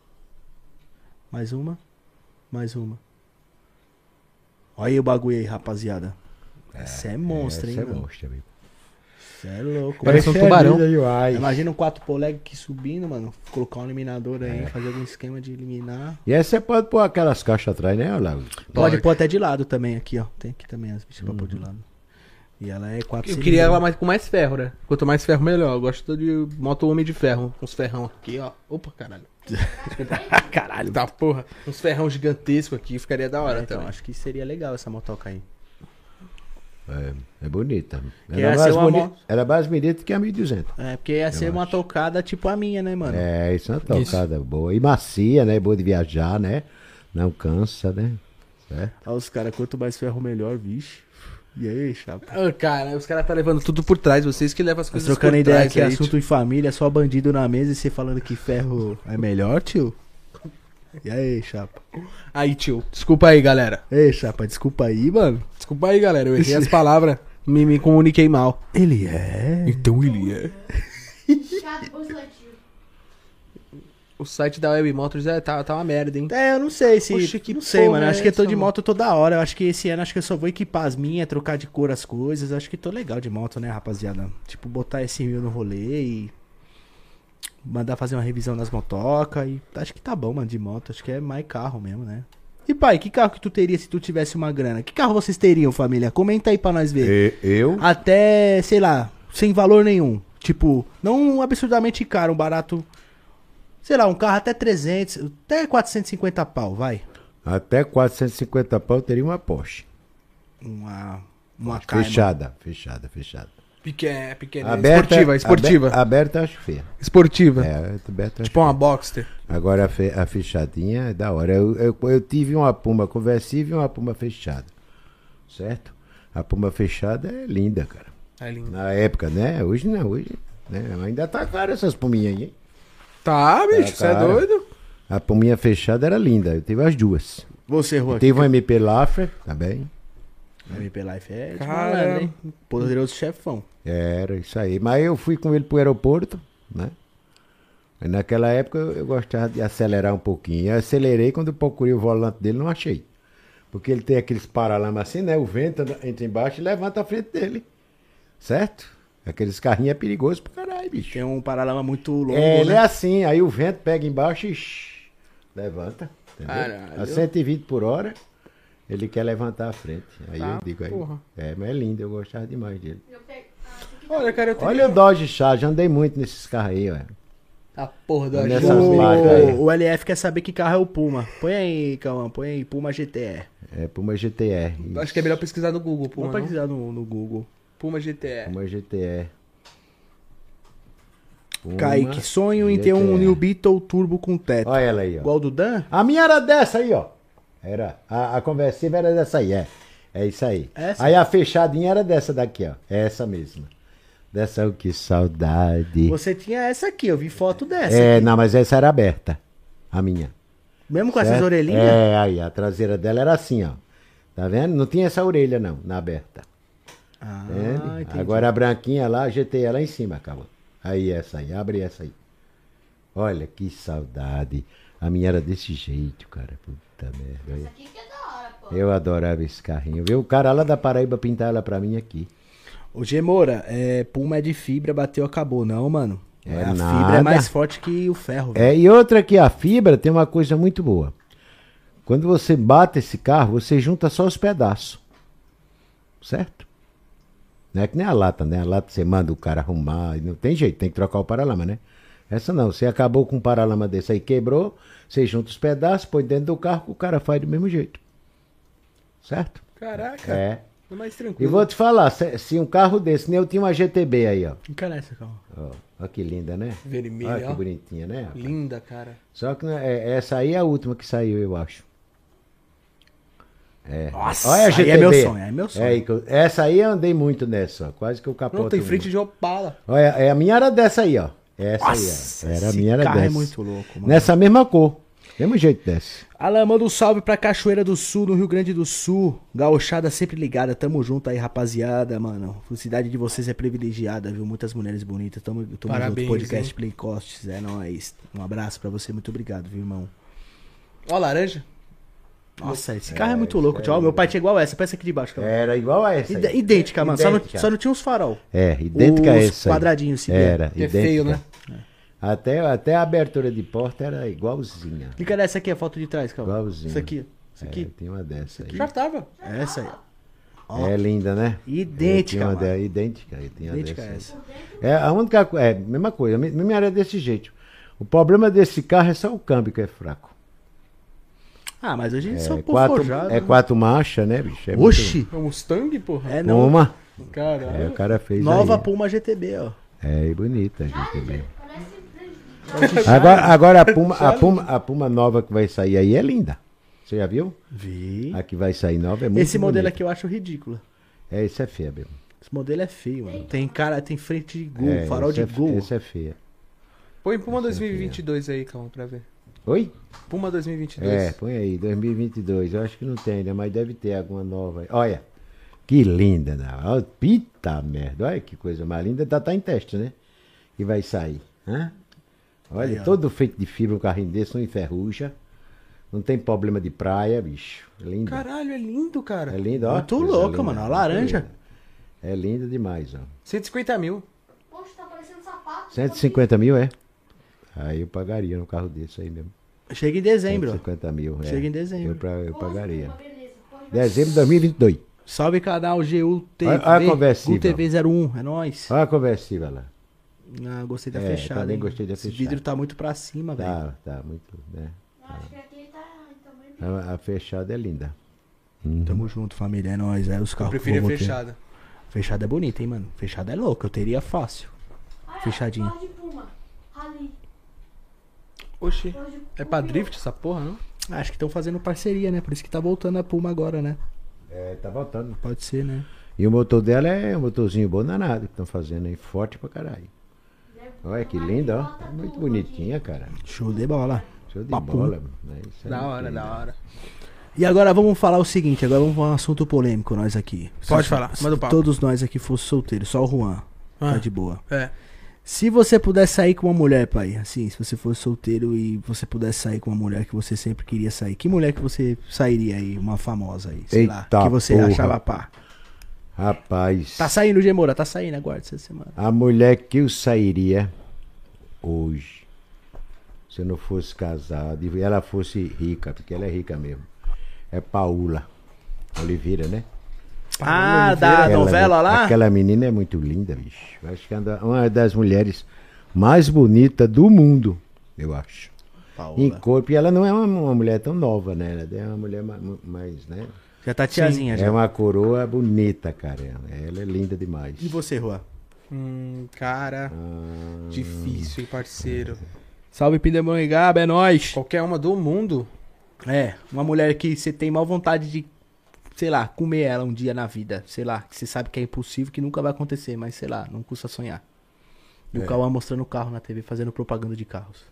B: Mais uma. Mais uma. Olha aí o bagulho aí, rapaziada. Essa é monstro, hein,
E: Essa é
B: mano?
E: monstra, amigo.
B: Você é louco.
A: Parece um
E: Essa é
A: tubarão.
E: linda demais.
B: Imagina um 4 poleg aqui subindo, mano. Colocar um eliminador aí, fazer algum esquema de eliminar.
E: E aí você pode pôr aquelas caixas atrás, né? Olha lá.
B: Pode
A: Pode. Uhum.
B: pôr até de lado também aqui, ó. Tem aqui também as bichas pra pôr de lado. E ela é 4
A: Eu queria ela mais, com mais ferro, né? Quanto mais ferro, melhor. Eu gosto de moto homem de ferro. Com os ferrão aqui, ó. Opa, caralho. caralho. Tá, porra. Uns ferrão gigantesco aqui. Ficaria da hora
B: É, então,
A: também.
B: acho que seria legal essa motoca aí.
E: É, é bonita.
B: Que
E: Ela é,
B: essa
E: mais
B: é uma
E: bonita,
B: mo-
E: ela é mais bonita que a 1200.
B: É, porque ia ser uma tocada tipo a minha, né, mano?
E: É, isso é uma tocada boa. E macia, né? Boa de viajar, né? Não cansa, né? Certo?
B: Olha os caras, quanto mais ferro, melhor, vixe. E aí, chapa?
A: Ah, cara, os caras tá levando tudo por trás. Vocês que levam as
B: Nós
A: coisas
B: trocando
A: por
B: ideia
A: trás é
B: aqui,
A: aí,
B: assunto
A: tio.
B: em família, só bandido na mesa e você falando que ferro é melhor, tio? E aí, chapa?
A: Aí, tio. Desculpa aí, galera.
B: Ei, chapa, desculpa aí, mano.
A: Desculpa aí, galera. Eu errei as palavras. Me, me comuniquei mal.
B: Ele é.
A: Então ele é.
C: Chato ou seletivo?
A: O site da Web Motors é, tá, tá uma merda, hein?
B: É, eu não sei se.
A: Oxe, que
B: não sei,
A: porra
B: mano.
A: é
B: Acho que eu tô
A: essa,
B: de
A: mano?
B: moto toda hora. Eu acho que esse ano acho que eu só vou equipar as minhas, trocar de cor as coisas. Acho que tô legal de moto, né, rapaziada? Tipo, botar esse mil no rolê e. Mandar fazer uma revisão nas motocas. E acho que tá bom, mano, de moto. Acho que é mais carro mesmo, né? E pai, que carro que tu teria se tu tivesse uma grana? Que carro vocês teriam, família? Comenta aí pra nós ver.
E: E- eu,
B: Até, sei lá, sem valor nenhum. Tipo, não absurdamente caro, um barato. Sei lá, um carro até 300, até 450 pau, vai.
E: Até 450 pau eu teria uma Porsche.
B: Uma. Uma Cayman.
E: Fechada, fechada, fechada.
A: Pequena, pequena.
E: Aberta,
A: né? esportiva, esportiva.
E: abe- Aberta eu acho feia.
A: Esportiva.
E: É, aberta eu acho
A: Tipo uma Boxster.
E: Agora a, fe- a fechadinha é da hora. Eu, eu, eu tive uma puma conversível e uma puma fechada. Certo? A puma fechada é linda, cara.
A: Tá lindo.
E: Na época, né? Hoje não, hoje. Né? Ainda tá caro essas puminhas aí, hein?
A: Tá, bicho,
E: Tá
A: você é
E: cara.
A: doido?
E: A puminha fechada era linda. Eu tive as duas.
B: Você, Juan.
E: Teve um MP Laffer também.
B: MP Life é de
A: Cara.
B: malandro, hein? Poderoso chefão.
E: Era isso aí. Mas eu fui com ele pro aeroporto, né? Mas naquela época eu eu gostava de acelerar um pouquinho. Eu acelerei quando eu procurei o volante dele, não achei. Porque ele tem aqueles paralamas assim, né? O vento anda- entra embaixo e levanta a frente dele. Certo? Aqueles carrinhos é perigoso pro caralho, bicho.
B: Tem um paralama muito longo,
E: É, ele
B: né?
E: é assim, aí o vento pega embaixo e shh, levanta. Entendeu?
A: Caralho.
E: A 120 por hora, ele quer levantar a frente. Aí
A: Tá,
E: eu digo aí.
A: porra.
E: É, mas é lindo, eu gostava demais dele.
C: Eu pego. Ah, tem que
A: Olha, cara, eu tenho.
E: Olha o Dodge Charge, andei muito nesses carros aí, ué.
A: a porra da
E: Olha
A: Ju.
E: essas marcas aí.
B: O, o LF quer saber que carro é o Puma. Põe aí, Cauã, põe aí Puma GTR.
E: É Puma GTR.
A: Acho que é melhor pesquisar no Google, Puma.
B: Vamos
A: não?
B: pesquisar no, no Google.
A: Puma GTR.
E: É. Puma GTR. Puma
B: Kaique, sonho em ter um
E: GTR.
B: New Beetle Turbo com teto.
E: Olha ela aí, ó.
B: Igual do Dan?
E: A minha era dessa aí, ó. Era. A, a conversível era dessa aí, é. É isso aí.
B: Essa?
E: Aí a fechadinha era dessa daqui, ó. É essa mesma. Dessa, o que saudade.
B: Você tinha essa aqui, eu vi foto dessa.
E: é, não, mas essa era aberta. A minha.
B: Mesmo com essas
E: certo?
B: orelhinhas?
E: É, aí a traseira dela era assim, ó. Tá vendo? Não tinha essa orelha, não, na aberta.
B: Ah,
E: Entende?
B: entendi.
E: Agora a branquinha lá, a GTE lá em cima, acabou. Aí essa aí, abre essa aí. Olha que saudade. A minha era desse jeito, cara. Puta merda.
C: Isso
E: olha.
C: aqui que é da hora, pô.
E: Eu adorava esse carrinho. Viu? O cara lá da Paraíba pintar ela pra mim aqui.
B: Ô, Gemora, é, Puma é de fibra, bateu, acabou. Não, mano.
E: É
B: a fibra é
E: nada.
B: mais forte que o ferro. velho.
E: É, e outra que a fibra tem uma coisa muito boa. Quando você bate esse carro, você junta só os pedaços. Certo? Não é que nem a lata, né? A lata você manda o cara arrumar, e não tem jeito, tem que trocar o paralama, né? Essa não, você acabou com um paralama desse aí, quebrou, você junta os pedaços, põe dentro do carro, o cara faz do mesmo jeito. Certo?
A: Caraca,
E: É.
A: é mais
E: E
A: tranquilo.
E: vou te falar, se, se um carro desse, nem eu tinha uma GTB aí, ó.
B: Encara essa, calma.
E: Ó, ó que linda, né?
A: Vermelha,
E: Olha
A: ó.
E: que bonitinha, né? rapaz?
A: Linda, cara.
E: Só que não é- essa aí é a última que saiu, eu acho. É.
B: Nossa, aí é meu sonho, é meu sonho.
E: aí que eu- essa aí eu andei muito nessa, ó, quase que eu capoto.
A: Não, tem frente de Opala.
E: Olha, é, a minha era dessa aí, ó. Essa
B: Nossa,
E: aí, ó. Era a
B: esse
E: minha era
B: carro é
E: dessa.
B: muito louco, mano.
E: Nessa mesma cor. Mesmo jeito dessa.
B: Alan, manda um salve pra Cachoeira do Sul, no Rio Grande do Sul. Gauchada sempre ligada, tamo junto aí, rapaziada, mano. A cidade de vocês é privilegiada, viu? Muitas mulheres bonitas. Tamo, tamo
A: Parabéns,
B: junto, podcast
A: hein?
B: Play Costs, é nóis. Um abraço pra você, muito obrigado, viu, irmão?
A: Ó, laranja.
B: Nossa, esse carro é muito louco, tchau. Meu pai tinha igual essa, pensa aqui de baixo, cara.
E: Era igual a um É, essa.
B: Ide-
E: aí.
B: idêntica, mano. Só não-
E: Idêntica.
B: Só, não, tinha uns farol.
E: É, idêntica a
B: Os
E: essa. aí.
B: quadradinhos, sim.
E: Era,
A: Que é
E: Tá idêntica.
A: feio, né?
E: Até, até a abertura de porta era igualzinha.
B: Clica nessa aqui, a foto de trás, calma.
E: Igualzinho.
B: Isso aqui, isso
E: É,
B: aqui. é
E: tem uma dessa aí.
A: Já tava.
B: Essa aí. Ó.
E: É linda, né?
B: Idêntica,
E: Eu tinha uma
B: mano.
E: de- Idêntica. eu tinha
B: Idêntica a
E: dessa aí.
B: essa.
E: É a única co- é mesma coisa, a me- mesma área desse jeito. O problema desse carro é só o câmbio que é fraco.
B: Ah, mas hoje a gente
E: É
B: só pô
E: quatro,
B: forjado.
E: é
B: né?
E: quatro marchas, né, bicho? É muito-
B: Oxi!
A: É um Mustang, porra?
B: É, não.
E: Puma. É,
A: Caralho.
E: o cara fez
B: Nova
E: aí.
B: Puma GTB, ó.
E: É, e bonita, gente. bem.
C: Parece prejuízo.
E: Agora, agora a, Puma, a, Puma, a Puma nova que vai sair aí é linda. Você já viu?
B: Vi.
E: A que vai sair nova é muito
B: Esse modelo
E: bonita.
B: aqui eu acho ridículo.
E: É, esse é feia mesmo.
B: Esse modelo é feio, mano. Tem cara, tem frente de gol,
E: é,
B: farol
E: esse
B: de
E: é, fe-
B: gol.
E: Esse é feia.
A: Põe
E: é
A: Puma 2022 aí, calma, pra ver.
E: Oi?
A: Puma 2022.
E: É, põe aí, 2022. Eu acho que não tem, né? Mas deve ter alguma nova. aí. Olha, que linda, né? Ó, Pita merda, olha que coisa mais linda. Tá, tá em teste, né? Que vai sair. Hã? Olha, todo feito de fibra, um carrinho desse, não enferruja. Não tem problema de praia, bicho. Linda.
A: Caralho, é lindo, cara.
E: é linda, ó.
B: Muito
E: Coisa
B: louca,
E: linda,
B: mano. A
E: muito
B: laranja.
E: linda. É linda demais, ó.
A: 150 mil.
C: Poxa, tá parecendo sapato.
E: 150 mil, é? Aí eu pagaria num carro desse aí mesmo.
B: Chega em dezembro.
E: 150 mil, é.
B: Chega em dezembro.
E: Eu, pra- eu
C: Pô, mas
E: pagaria.
C: uma beleza. Pô, mas-
E: Dezembro de 2022.
B: Salve canal GUTV.
E: Olha- olha a conversível.
B: GUTV01, é nóis.
E: Olha a conversível lá.
B: Ah, gostei da
E: É,
B: fechada.
E: também
B: hein?
E: gostei da
B: Esse
E: fechada.
B: vidro tá muito pra cima, velho.
E: Tá, tá, muito, né?
C: Eu acho que aqui tá em tamanho bem.
E: A, a fechada é linda.
B: Tamo junto, família. É nóis. É os
A: Eu
B: carros que
A: preferia
B: vou ter.
A: fechada.
B: Fechada é bonita, hein, mano? Fechada é louca. Eu teria fácil.
C: Ah, é,
B: Fechadinho.
C: Ford Puma. Rally.
A: Oxi.
C: Ford
A: É
C: Puma.
A: pra drift essa porra, não?
B: Ah, Acho que estão fazendo parceria, né? Por isso que tá voltando a Puma agora, né?
E: É, tá voltando.
B: Pode ser, né?
E: E o motor dela é um motorzinho bom danado que estão fazendo aí, forte pra caralho.
C: Deve-
E: Olha que linda, ó. Tá Muito bonitinha, cara.
B: Show de bola.
E: Show de
B: Papo.
E: bola. né? Isso aí
A: Da hora,
E: tem,
A: da
E: né?
A: hora.
B: E agora vamos falar o seguinte, agora vamos falar um assunto polêmico nós aqui.
A: Pode falar, manda o papo.
B: Todos nós aqui fosse solteiros, só o Juan. Tá
A: Ah.
B: de boa.
A: É.
B: Se você pudesse sair com uma mulher, pai, assim, se você fosse solteiro e você pudesse sair com uma mulher que você sempre queria sair, que mulher que você sairia aí, uma famosa aí, sei lá,
E: Eita
B: que você
E: porra.
B: achava pá.
E: Rapaz,
B: Tá saindo, Gemora, tá saindo, aguarde essa semana.
E: a mulher que eu sairia hoje, se eu não fosse casado e ela fosse rica, porque ela é rica mesmo, é Paula Oliveira, né?
B: Ah, da
E: Aquela-
B: novela lá?
E: Aquela menina é muito linda, bicho. Eu Acho que é uma das mulheres mais bonitas do mundo, eu acho. Em corpo, e ela não é uma, uma mulher tão nova, né? Ela é uma mulher ma- ma- mais, né?
B: Já tá tiazinha já.
E: É uma coroa bonita, cara. Ela é linda demais.
B: E você, Juan?
A: Hum, cara.
E: Ah.
A: Difícil, hein, parceiro.
B: Salve Pindamonhangaba, é nóis.
A: Qualquer uma do mundo.
B: É, uma mulher que você tem mal vontade de, sei lá, comer ela um dia na vida. Sei lá, que você sabe que é impossível, que nunca vai acontecer, mas sei lá, não custa sonhar. E
E: É.
B: o Cauã mostrando o carro na TV, fazendo propaganda de carros.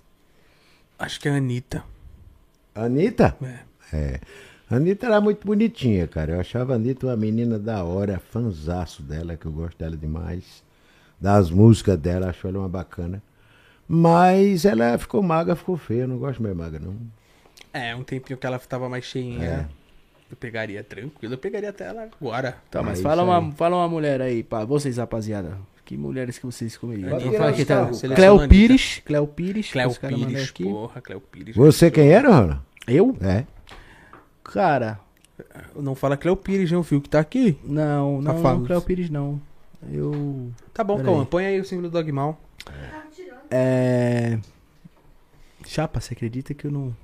A: Acho que é a Anitta.
E: Anitta?
A: É.
E: É. A Anitta era muito bonitinha, cara. Eu achava a Anitta uma menina da hora, fanzaço dela, que eu gosto dela demais. Das músicas dela, acho ela uma bacana. Mas ela ficou magra, ficou feia. Eu não gosto mais magra, não.
A: É, um tempinho que ela tava mais cheinha. né? Eu pegaria tranquilo, eu pegaria até ela agora.
B: Tá, mas
E: É
B: fala,
E: isso
B: uma,
E: aí.
B: fala uma mulher aí, pá. Vocês, rapaziada. Que mulheres que vocês comeriam?
A: Anitta,
B: Vamos falar aqui, tá?
A: Anitta.
B: Cléo Pires. Cléo Pires. que
A: Cléo
B: os caras mandaram
A: Pires,
B: aqui.
A: porra, Cléo Pires.
E: é Você quem era, Ronald?
B: Eu?
E: É.
B: Cara,
A: Não fala Cléo Pires, não, viu que tá aqui.
B: não, não, não
A: Safados.
B: Cléo Pires não. Eu...
A: Tá bom,
B: Pera
A: Cauã,
B: aí.
A: põe aí o símbolo do Dogmal.
C: Tá tirando.
B: É... Chapa, você acredita que eu não...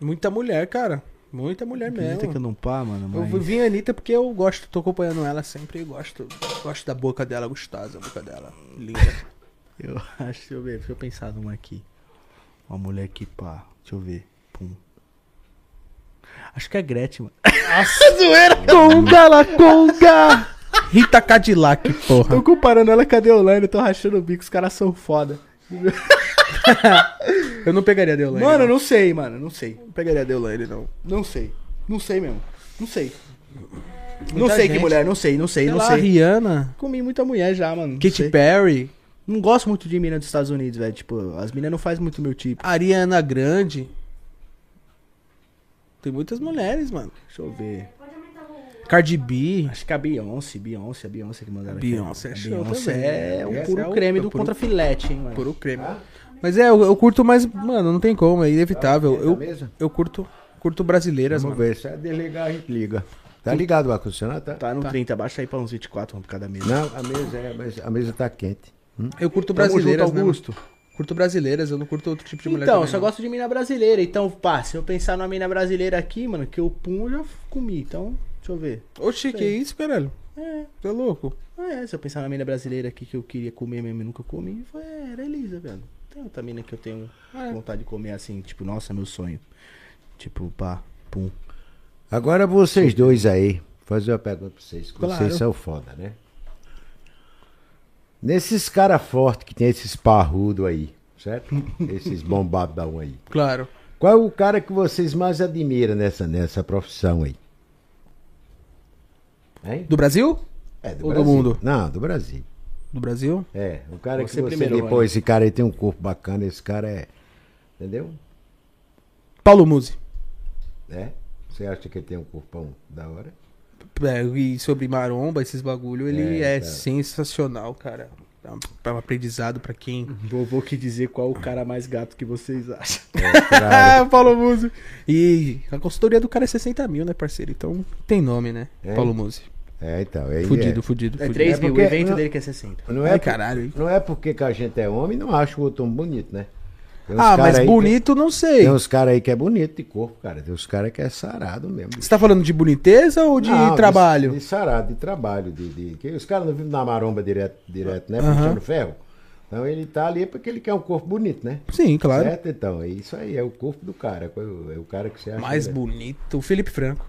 A: Muita mulher, cara. Muita mulher
B: Acredita
A: É mesmo.
B: que eu não pá, mano, mas...
A: Eu vim a Anitta porque eu gosto, tô acompanhando ela sempre e gosto. Gosto da boca dela, gostosa a boca dela. Linda.
B: Eu acho, deixa eu ver, deixa eu pensar numa aqui. Uma mulher que pá, deixa eu ver. Pum. Acho que é a Gretchen, mano.
A: Nossa, É zoeira!
B: Conga, la conga!
A: Rita Cadillac, porra.
B: Tô comparando ela com a Deolane, eu tô rachando o bico, os caras são foda.
A: Eu não pegaria a Deolane.
B: Mano, eu
A: não.
B: não sei, mano, não sei.
A: não pegaria a Deolane, não.
B: Não sei. Não sei mesmo. Não sei. não
A: Muita
B: sei que
A: gente.
B: mulher, não sei, não sei,
A: Sei
B: não
A: lá,
B: sei.
A: Rihanna,
B: Comi muita mulher já, mano. não sei.
A: Katy Perry,
B: Não gosto muito de mina dos Estados Unidos, velho. Tipo, as minas não fazem muito meu tipo.
A: Ariana Grande. Tem muitas mulheres, mano.
B: Deixa eu ver.
C: Pode aumentar o.
A: Cardi B.
B: Acho que a Beyoncé, Beyoncé, a Beyoncé que mandaram
A: Beyoncé é
B: aqui.
A: show
B: A Beyoncé
A: também, né?
B: é o
A: Beyoncé
B: puro
A: é o-
B: creme
A: é
B: do
A: puro-
B: contrafilete, hein, mano.
A: Puro creme. Mas é, eu, eu curto mais. Mano, não tem como, é inevitável. Eu,
E: mesa?
A: eu curto, curto brasileiras,
E: Vamos
A: mano.
E: ver. Se é desligar, a gente liga. Tá ligado o ar-condicionado? Tá?
B: Tá no 30, baixa aí pra uns 24, um por cada mesa.
E: Não, a mesa, é, mas a mesa tá quente.
A: Eu curto
B: Tamo junto,
A: brasileiras, né,
B: Augusto.
A: mano? Curto brasileiras, eu não curto outro tipo de mulher
B: Então, eu
A: também,
B: só
A: não.
B: gosto de mina brasileira. Então, pá, se eu pensar numa mina brasileira aqui, mano, que eu pum, eu já comi. Então, deixa eu ver.
A: Oxi, que isso, caralho?
B: É,
A: Você é louco?
B: ah, é, se eu pensar numa mina brasileira aqui que eu queria comer mesmo e nunca comi, foi, era Elisa, velho. Tem outra mina que eu tenho
E: Ah,
A: É.
B: vontade de comer assim, tipo, nossa, meu sonho. Tipo, pá, pum.
E: Agora vocês dois aí, fazer uma pergunta pra vocês, que
B: Claro.
E: vocês são foda, né? Nesses cara forte que tem esses parrudo aí, certo? esses bombadão aí.
A: Claro.
E: Qual é o cara que vocês mais admiram nessa, nessa profissão aí? Hein?
A: Do Brasil?
E: É,
A: ou do mundo?
E: Não, do Brasil.
A: Do Brasil?
E: É, o cara
B: Você
E: que você
B: primeiro,
E: vê, pô,
B: Rony.
E: esse cara aí tem um corpo bacana, esse cara é... Entendeu?
A: Paulo Muzi.
E: É. Você acha que ele tem um corpão da hora?
A: É, e sobre maromba, esses bagulho, ele
E: É,
A: é,
E: cara.
A: sensacional, cara. É um- É um aprendizado pra quem.
E: Uhum.
B: Vou, que dizer qual o cara mais gato que vocês acham.
E: É,
A: Ah, Paulo Muzi. E a consultoria do cara é 60 mil, né, parceiro? Então tem nome, né?
E: É.
A: Paulo Muzi.
E: É, então. É,
A: Fudido,
E: é.
A: fudido,
B: É
A: fudido.
B: 3
E: É
B: mil, o
E: porque
B: evento
E: não-
B: dele que é 60.
E: Não é,
A: Ai,
E: por-
A: caralho, hein?
E: não é porque que a gente é homem não acha o outro homem bonito, né? Tem uns
A: Ah,
E: cara
A: mas
E: aí que-
A: bonito, não sei.
E: Tem uns caras aí que é bonito de corpo, cara. Tem uns caras que é sarado mesmo.
A: Você tá falando de boniteza ou de
E: Não,
A: trabalho?
E: De, de sarado, de trabalho. De, de- que os caras não vivem na maromba direto, direto né?
A: Aham.
E: Puxando ferro. Então ele tá ali porque ele quer um corpo bonito, né?
A: Sim, claro.
E: Certo? Então, é isso aí, é o corpo do cara. É o, é o cara que você acha.
A: Mais
E: né?
A: bonito, o Felipe Franco.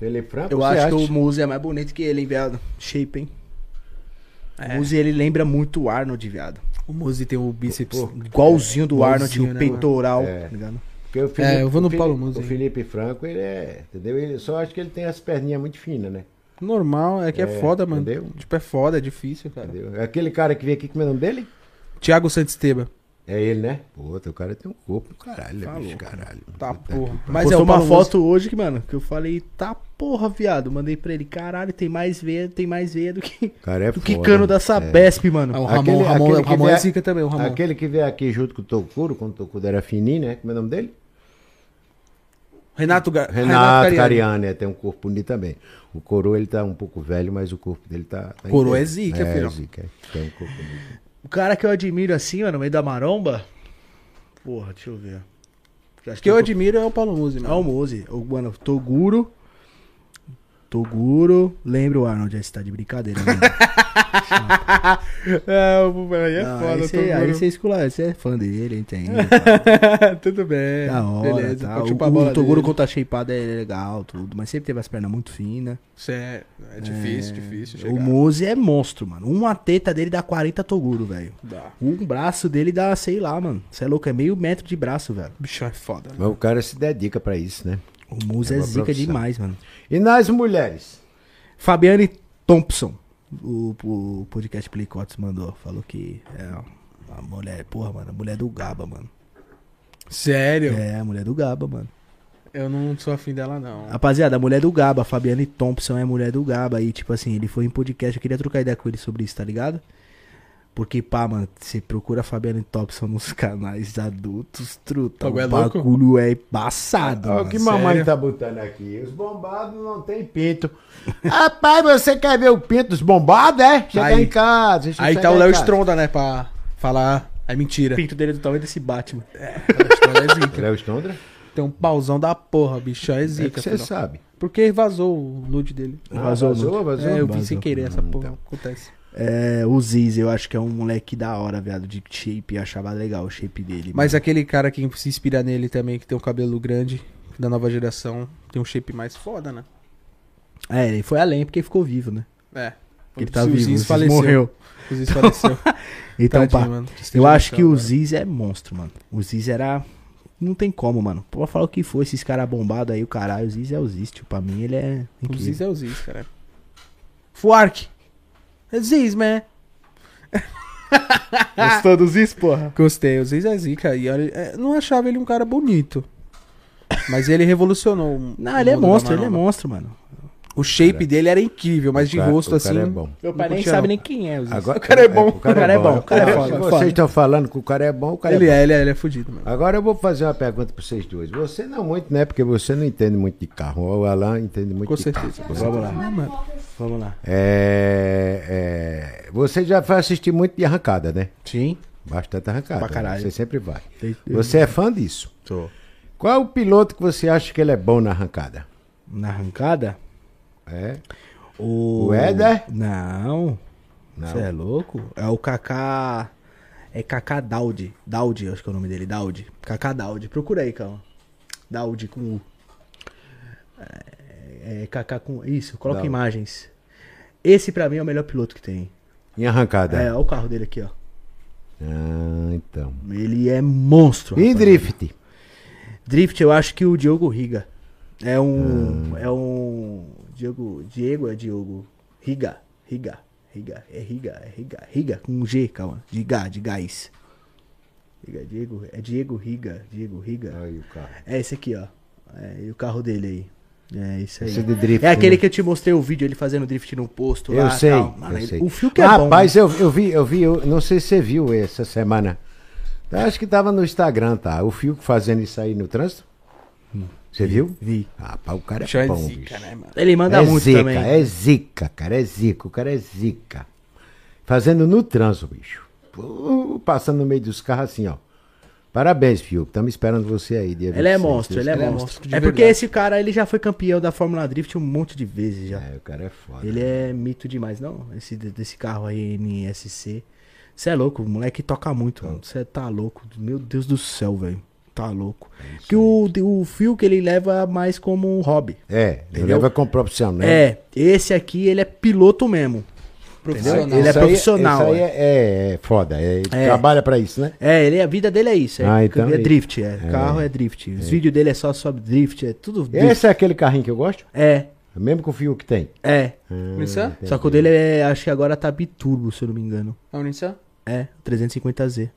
E: Felipe Franco,
B: Eu
E: você
B: acho que
E: acha?
B: o Muzi é mais bonito que ele, hein, viado. Shape, hein?
E: É.
B: O Muzi, ele lembra muito o Arnold, viado.
A: O Muzi tem o bíceps.
E: Pô,
B: Igualzinho do Arnold,
A: igualzinho,
B: o
A: né,
B: peitoral,
E: mano? É.
B: tá ligado?
E: Porque o Felipe-
A: É, eu vou no
E: o Felipe-
A: Paulo Musi.
E: O Felipe Franco, ele é. Entendeu? Ele, só acho que ele tem as perninhas muito finas, né?
A: Normal, é que é,
E: É,
A: foda, mano.
E: entendeu?
A: Tipo, é foda, é difícil, cara.
E: Entendeu? Aquele cara que veio aqui, como é o nome dele?
A: Tiago Santisteba.
E: É ele, né? Pô, teu cara tem um corpo do caralho, né,
A: Tá
E: bicho,
A: louco.
E: caralho.
A: Tá,
E: Puta
A: porra.
E: que-
A: Mas é
B: Postou
A: o
B: uma
A: Paulo Muzi.
B: foto hoje que, mano, que eu falei, tá porra, viado. Mandei pra ele, caralho, tem mais veia, tem mais veia do que,
E: O cara é
B: do que
E: foda,
B: cano da
E: é.
B: Sabesp, mano.
A: Ah, o Ramon, o Ramon, o
E: que
A: Ramon
E: vier-
A: é zica também, o Ramon.
E: Aquele que veio aqui junto com o Tocuro, quando o Tocuro era fininho, né? Como é o nome dele?
A: Renato, Ga...
E: Renato
A: Cariano.
E: Cariani, é, tem um corpo bonito também. O Coroa, ele tá um pouco velho, mas o corpo dele tá... tá
A: Coroa
E: inteiro.
A: é zica,
E: é,
A: filhão.
E: zica, é. tem um corpo bonito.
B: O cara que eu admiro assim, mano, no meio da maromba. Porra, deixa eu ver. Eu acho
A: O que eu
B: tô-
A: admiro é o Paulo Muzi,
B: É o
A: mano.
B: Mose. O, mano, Toguro. Toguro. Lembra o Arnold, aí você tá de brincadeira, mano.
A: É, o... aí
B: Não, aí cê- Ah, aí você escula, você é fã dele, entende?
A: Tudo bem.
B: da hora,
A: É, Beleza,
B: tá?
A: pode
B: O,
A: chupar a
B: o
A: bola
B: Toguro
A: dele.
B: quando tá shapeado é legal, tudo, mas sempre teve as pernas muito finas.
A: Isso é, é difícil, difícil chegar.
B: O Mose é monstro, mano. Uma teta dele dá 40 Toguro, velho.
A: Dá.
B: Um braço dele dá, sei lá, mano. Você é louco, é meio metro de braço, velho.
A: O bichão é foda. né?
E: Mas o cara se dedica pra isso, né?
B: O Mose
E: É
B: é,
E: uma
B: zica
E: profissão.
B: demais, mano.
E: E nas mulheres?
B: Fabiane Thompson, o, o podcast Playcots mandou, falou que é a mulher, porra, mano, a mulher do Gaba, mano.
A: Sério?
B: É, a mulher do Gaba, mano.
A: Eu não sou afim dela,
B: Ah,
A: não.
B: Rapaziada, a mulher do Gaba, a Fabiane Thompson é a mulher do Gaba. E, tipo assim, ele foi em podcast, eu queria trocar ideia com ele sobre isso, tá ligado? Porque, pá, mano, você procura a Fabiane Thompson nos canais adultos, truta. O
A: Bagulho é louco? Ah,
B: bagulho é embaçado,
E: Olha o
B: mano.
E: que mamãe
A: sério?
E: tá botando aqui. Os bombados não tem pinto. Rapaz, você quer ver o pinto dos bombados, é? Chega
A: Aí-
E: em casa. deixa eu
A: Aí
E: chegar
A: tá o
E: em
A: Léo
E: casa.
A: Stronda, né, pra falar. É mentira.
B: O pinto dele é do tamanho desse Batman.
A: Léo Stronda é zica.
E: Léo Stondra?
A: Tem um pauzão da porra, bichão é
E: É
A: zica.
E: que você
A: filhão.
E: sabe.
A: Porque vazou o nude dele.
E: Ah,
B: Vazou,
E: vazou, vazou.
A: é, eu vi
E: Vazou.
A: sem querer essa
E: Hum,
A: porra.
E: então.
A: Acontece.
B: É, o Ziz, eu acho que é um moleque da hora, viado, de shape. Eu achava legal o shape dele.
A: Mas aquele cara que se inspira nele também, que tem um cabelo grande, da nova geração, tem um shape mais foda, né?
B: É, ele foi além porque ficou vivo, né?
A: É.
B: Ele tá
A: O
B: vivo,
A: Ziz
B: o Ziz
A: faleceu. Tá
B: morreu.
A: O Ziz faleceu.
B: Então,
A: Tadinho,
B: pá,
A: mano. Tristeza
B: eu
A: no
B: acho
A: céu
B: que o
A: agora.
B: Ziz é monstro, mano. O Ziz era... Não tem como, mano. Pode falar o que foi, esses caras bombados aí, o caralho. O Ziz é o Ziz, tipo, pra mim ele é
A: O
B: incrível.
A: Ziz é o Ziz, cara. Fuark. É Ziz, man.
B: é- Gostou do Ziz, porra?
A: Gostei, o Ziz é zica. E olha, é, não achava ele um cara bonito. Mas ele revolucionou. o-
B: Não,
A: o
B: ele é
A: mundo da
B: monstro, ele é
A: maromba.
B: monstro, mano.
A: O shape dele era incrível, mas de
E: O cara-
A: rosto
E: o
A: assim.
E: cara é bom.
B: Meu
A: pai nem sabe nem
B: quem é o Ziz.
E: Agora-
A: O cara é bom.
E: O cara é bom.
B: o cara é
E: Agora,
B: foda,
E: se
B: foda.
E: Vocês estão falando que o cara é bom, o cara
A: Ele
E: é bom.
A: é, ele é, ele é fudido, mano.
E: Agora eu vou fazer uma pergunta para vocês dois. Você não muito, né? Porque você não entende muito de carro. O Alan entende muito
A: Com
E: de
A: certeza.
E: carro.
B: Vamos lá.
A: Ah, mano.
B: Vamos lá.
E: É, é, você já vai assistir muito de arrancada, né?
B: Sim.
E: Bastante arrancada.
B: Pra caralho.
E: né? Você sempre vai.
B: Eu- eu-
E: Você é fã disso.
B: Tô.
E: Qual é o piloto que você acha que ele é bom na arrancada?
B: Na arrancada,
E: É?
B: o...
E: O Éder?
B: Não.
E: Não.
B: Você é louco? É o Kaká. É Kaká Daudi. Daudi, acho que é o nome dele. Daudi. Kaká Daudi. Procura aí, calma. Daudi com U. É, é Kaká com. Isso, coloca
E: Daudi.
B: imagens. Esse pra mim é o melhor piloto que tem.
E: Em arrancada.
B: É, olha o carro dele aqui, ó.
E: Ah, então.
B: Ele é monstro.
E: E
B: rapaz.
E: drift?
B: Drift, eu acho que o Diogo Riga. É
E: Hum.
B: um. É um. Diogo. Diego é Diogo. Riga. Riga. Riga. É Riga. É Riga. Riga com G, calma. De Gá, de gás. Riga, Diego. É Diego Riga. Diego Riga.
E: Aí o carro.
B: É esse aqui, ó. É, e o carro dele aí. É isso aí.
E: Esse de drift,
B: é aquele
E: né?
B: que eu te mostrei o vídeo, ele fazendo drift no posto
E: Eu
B: lá.
E: sei,
B: tal. Mano,
E: eu
B: ele-
E: sei.
B: Ah, O fio que é bom.
E: Rapaz,
B: né?
E: eu, eu vi, eu vi, eu não sei se você viu essa semana. Eu acho que tava no Instagram, tá? O Fiuk fazendo isso aí no trânsito. Você viu?
B: Hum. Vi.
E: Ah, pá, o cara é
A: Chá é
E: bom,
A: zica,
E: bicho.
A: né, mano?
B: Ele manda
E: é
B: muito
E: zica,
B: também.
E: é zica, cara, é zica, o cara é zica. Fazendo no trânsito, bicho. Pô, Passando no meio dos carros assim, ó. Parabéns, Fiuk, estamos esperando você aí. Dia
B: Ele é
E: 26,
B: monstro,
E: Deus
B: ele é
E: quiser.
B: monstro.
A: de
B: É porque
A: verdade.
B: esse cara, ele já foi campeão da Fórmula Drift um monte de vezes já.
E: É, o cara é foda.
B: Ele é mito demais, não? Esse de- desse carro aí, NSC. Você é louco, o moleque toca muito, mano. Você tá louco. Meu Deus do céu, velho. Tá louco. que o, o fio que ele leva mais como um hobby.
E: É, ele
B: Entendeu?
E: leva com profissão, né?
B: É, esse aqui ele é piloto mesmo.
A: Profissional.
B: Ele é
E: Isso aí-
B: profissional,
E: isso aí é, é, é foda, é, ele trabalha pra isso, né?
B: É, ele, a vida dele é isso. É,
E: Ah, então
B: é
E: é-
B: drift, é. Carro é drift. Os vídeos dele é só sobre drift, é tudo drift.
E: Esse é aquele carrinho que eu gosto?
B: É,
E: Mesmo com o Fiuk que tem.
B: é.
A: Unissan?
B: Só que o dele é, acho que agora tá biturbo, se eu não me engano.
A: A Unissan?
B: É, 350Z.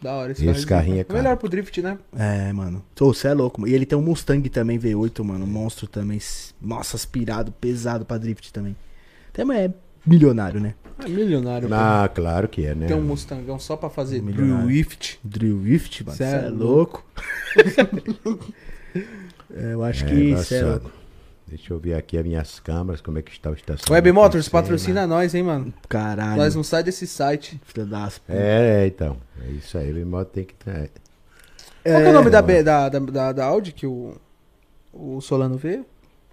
A: Da hora
E: Esse carrinho é
A: zica.
E: caro.
A: Melhor pro drift, né?
B: É, mano. Você é louco. E ele tem um Mustang também, V8, mano. Monstro também. S- Nossa, aspirado, pesado pra drift também. Também é milionário, né?
A: É milionário. pô.
E: Ah, claro que é, né?
A: Tem um Mustangão só pra fazer
B: Milionário.
A: drift.
B: Drift, mano. Você
A: Cê
B: é
A: é
B: louco. É, eu acho
E: É,
B: que
E: embaçado.
B: cê é louco.
E: Deixa eu ver aqui as minhas câmeras, como é que está o estacionamento.
A: Web Motors,
E: Não sei,
A: patrocina nós, hein, mano.
B: Caralho.
A: Nós não sai desse site.
B: Filha das
E: mas- É, é, então. É isso aí, Web Motors tem que... tra-
A: Qual que é o nome da, B- da, da, da, da Audi que o, o Solano vê?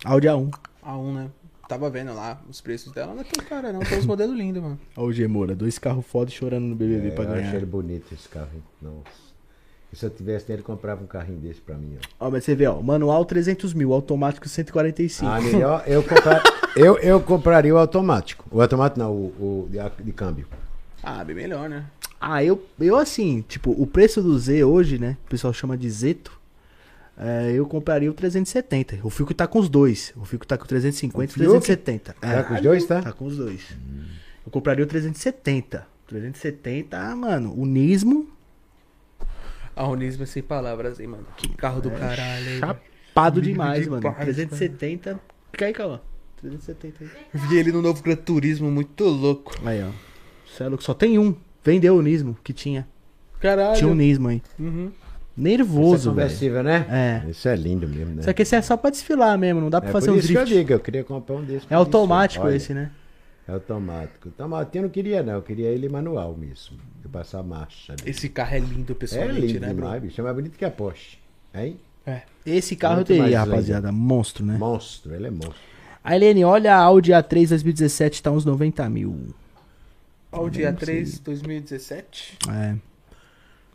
B: Audi A1.
A: A1, né? Tava vendo lá os preços dela. Não é aquele cara, não. Tem uns modelos lindos, mano.
B: Ó o Gemora. Dois carros foda chorando no BBB
E: É,
B: pra
E: eu achei ele
B: ganhar.
E: bonito esse carro. hein? Nossa. Se eu tivesse nele, comprava um carrinho desse pra mim, ó.
B: Ó, mas você vê, ó. Manual 300 mil, automático 145.
E: Ah, melhor eu, comprar, eu, eu compraria o automático. O automático não, o, o de, a- de câmbio.
A: Ah, bem melhor, né?
B: Ah, eu, eu assim, tipo, o preço do Z hoje, né? O pessoal chama de Zeto. é, eu compraria o 370. O Fico tá com os dois. O Fico tá com o 350 e
E: O
B: o
E: Fiuk?
B: 370.
E: Tá com os dois, tá?
B: Tá com os dois. Eu compraria o 370. 370, ah, mano, o Nismo
A: A Unisma sem palavras, hein, mano. Que carro
E: É.
A: do caralho. hein, velho.
B: chapado demais,
A: de
B: mano.
A: paz,
B: 370. Fica aí, calma. 370 aí.
A: Vi ele no novo Gran Turismo, muito louco.
B: Aí, ó. Cê é louco, só tem um. Vendeu o Nismo que tinha.
A: Caralho.
B: Tinha um Nismo aí.
A: Uhum.
B: Nervoso,
E: Esse é
B: velho.
E: conversível, né?
B: É.
E: Isso é lindo mesmo, né?
B: Só que esse é só pra desfilar mesmo, não dá pra
E: é
B: fazer
E: por
B: um
E: isso que eu
B: drift.
E: digo, eu queria comprar um desse.
B: É automático
E: Olha,
B: esse, né?
E: É automático. Automático eu não queria, não. Eu queria ele manual mesmo. Eu passar a marcha. dele.
A: Esse carro é lindo,
E: é
A: pessoalmente,
E: lindo
A: né, bro?
E: demais, bicho. É mais bonito que a Porsche. Hein?
B: Esse carro eu
E: Muito
B: teria,
E: mais lento.
B: rapaziada. Monstro, né?
E: Monstro, ele é monstro.
B: A Helene, olha a Audi A3 2017, tá uns 90 mil.
A: Audi A3 2017.
B: É.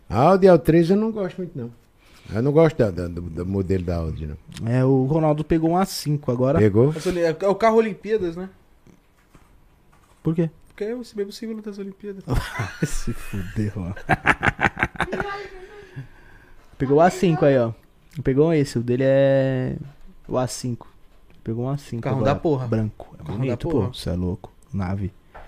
E: A Audi A3 eu não gosto muito, não. Eu não gosto da- da- do, do modelo da Audi, não.
B: É, o Ronaldo pegou um A5 agora.
E: Pegou?
A: As Oli- É o carro Olimpíadas, né?
B: Por quê?
A: Porque é o mesmo símbolo das Olimpíadas.
B: Se fudeu, mano. pegou o A5 aí, ó. Pegou esse, o dele é. O A5. Pegou um A5.
A: Carro
B: agora,
A: da porra.
B: Branco. É
A: Carro
B: bonito,
A: da porra.
B: pô. Você é louco. Nave.
E: É,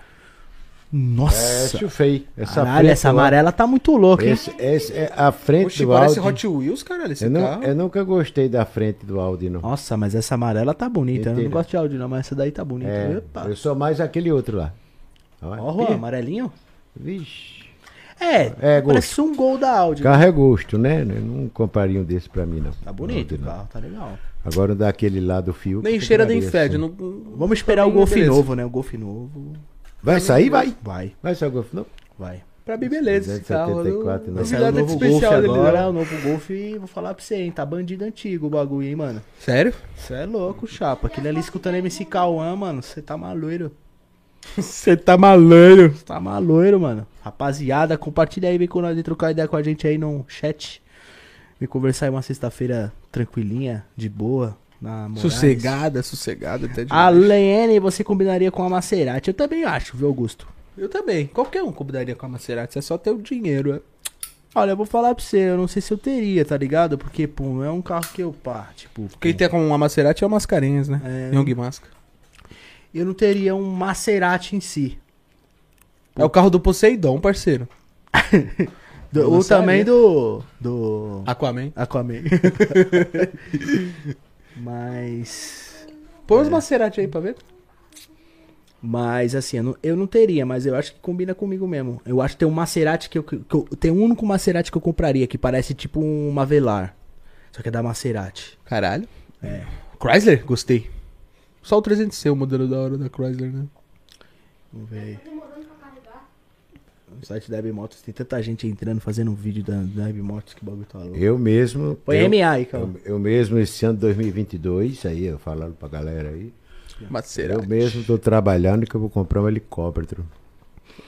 B: Nossa!
E: chufei. Essa
B: Caralho,
E: preta
B: essa
E: lá-
B: amarela tá muito louca, hein?
E: Esse, esse é a frente
A: Oxi,
E: do
A: parece Hot
E: Audi.
A: Wheels, caralho, esse
E: eu, não,
A: carro.
E: eu nunca gostei da frente do Audi, não.
B: Nossa, mas essa amarela tá bonita. Eu não
E: Inteira.
B: gosto de áudio, não, mas essa daí tá bonita.
E: É,
B: Opa.
E: eu sou mais aquele outro lá. Olha.
B: Ó, Juan, amarelinho?
E: Vixe.
B: É,
E: É, gosto.
B: parece um gol da Audi.
E: Carro é gosto, né? Eu não compraria um desse pra mim, não.
B: Tá bonito
E: Audi, né?
B: o
E: não.
B: carro, tá legal.
E: Agora o daquele lá do Fiuk.
A: Nem
E: eu
A: cheira nem
E: compraria,
A: fede.
E: assim.
A: Não...
B: Vamos esperar
A: mim,
B: o Golf
A: beleza.
B: novo, né? O Golf novo.
E: Vai sair, vai.
B: Vai,
E: Vai sair o Golf novo?
B: vai.
A: Pra mim, beleza tá esse carro.
E: 274,
A: eu-
B: Vai
E: né? Vai
B: sair o
A: Novidade
B: um novo Golf
A: especial dele,
B: agora,
A: né?
B: o novo Golf, vou falar pra você, hein? Tá bandido antigo o bagulho, hein, mano?
A: Sério?
B: Cê é louco, chapa. Aquele ali escutando MC Cauã, mano, você tá maluiro.
A: Você tá malandro.
B: Cê tá maluiro, mano. Rapaziada, compartilha aí, vem com nós e trocar ideia com a gente aí no chat. Vem conversar aí uma sexta-feira tranquilinha, de boa, na moral.
A: Sossegada, sossegada até demais.
B: A Leene, você combinaria com a Maserati? Eu também acho, viu, Augusto?
A: Eu também. Qualquer um combinaria com a Maserati. É só ter o dinheiro. é.
B: Olha, eu vou falar pra você, eu não sei se eu teria, tá ligado? Porque, pô, não é um carro que eu pá, tipo...
A: Quem
B: pô,
A: tem com a Maserati é o Mascarenhas, né?
B: É.
A: Young Masca.
B: Eu não teria um Maserati em si.
A: É o carro do Poseidon, parceiro.
B: Do-
A: Eu
B: ou
A: lançaria.
B: também do... do...
A: Aquaman.
B: Aquaman. mas...
A: Põe os Maserati aí pra ver.
B: Mas, assim, eu não, eu não teria, mas eu acho que combina comigo mesmo. Eu acho que tem um Maserati que eu... Que eu tem um único Maserati que eu compraria, que parece tipo um Velar. Só que é da Maserati.
A: Caralho. Chrysler? Gostei. Só o 300C, o modelo da hora da Chrysler, né?
B: Vamos ver aí.
C: Demorando pra carregar.
B: No site da Webmotos tem tanta gente entrando, fazendo um vídeo da, da Webmotos que o bagulho tá louco.
E: Eu mesmo.
B: Põe
E: eu,
B: MA aí, Cal.
E: eu, eu mesmo, esse ano de 2022, aí, eu falando pra galera aí.
A: É. Maserati.
E: Eu mesmo tô trabalhando que eu vou comprar um helicóptero.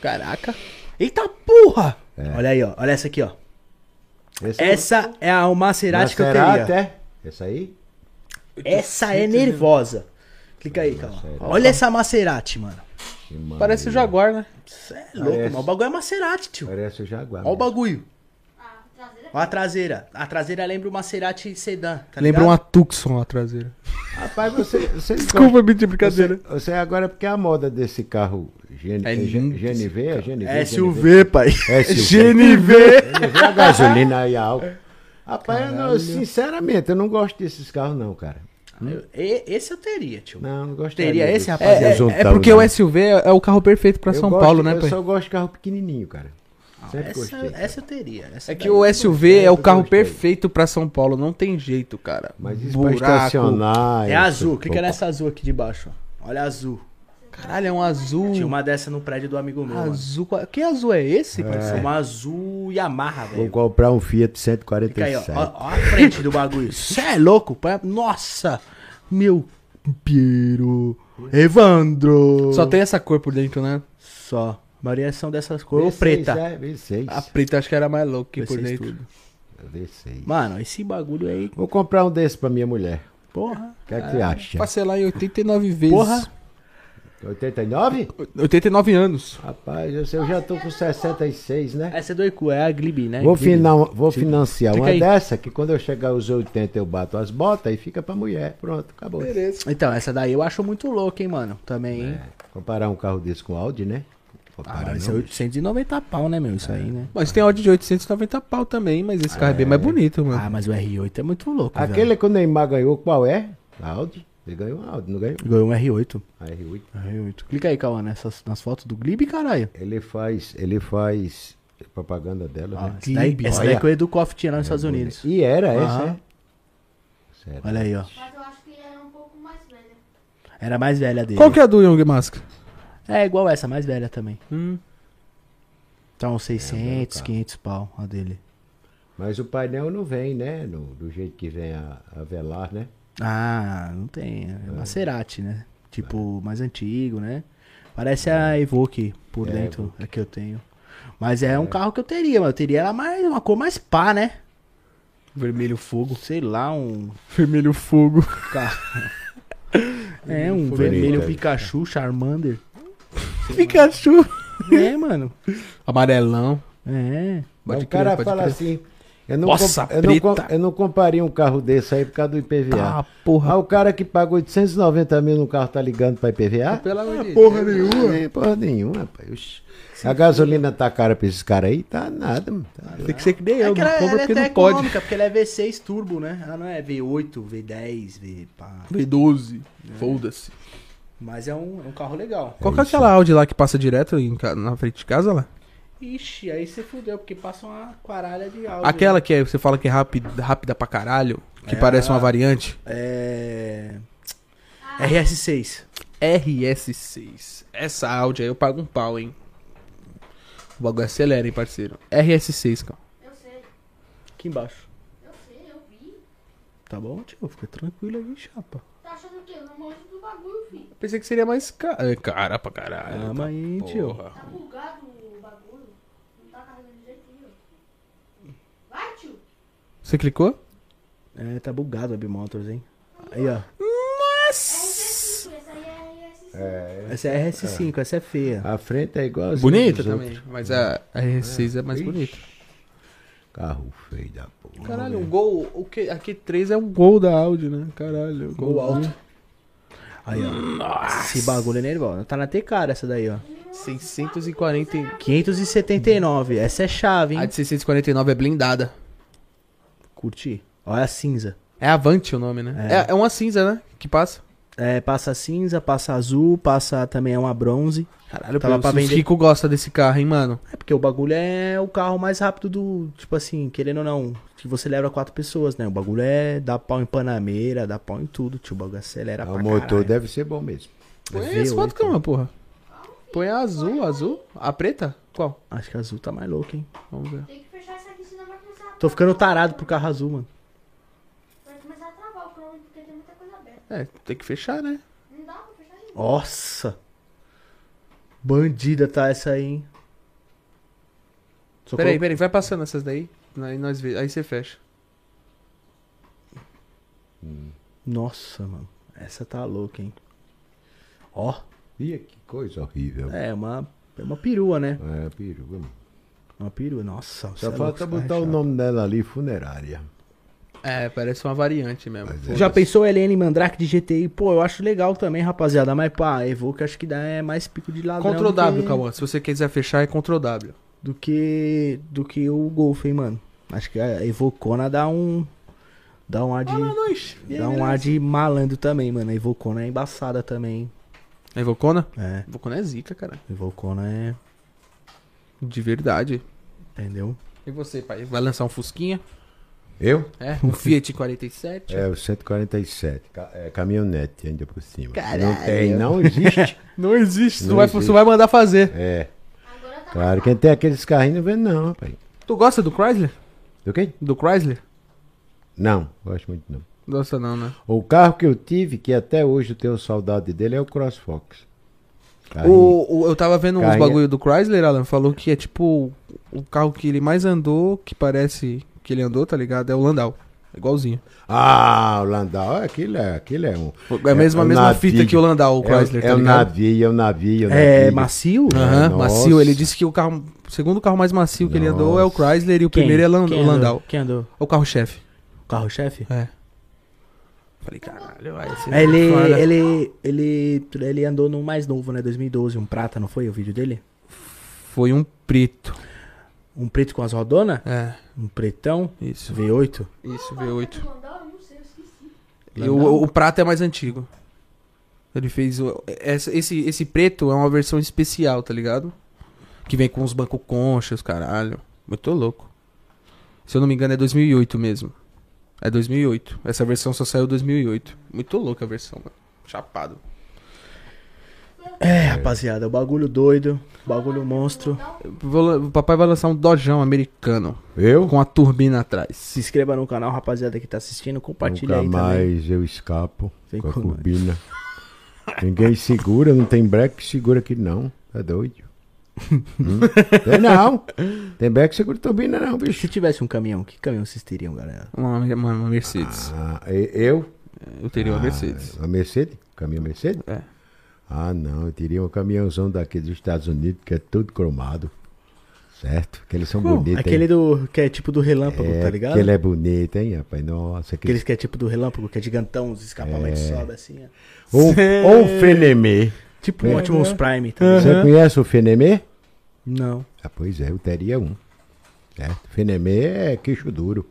A: Caraca.
B: Eita porra!
E: é.
B: Olha aí, ó. Olha essa aqui, ó.
E: Esse
B: Essa é a Maserati que eu
E: Maserati, né?
B: queria.
E: é? Essa aí?
B: Essa é nervosa. Clica aí, Cal. Olha essa Maserati, mano.
E: Que maravilha.
A: Parece o Jaguar, né?
B: Cê é louco,
E: Parece.
B: mano. O bagulho é Maserati, tio.
E: Parece o Jaguar.
B: Olha o
E: mesmo.
B: bagulho.
C: A traseira.
B: Olha a traseira. A traseira lembra o Maserati Sedan, tá
A: Lembra uma
B: ligado?
A: Tucson a traseira.
E: Rapaz, você. você
A: Desculpa, me de brincadeira.
E: Você, você agora, é porque a moda desse carro GN,
A: É
E: é
A: lindo
E: GNV, é GNV,
B: É
E: GNV,
B: SUV, pai.
E: SUV,
A: GNV!
E: GNV, a gasolina e álcool. Rapaz, eu não- sinceramente, eu não gosto desses carros não, cara.
B: Eu- e- Esse eu teria, tio.
E: Não, não gostaria.
B: Teria esse,
E: desse.
A: É,
B: rapaziada.
A: é- é porque o SUV é é o carro perfeito pra
E: Eu
A: São
E: gosto-
A: Paulo, né, pai?
E: Eu só gosto de carro pequenininho, cara.
B: Essa,
E: Sempre é gostei.
B: essa eu teria. Essa
A: É que
B: daí.
A: o SUV é o carro
E: gostei.
A: perfeito pra São Paulo, não tem jeito, cara.
E: Mas isso pra estacionar...
B: É
E: isso-
B: azul. Clica
E: Opa.
B: nessa azul aqui de baixo, ó. Olha a azul.
A: Caralho, é um azul.
B: Tinha uma dessa no prédio do amigo meu, mano.
A: Azul. qual- Que azul é esse?
B: Pode ser uma azul Yamaha,
E: Vou
B: velho.
E: comprar um Fiat
B: Fica aí, ó.
E: 147.
B: ó. Ó a frente do bagulho. Cê é louco, pai. Nossa! Meu Piero. Evandro.
A: Só tem essa cor por dentro, né?
B: Só. A maioria são dessas cores. Ou
E: V6,
B: preta. Ah.
E: é, V6.
A: A preta acho que era mais louca que
B: V6
A: por dentro.
B: tudo.
E: V6.
B: Mano, esse bagulho aí.
E: Vou comprar um desse pra minha mulher.
B: Porra. Ah,
E: O que é que você acha?
A: Parcelar em 89 vezes.
B: Porra.
E: 89?
A: 89 anos.
E: Rapaz, eu, sei, eu já tô com 66, né?
B: Essa é do Icu, é a Glib, né?
E: Vou,
B: Glib.
E: finan- vou financiar
B: Fica
E: uma
B: aí.
E: dessa, que quando eu chegar aos 80 eu bato as botas e fica pra mulher. Pronto, acabou.
B: Então, essa daí eu acho muito louca, hein, mano. Também, hein?
E: Comparar um carro desse com Audi, né? Comparar,
B: Ah, isso é
E: não.
B: 890 pau, né, meu? Isso aí, né?
A: Mas tem áudio de 890 pau também, mas esse carro é bem mais bonito, mano.
B: Ah, mas o R8 é muito louco,
E: Aquele que o Neymar ganhou, qual é? A Audi? Ele ganhou a Audi, não ganhou? Ah,
B: velho. Ganhou um R8.
E: A R8.
B: R8. Clica aí, Cauã, nessas, nas fotos do Glib, caralho.
E: Ele faz, ele faz propaganda dela,
B: Ó,
E: né?
B: essa Ah, daí,
A: Glib,
B: essa daí
E: olha.
B: que o Educoff tinha lá nos Estados Unidos.
E: E era essa,
B: Aham.
E: é? Sério.
B: Olha aí, ó.
C: Mas eu acho que era um pouco mais velha.
B: Era a mais velha dele.
A: Qual que é a do Young Mask?
B: É igual essa, mais velha também.
A: Hum.
B: Então, 600, 500 pau, a dele.
E: Mas o painel não vem, né? No- do jeito que vem a, a velar, né?
B: Ah, não tem. É uma Cerati,
A: É.
B: né? Tipo, mais antigo, né? Parece a Evoque por
E: É,
B: dentro, a que eu tenho. Mas é, um carro que eu teria, mas eu teria ela mais, uma cor mais pá, né?
A: Vermelho fogo.
B: Sei lá, um.
A: Vermelho fogo.
B: É, um
E: Bonito,
B: vermelho
E: é.
B: Pikachu Charmander.
A: Pikachu.
B: É, mano.
A: Amarelão.
B: É.
E: Mas o cara fala assim. Eu não,
A: Nossa,
E: comp- eu, não
A: preta.
E: com- eu não compraria um carro desse aí por causa do IPVA.
A: Tá, porra.
E: Ah, o cara que paga 890 mil no carro tá ligando pra IPVA?
A: Pelo amor de
E: Porra nenhuma. É, porra nenhuma, rapaz. Oxi. A gasolina tá cara pra esses caras aí? Tá nada. mano. Tá
A: Tem que ser que nem
B: É
A: eu,
B: que ela,
A: não
B: ela
A: compra
B: é
A: porque
B: até
A: não pode.
B: econômica, porque ela é V6 turbo, né? Ela não é V8, V10, V... pá.
A: V12. Foda-se.
B: Mas é um, é um carro legal.
A: Qual que é aquela Audi lá que passa direto em ca- na frente de casa lá?
B: Ixi, aí você fudeu, porque passa uma quaralha de áudio.
A: Aquela que é- você fala que é rápida, rápida pra caralho, que parece uma variante.
B: É. RS6.
A: RS6. Essa Audi aí eu pago um pau, hein? O bagulho acelera, hein, parceiro. RS6, cara.
C: Eu sei,
B: Aqui embaixo.
C: eu sei, eu vi.
B: Tá bom, tio? Fica tranquilo aí, chapa.
C: Tá achando o quê? Eu não manjo do bagulho, filho.
A: Eu pensei que seria mais cara. Cara pra caralho.
B: Calma aí, tio.
C: Tá bugado o bagulho. Não tá carregando de jeito nenhum. Vai, tio.
A: Você clicou?
B: É, tá bugado o Abmotors, hein? Aí, ó.
A: Nossa!
C: Sim, Essa aí é rs
B: Essa é RS5, essa é feia.
E: A frente é igual
A: Bonita também, mas a a RS6 é mais bonita.
E: Carro feio da porra.
A: Caralho, um gol. O que, a Q3 é um gol da Audi, né? Caralho. Gol alto.
B: Aí, ó. Esse bagulho é nervoso. Tá na T-cara essa daí, ó.
A: 640. e-
B: 579. Essa é chave, hein?
A: A de 649 é blindada.
B: Curti. Olha a cinza.
A: É Avante o nome, é né? É, é uma cinza, né? Que passa.
B: é, passa cinza, passa azul, passa também é uma bronze.
A: Caralho,
B: Tava
A: pô,
B: pra
A: os
B: vender.
A: rico gosta desse carro, hein, mano?
B: É porque o bagulho é o carro mais rápido do, tipo assim, querendo ou não, que você leva quatro pessoas, né? O bagulho é dá pau em panameira, dá pau em tudo, tio, o bagulho acelera pra
E: Ah, o motor
B: caralho.
E: deve ser bom mesmo.
A: Põe
B: V8,
A: as fotos, calma, porra. Põe a azul, a azul. A preta? Qual?
B: Acho que azul tá mais louco, hein?
A: Vamos ver.
C: Tem que fechar isso aqui, senão vai começar a
B: Tô ficando tarado pro carro azul, mano.
C: Vai começar a travar o plano, porque tem muita coisa aberta.
A: É, tem que fechar, né?
C: Não dá pra fechar isso.
B: Nossa! Bandida tá essa aí, hein? Só
A: Peraí,
B: colo-
A: peraí, vai passando essas daí. Aí, nós vê, aí você fecha.
B: Nossa, mano. Essa tá louca, hein? Ó,
E: Ih, que coisa horrível. É,
B: é uma, é uma perua, né?
E: peru, mano.
B: Uma perua, nossa. você é
E: Só
B: louco,
E: falta
B: você tá
E: botar o
B: rachado.
E: nome dela ali, funerária.
A: É, parece uma variante mesmo.
E: Mas é.
B: Já pensou LN Mandrake de GTI? Pô, eu acho legal também, rapaziada. Mas pá, Evoque acho que dá é mais pico de ladrão
A: Ctrl
B: do
A: W,
B: que-
A: Cauã. Se você quiser fechar, é Ctrl W.
B: do que do que o Golf, hein, mano. Acho que a Evocona dá um dá um ar de dá um ar de malandro também, mano. A Evocona é embaçada também.
A: É Vocona?
B: É,
A: Vocona é zica, cara.
B: Evocona é,
A: De verdade.
B: entendeu?
A: E você, pai? Vai lançar um Fusquinha?
E: Eu?
A: É? Um Fiat 47?
E: É o 147, ca- é, caminhonete ainda por cima.
B: Caralho.
E: Não tem, não existe.
A: Não existe.
E: Não
A: tu, vai,
E: existe.
A: tu vai mandar fazer.
E: é,
C: Agora tá
E: claro, quem tem aqueles carrinhos não vende não, rapaz.
A: Tu gosta do Chrysler?
E: Do quê?
A: Do Chrysler?
E: Não, gosto muito não.
A: Gosta não, né?
E: O carro que eu tive, que até hoje eu tenho saudade dele, é o CrossFox. Carrinho.
A: O, o- eu tava vendo uns
E: Carrinho.
A: bagulho do Chrysler, Alan, falou que é tipo o carro que ele mais andou, que parece que ele andou, tá ligado? É o Landau. É Igualzinho.
E: Ah, o Landau, aquilo é, aquilo é um...
A: É a mesma,
E: um
A: mesma
E: navio.
A: fita que o Landau, o Chrysler, tá
E: é, o- é o
A: ligado?
E: navio, é o navio, é o
B: É,
E: navio.
B: macio?
A: Aham,
E: Nossa.
A: macio. Ele disse que o carro, o segundo carro mais macio que ele andou é o Chrysler e o
B: Quem?
A: primeiro é Lan-
B: Quem
A: o
B: andou?
A: Landau.
B: Quem andou?
A: É o carro-chefe.
B: O carro-chefe?
A: É. Falei, caralho, vai ser
B: É, Ele,
A: foda.
B: ele, ele, ele andou no mais novo, né? 2012, um prata, não foi o vídeo dele?
A: Foi um preto.
B: Um preto com as rodonas?
A: É,
B: Um pretão?
A: isso.
B: V8?
A: Isso, V8.
C: mandar, eu não sei, eu esqueci.
A: E o, o- o prata é mais antigo. Ele fez. o- essa- Esse, esse preto é uma versão especial, tá ligado? Que vem com os bancos conchas, caralho. Muito louco. Se eu não me engano, é 2008 mesmo. É 2008. Essa versão só saiu 2008. Muito louca a versão, mano. Chapado.
B: É, rapaziada, o bagulho doido, o bagulho monstro.
A: Vou la- o papai vai lançar um Dojão americano.
E: Eu?
A: Com a turbina atrás.
B: Se inscreva no canal, rapaziada que tá assistindo, compartilha
E: Nunca
B: aí também.
E: mais eu escapo
B: Vem
E: com a
B: com nós.
E: turbina. Ninguém segura, não tem breque que segura aqui não. Tá doido? Hum? Tem não. Tem breque que segura turbina não, bicho.
B: Se tivesse um caminhão, que caminhão vocês teriam, galera?
A: Uma, uma- uma Mercedes.
E: Ah, e- eu?
A: Eu teria uma
E: Ah,
A: Mercedes.
E: A Mercedes? Caminhão Mercedes?
A: É.
E: Ah, não. Eu teria um caminhãozão daqui dos Estados Unidos, que é todo cromado. Certo? Que eles são bonitos.
B: Aquele
E: hein?
B: do que é tipo do relâmpago,
E: é,
B: tá ligado?
E: Que ele é bonito, hein, rapaz? Nossa, que
B: Aqueles que é tipo do relâmpago, que é gigantão, os escapamentos
E: É.
B: sobem assim. ó.
E: Ou, ou um Fenemê.
B: Tipo um
E: É.
B: Optimus Prime, tá ligado?
E: Você conhece o Fenemê?
B: Não.
E: Ah, pois é, eu teria um. Certo? Fenemê é queixo duro.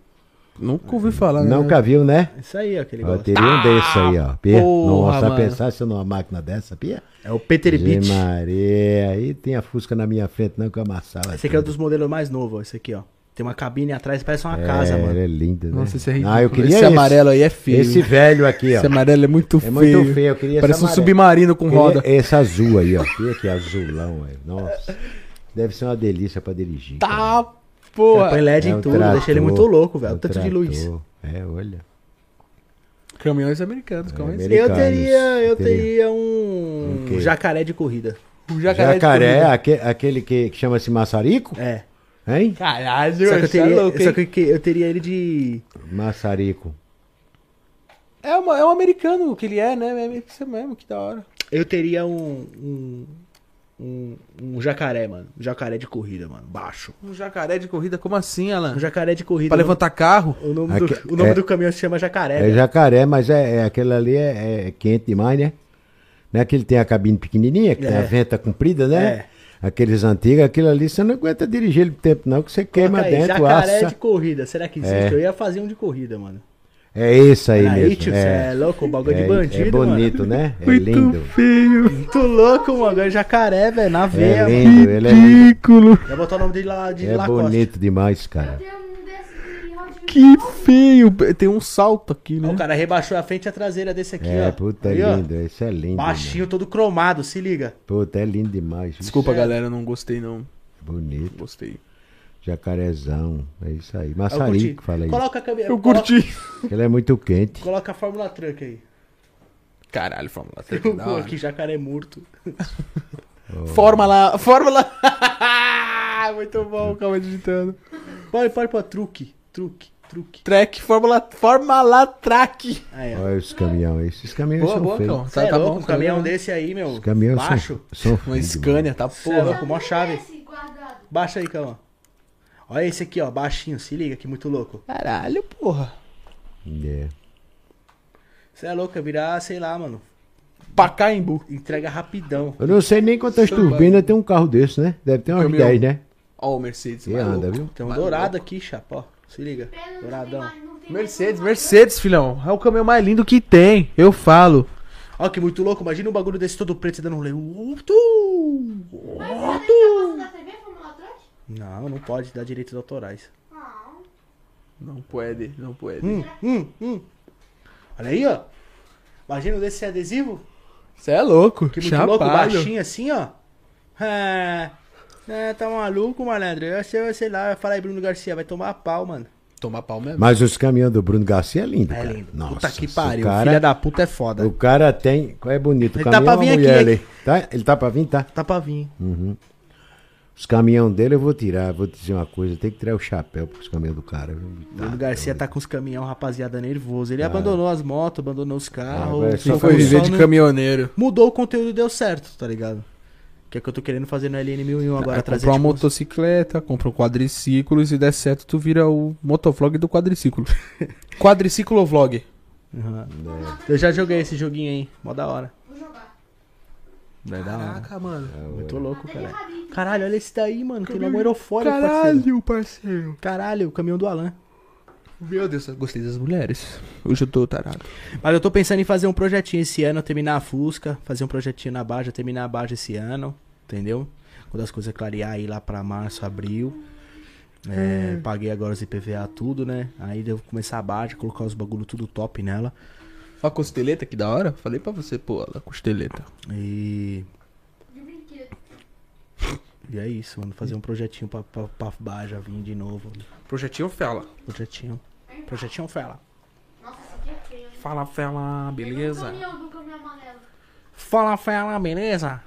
A: Nunca ouvi falar, né?
E: Nunca viu, né?
B: Isso aí, ó, aquele
E: Eu
B: negócio.
E: teria um desse aí, ó. Pia.
A: Tá, porra,
E: Nossa,
A: mano.
E: pensar se eu numa máquina dessa, Pia?
B: É o Peter Beat.
E: Ave Maria, aí tem a Fusca na minha frente, não, que eu amassava.
B: Esse aqui é um
E: tudo.
B: dos modelos mais novos, ó, esse aqui, ó. Tem uma cabine atrás, parece uma
E: É,
B: casa,
E: Ela
B: mano.
E: é linda, né?
A: Nossa, esse é ridículo.
E: Ah, eu queria
A: esse amarelo aí é feio.
E: Esse velho aqui, ó.
A: Esse amarelo é muito
E: É
A: feio.
E: muito feio, eu queria
A: Parece
E: esse
A: um
E: amarelo.
A: submarino com
E: Queria
A: roda.
E: Esse é azul aí, ó. Pia, que é azulão, velho. Nossa. Deve ser uma delícia pra dirigir. cara.
A: Tá, porra.
B: Põe LED
E: É
B: em
E: um
B: tudo, deixa ele
E: trator,
B: muito louco, velho.
E: é um
B: O tanto de
E: trator.
B: luz.
E: É, olha.
A: Caminhões americanos, calma aí.
B: Eu
E: Americanos,
B: teria, eu
E: teria.
B: teria um
E: Um quê?
B: jacaré de corrida.
A: O
E: Jacaré,
A: jacaré. de comida.
E: aque- aquele, que, que chama-se maçarico?
B: É.
E: Hein?
A: Caralho,
B: Só que eu
A: você é
B: teria,
A: louco,
B: só
A: hein?
B: que que eu teria ele de
E: Maçarico.
A: É, uma, é um americano que ele é, né? É isso mesmo, que da hora.
B: eu teria um um, um um jacaré, mano. Um jacaré de corrida, mano. Baixo.
A: Um jacaré de corrida, como assim, Alan?
B: Um jacaré de corrida.
A: Pra
B: o nome-
A: levantar carro?
B: O nome, do,
E: Aqui-
B: o nome
E: é-
B: do caminhão se chama jacaré.
E: É,
B: velho.
E: jacaré, mas é, é aquele ali é, é quente demais, né? Não é que ele tem a cabine pequenininha, que tem
B: É.
E: a venta comprida, né?
B: É.
E: Aqueles antigos, aquilo ali você não aguenta dirigir ele por tempo não, que você queima
B: Coloca aí,
E: dentro,
B: jacaré
E: assa.
B: de corrida. Será que existe?
E: É.
B: Eu ia fazer um de corrida, mano.
E: É esse aí
B: Aí,
E: mesmo.
B: tio, cê
E: é.
B: é louco, o bagulho
E: É-
B: de bandido,
E: é bonito, né? É
B: Muito
E: lindo.
B: mano. Muito louco, mano. Agora é jacaré, velho, na
E: É
B: veia.
E: lindo, ele é lindo.
B: mano. Vai botar o nome dele lá de
E: É
B: Lacoste.
E: bonito demais, cara.
C: Tem um desse de Hot Wheels.
A: Que feio. Tem um salto aqui,
B: Ó,
A: né?
B: o cara rebaixou a frente e a traseira desse aqui, ó.
E: É, puta, é
B: Aí, ó.
E: lindo. Esse é lindo.
B: Baixinho, todo cromado, se liga.
E: mano. Puta, é lindo demais. Isso
A: Desculpa, galera, não gostei não.
E: é Bonito.
A: Não gostei.
E: Jacarezão. É isso aí.
B: Aí eu curti.
E: Maçarico, fala isso.
B: Coloca a câmera.
A: Eu
B: coloca-
A: curti.
E: Ele é muito quente.
B: Coloca a Fórmula Truck aí.
A: Caralho, Fórmula
B: Eu
A: 3. da
B: vou
A: hora.
B: aqui, jacaré morto.
A: Fórmula. Fórmula. Muito bom, calma digitando.
B: Pode, pode pôr truque, truque, truque.
A: Track, Fórmula. Fórmula Track.
B: Aí, ó.
E: Olha os caminhões. Esses caminhões
A: Boa,
E: são
A: boa,
E: feios.
A: então.
B: Cê
A: Tá,
B: é
A: tá
B: louco,
A: bom.
B: um caminhão
A: tá bom.
B: desse aí, meu.
E: Os caminhões
B: baixo.
E: são, são
A: Uma
E: feios,
A: Scania, tá
B: Cê é
A: porra.
B: louco, mó chave.
C: Esse guardado.
B: Baixa aí, calma. Olha esse aqui, ó, baixinho, se liga que muito louco.
A: Caralho, porra.
E: mano. É.
B: Você é louco, é virar, sei lá, mano.
A: Pacaembu.
B: Entrega rapidão.
E: Eu não sei nem quantas turbinas tem um carro desse, né? Deve ter umas
A: Caminhão.
E: 10, né?
A: Ó, o Mercedes.
E: E
A: maluco.
E: anda, viu?
B: Tem um
A: Vai,
B: dourado aqui, chapa, ó. Se liga.
C: Pena, não tem
B: Douradão.
C: mais- não tem mais
A: Mercedes,
C: formato.
A: Mercedes, filhão. É o caminhão mais lindo que tem. Eu falo.
B: Ó, que muito louco. Imagina um bagulho desse todo preto e dando um rolê. Uh, tu!
C: Mas você não tá passando na TV, Fórmula Truck?
B: Não, não pode dar direitos autorais.
C: Não.
A: Não pode, não pode.
B: Hum, hum, hum. Olha aí, ó. Imagina um desse sem adesivo.
A: Você é louco.
B: Que muito
A: Chapado.
B: louco, baixinho assim, ó. É, é, tá maluco, malandro? Eu sei, eu sei lá, fala aí, Bruno Garcia, vai tomar pau, mano.
A: Toma pau mesmo.
E: Mas os caminhões do Bruno Garcia é lindo,
B: É
E: cara.
B: lindo.
E: Nossa,
B: Puta que
E: se o
B: pariu,
E: cara-
B: filha da puta é foda.
E: O cara tem. Qual é bonito? O
B: Ele tá
E: caminhão
B: pra
E: é uma
B: vir aqui,
E: mulher
B: hein?
E: ali. Tá? Ele tá pra vir, tá?
B: Tá pra vir.
E: Os caminhões dele eu vou tirar. Vou te dizer uma coisa. Tem que tirar o chapéu pros caminhões do cara. viu?
B: Bruno
E: Tá,
B: Garcia tá com os caminhão, rapaziada, nervoso. Ele abandonou as motos, abandonou os
E: Ah, velho,
B: carros.
E: só
A: Quem
B: ficou
A: foi viver
B: só
A: de
B: no-
A: caminhoneiro?
B: Mudou o conteúdo e deu certo, tá ligado? Que é o que eu tô querendo fazer no LN1001 agora,
A: Aí
B: trazer
A: compra uma
B: tipo,
A: motocicleta, compra um quadriciclo e se der certo tu vira o motovlog do quadriciclo. quadriciclo vlog.
B: Aham. Eu já joguei esse joguinho aí, mó da hora.
C: Vou jogar.
A: é
B: Vai da hora.
A: mano.
B: Muito louco,
C: Até
B: cara.
C: erradinho.
B: Caralho, olha esse daí, mano. Tem logo um aerofólio, parceiro.
A: Caralho, parceiro.
B: Caralho, o caminhão do Alan.
A: Meu Deus, eu gostei das mulheres. Hoje eu tô tarado.
B: Mas eu tô pensando em fazer um projetinho esse ano, terminar a Fusca, fazer um projetinho na Baja, terminar a Baja esse ano, entendeu? Quando as coisas clarear aí lá pra março, abril. É, Paguei agora os IPVA tudo, né? Aí devo começar a Baja, colocar os bagulho tudo top nela.
A: Ó a costeleta, que da hora. Falei pra você, pô, a costeleta.
B: E,
C: De brinquedo.
B: e é isso, mano. Fazer um projetinho pra, pra, pra Baja vir de novo.
A: Projetinho Fela.
B: Projetinho. Projetinho fela.
C: Nossa, esse aqui é feio. hein?
A: Fala Fela,
C: Tem um caminhão, do caminhão amarelo.
B: Fala fela, beleza?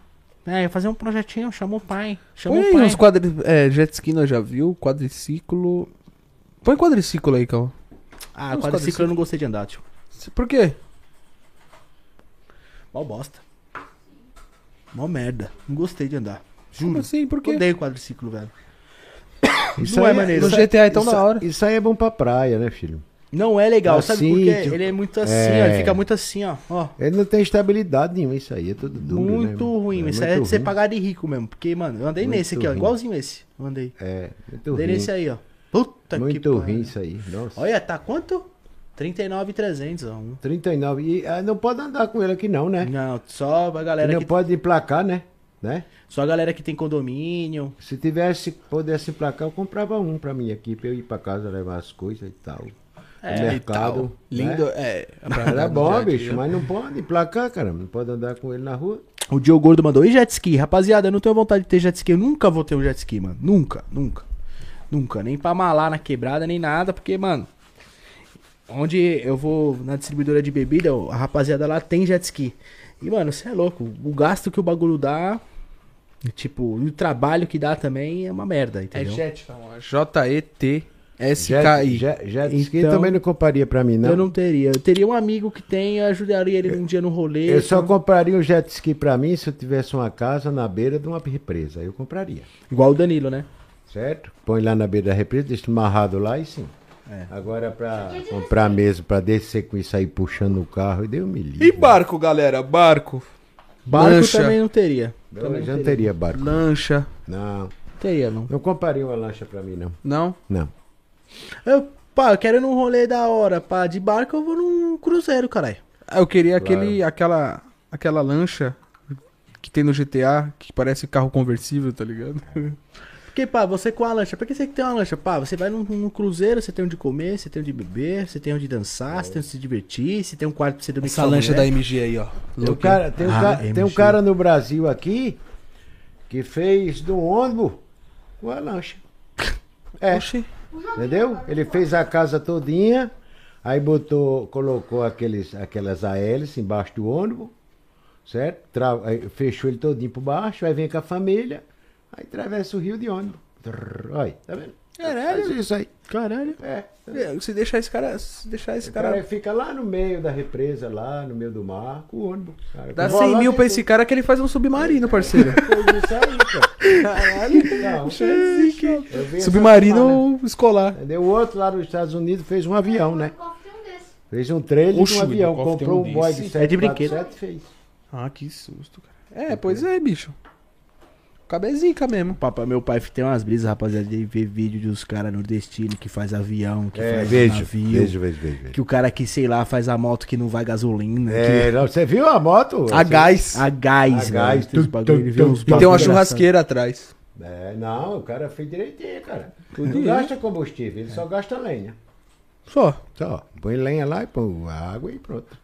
B: É, fazer um projetinho, chama o pai. Chama
A: Põe
B: o
A: aí
B: pai.
A: uns quadri... É, jet ski nós já viu, quadriciclo... Põe quadriciclo aí, Cal.
B: Ah,
A: uns
B: quadriciclo eu não gostei de andar, tio.
A: Por quê?
B: Mó bosta. Mó merda. Não gostei de andar. Juro.
A: Como assim? Por quê?
B: Odeio quadriciclo, velho.
E: Isso
B: Não é
E: aí
B: maneiro.
E: isso
A: No GTA é tão
E: isso-
A: da hora.
E: Isso aí é bom pra praia, né, filho?
B: Não é legal,
E: Ah,
B: sabe
E: sim,
B: por quê?
E: tipo,
B: Ele é muito assim,
E: é.
B: ó. Ele fica muito assim, ó. ó
E: Ele não tem estabilidade nenhuma, isso aí é tudo duro. né,
B: muito
E: mano?
B: ruim.
E: É
B: Isso aí
E: muito
B: é de você
E: ruim.
B: pagar de rico mesmo. Porque, mano, eu andei
E: Muito
B: nesse aqui, ó.
E: ruim.
B: Igualzinho esse. Eu andei.
E: É, muito
B: Andei
E: ruim.
B: nesse aí, ó. Puta que
E: muito ruim
B: pariu.
E: isso aí. Nossa.
B: tá Olha, tá quanto? 39,300, ó. Um.
E: 39. E ah, não pode andar com ele aqui, não,
A: É.
E: né?
B: Não, só a galera
E: Ele
B: que...
E: não pode emplacar, né? né?
B: Só a galera que tem condomínio.
E: Se tivesse, pudesse emplacar, eu comprava um pra mim aqui, pra eu ir pra casa levar as coisas e tal. É,
A: E tal. Lindo, é.
E: Era bom, bicho, mas não pode emplacar, cara. Não pode andar com ele na rua.
B: O Diogo Gordo mandou, e jet ski? Rapaziada, eu não tenho vontade de ter jet ski. Eu nunca vou ter um jet ski, mano. Nunca, nunca. Nunca. Nem pra malar na quebrada, nem nada, porque, mano. Onde eu vou na distribuidora de bebida, a rapaziada lá tem jet ski. E, mano, você é louco. O gasto que o bagulho dá, tipo, e o trabalho que dá também é uma merda,
A: É
B: entendeu?
A: jet, então. J-E-T-S-K-I.
E: Jet, jet, jet ski
B: Então-
E: também não compraria pra mim,
B: Eu não teria. Eu teria um amigo que tem, eu ajudaria ele num dia no rolê.
E: Eu É, só compraria um jet ski pra mim se eu tivesse uma casa na beira de uma represa. Aí eu compraria,
B: Igual o Danilo, né?
E: certo? Põe lá na beira da represa, deixa amarrado lá e sim.
A: É.
E: Agora pra comprar mesmo, pra descer com isso aí puxando o carro, e deu me livre.
A: E barco, galera? Barco.
B: Barco
A: Lancha.
B: também não teria.
E: Eu
B: Também
E: já
B: não
E: não
B: teria.
E: teria barco.
A: Lancha.
E: Não,
B: Teria, não.
E: não compraria uma lancha pra mim, não.
A: Não?
E: Não.
B: Eu Pá, eu quero ir num rolê da hora, pá, de barco eu vou num cruzeiro, caralho.
A: Ah, Eu queria aquele, aquela, aquela lancha que tem no GTA, que parece carro conversível, tá ligado?
B: Porque, pá, você com a lancha, pra que você que tem uma lancha? Pá, você vai num, num cruzeiro, você tem onde comer, você tem onde beber, você tem onde dançar, você tem onde se divertir, você tem um quarto pra você dormir
A: Essa
B: com sua
A: lancha da
B: mulher.
A: MG aí, ó.
E: Tem, um
A: Louca.
E: cara, tem, um
B: Ah,
E: ca-
B: MG.
E: tem um cara no Brasil aqui que fez do ônibus uma lancha. É,
A: Oxi.
E: entendeu? Ele fez a casa todinha, aí botou, colocou aqueles, aquelas ALs embaixo do ônibus, certo? Tra- aí fechou ele todinho por baixo, aí vem com a família, aí atravessa o rio de ônibus. Trrr, Olha, tá vendo?
A: Caralho.
E: Faz isso aí.
B: Caralho.
E: É.
A: É, Se deixar esse cara. Se deixar esse
E: O cara,
A: cara.
E: fica lá no meio da represa, lá no meio do mar, com o ônibus. Cara,
A: Dá 100 mil pra esse cara que ele faz um submarino, parceiro.
E: Caralho, não. Eu vi essa semana.
A: Submarino escolar.
E: Entendeu? O outro lá nos Estados Unidos fez um avião, né?
C: Confia um desse.
E: Fez um trailer de
A: Oxe,
E: um avião.
A: Dudikoff tem
E: Comprou
A: um
E: um boy de
A: desse.
E: 7,
B: É de brinquedo.
E: fez.
A: Ah, que susto, cara. É, pois é, bicho. Cabezica mesmo.
B: Papai, meu pai tem umas brisas, rapaziada, de ver vídeo dos caras nordestinos que faz avião, que
E: É,
B: faz navio.
E: vejo, vejo.
B: Que o cara que, sei lá, faz a moto que não vai gasolina. que-
E: É, não, você viu a moto?
A: A gás.
B: A gás,
E: A
B: mano.
E: gás,
B: Tem uns
E: tum,
B: bagulho, ele
E: tum,
B: vê uns
E: tum.
A: E tem uma
B: bagulho
A: churrasqueira atrás.
E: É, não, o cara fez direitinho, cara.
A: Tudo
E: Não gasta combustível, ele só gasta lenha.
A: Só.
E: Só, põe lenha lá e põe água e pronto.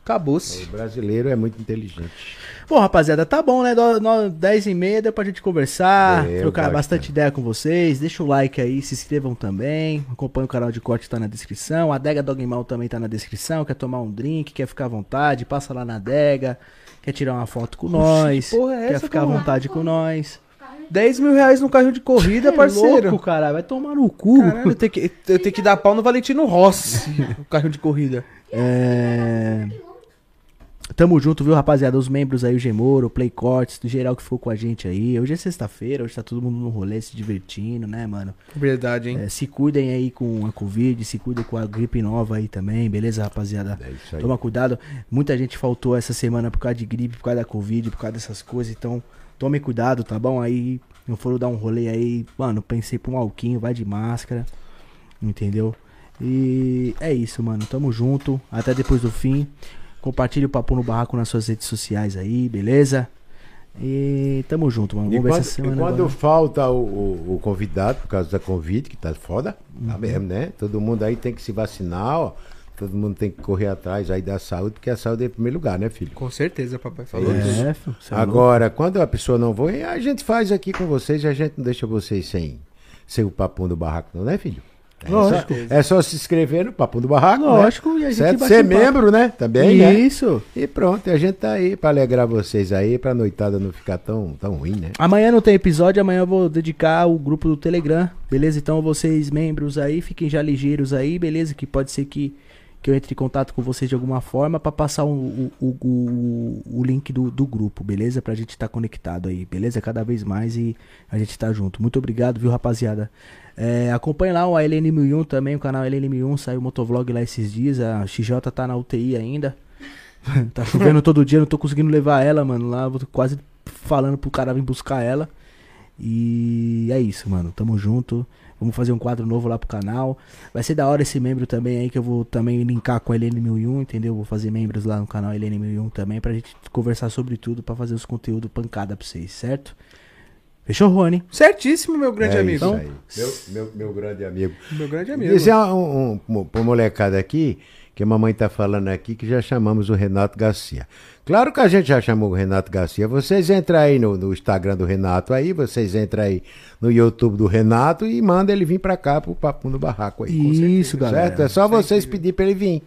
E: O
A: Acabou-se.
E: brasileiro é muito inteligente.
B: engraçado. Bom, rapaziada, tá bom, né? Nó- nó- 10 e meia deu pra gente conversar,
E: Deu,
B: trocar
E: bacana.
B: bastante ideia com vocês. Deixa o like aí, se inscrevam também. Acompanhe o canal de corte, tá na descrição. A adega Dogmal também tá na descrição. Quer tomar um drink, quer ficar à vontade, passa lá na adega. Quer tirar uma foto com nós.
A: que porra é
B: quer
A: essa,
B: ficar à
A: cara?
B: vontade com nós.
A: 10 mil reais no carrinho de corrida,
B: É
A: parceiro.
B: louco, cara. Vai tomar no cu.
A: Caralho, eu tenho, que, eu tenho que dar pau no Valentino Rossi, o carrinho de corrida.
B: É... Tamo junto, viu, rapaziada? Os membros aí, o Gemoro, o Play Cortes, do geral que ficou com a gente aí. Hoje é sexta-feira, hoje tá todo mundo no rolê se divertindo, né, mano?
A: Verdade, hein?
B: É, se cuidem aí com a Covid, se cuidem com a gripe nova aí também, beleza, rapaziada?
E: É isso aí.
B: Toma cuidado. Muita gente faltou essa semana por causa de gripe, por causa da Covid, por causa dessas coisas. Então, tome cuidado, tá bom? Aí, não foram dar um rolê aí, mano, pensei pra um alquinho, vai de máscara. Entendeu? E é isso, mano. Tamo junto. Até depois do fim. Compartilha o Papo no Barraco nas suas redes sociais aí, beleza? E tamo junto, mano.
E: E
B: Vamos ver
E: quando,
B: essa semana
E: e quando
B: agora.
E: falta o, o- o convidado, por causa da Covid, que tá foda,
B: Uhum.
E: tá mesmo, né? Todo mundo aí tem que se vacinar, ó. Todo mundo tem que correr atrás aí da saúde, porque a saúde é em primeiro lugar, né, filho?
A: Com certeza, papai. Falou
E: É.
A: tudo.
B: É, filho, você é louco.
E: Agora, quando a pessoa não vai, a gente faz aqui com vocês, a gente não deixa vocês sem, sem o papum do barraco, não, né, filho? É
A: Lógico.
E: só, é só se inscrever no Papum do Barraco.
B: Lógico,
E: né?
B: e a gente
E: certo?
B: bate
E: Ser
B: um papo.
E: membro, né? Também, né?
B: Isso.
E: E pronto, a gente tá aí pra alegrar vocês aí, pra noitada não ficar tão, tão ruim, né?
B: Amanhã não tem episódio, amanhã eu vou dedicar o grupo do Telegram, beleza? Então vocês, membros aí, fiquem já ligeiros aí, beleza? Que pode ser que, que eu entre em contato com vocês de alguma forma pra passar o, o, o, o- o link do, do grupo, beleza? Pra gente estar conectado aí, beleza? Cada vez mais e a gente tá junto. Muito obrigado, viu, rapaziada? É, acompanhe lá o ALN1001 também, o canal ALN1001, saiu o motovlog lá esses dias, a XJ tá na UTI ainda. tá chovendo todo dia, não tô conseguindo levar ela, mano. Lá eu tô quase falando pro cara vir buscar ela. E é isso, mano. Tamo junto. Vamos fazer um quadro novo lá pro canal. Vai ser da hora esse membro também aí, que eu vou também linkar com a Helene 1001, entendeu? Vou fazer membros lá no canal Helene 1001 também, pra gente conversar sobre tudo, pra fazer os conteúdos pancada pra vocês, certo? Fechou, Rony?
A: Certíssimo, meu grande
E: é
A: amigo. Então,
E: Isso aí. Meu, meu, meu grande amigo.
A: Meu grande amigo.
E: Dizer um, um, um, pro molecada aqui, que a mamãe tá falando aqui, que já chamamos o Renato Garcia. Claro que a gente já chamou o Renato Garcia. Vocês entram aí no, no Instagram do Renato aí, vocês entram aí no YouTube do Renato e manda ele vir pra cá pro Papo no Barraco aí.
B: Isso, galera.
E: Certo? É só vocês pedir pra ele vir.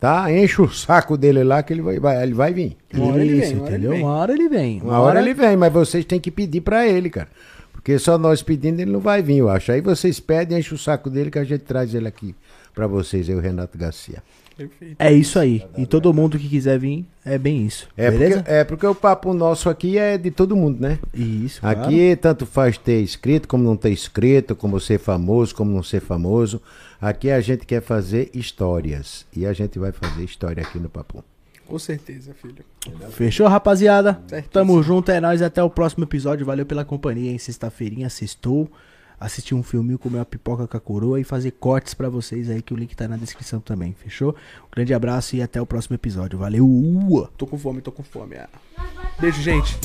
E: Tá? Enche o saco dele lá que ele vai, vai- ele vai vir.
A: Uma hora ele vem,
B: Isso,
A: uma hora ele
B: entendeu?
A: vem.
B: Uma hora ele vem.
E: Uma hora ele vem, mas vocês têm que pedir pra ele, cara. Porque só nós pedindo ele não vai vir, eu acho. Aí vocês pedem, enche o saco dele que a gente traz ele aqui pra vocês, eu, Renato Garcia.
A: Perfeito.
B: É isso aí. E todo mundo que quiser vir, é bem isso.
E: É
B: beleza?
E: porque, é porque o papo nosso aqui é de todo mundo, né?
B: Isso, claro.
E: Aqui tanto faz ter inscrito como não ter inscrito, como ser famoso, como não ser famoso. Aqui a gente quer fazer histórias. E a gente vai fazer história aqui no Papo.
A: Com certeza, filho.
B: Fechou, rapaziada?
A: Certíssimo.
B: Tamo junto, é nóis. Até o próximo episódio. Valeu pela companhia, hein? Sexta-feirinha, sextou. assistir um filminho, comer uma pipoca com a coroa e fazer cortes pra vocês aí, que o link tá na descrição também, fechou? Um grande abraço e até o próximo episódio. Valeu!
A: Tô com fome, tô com fome. ah. Beijo, gente.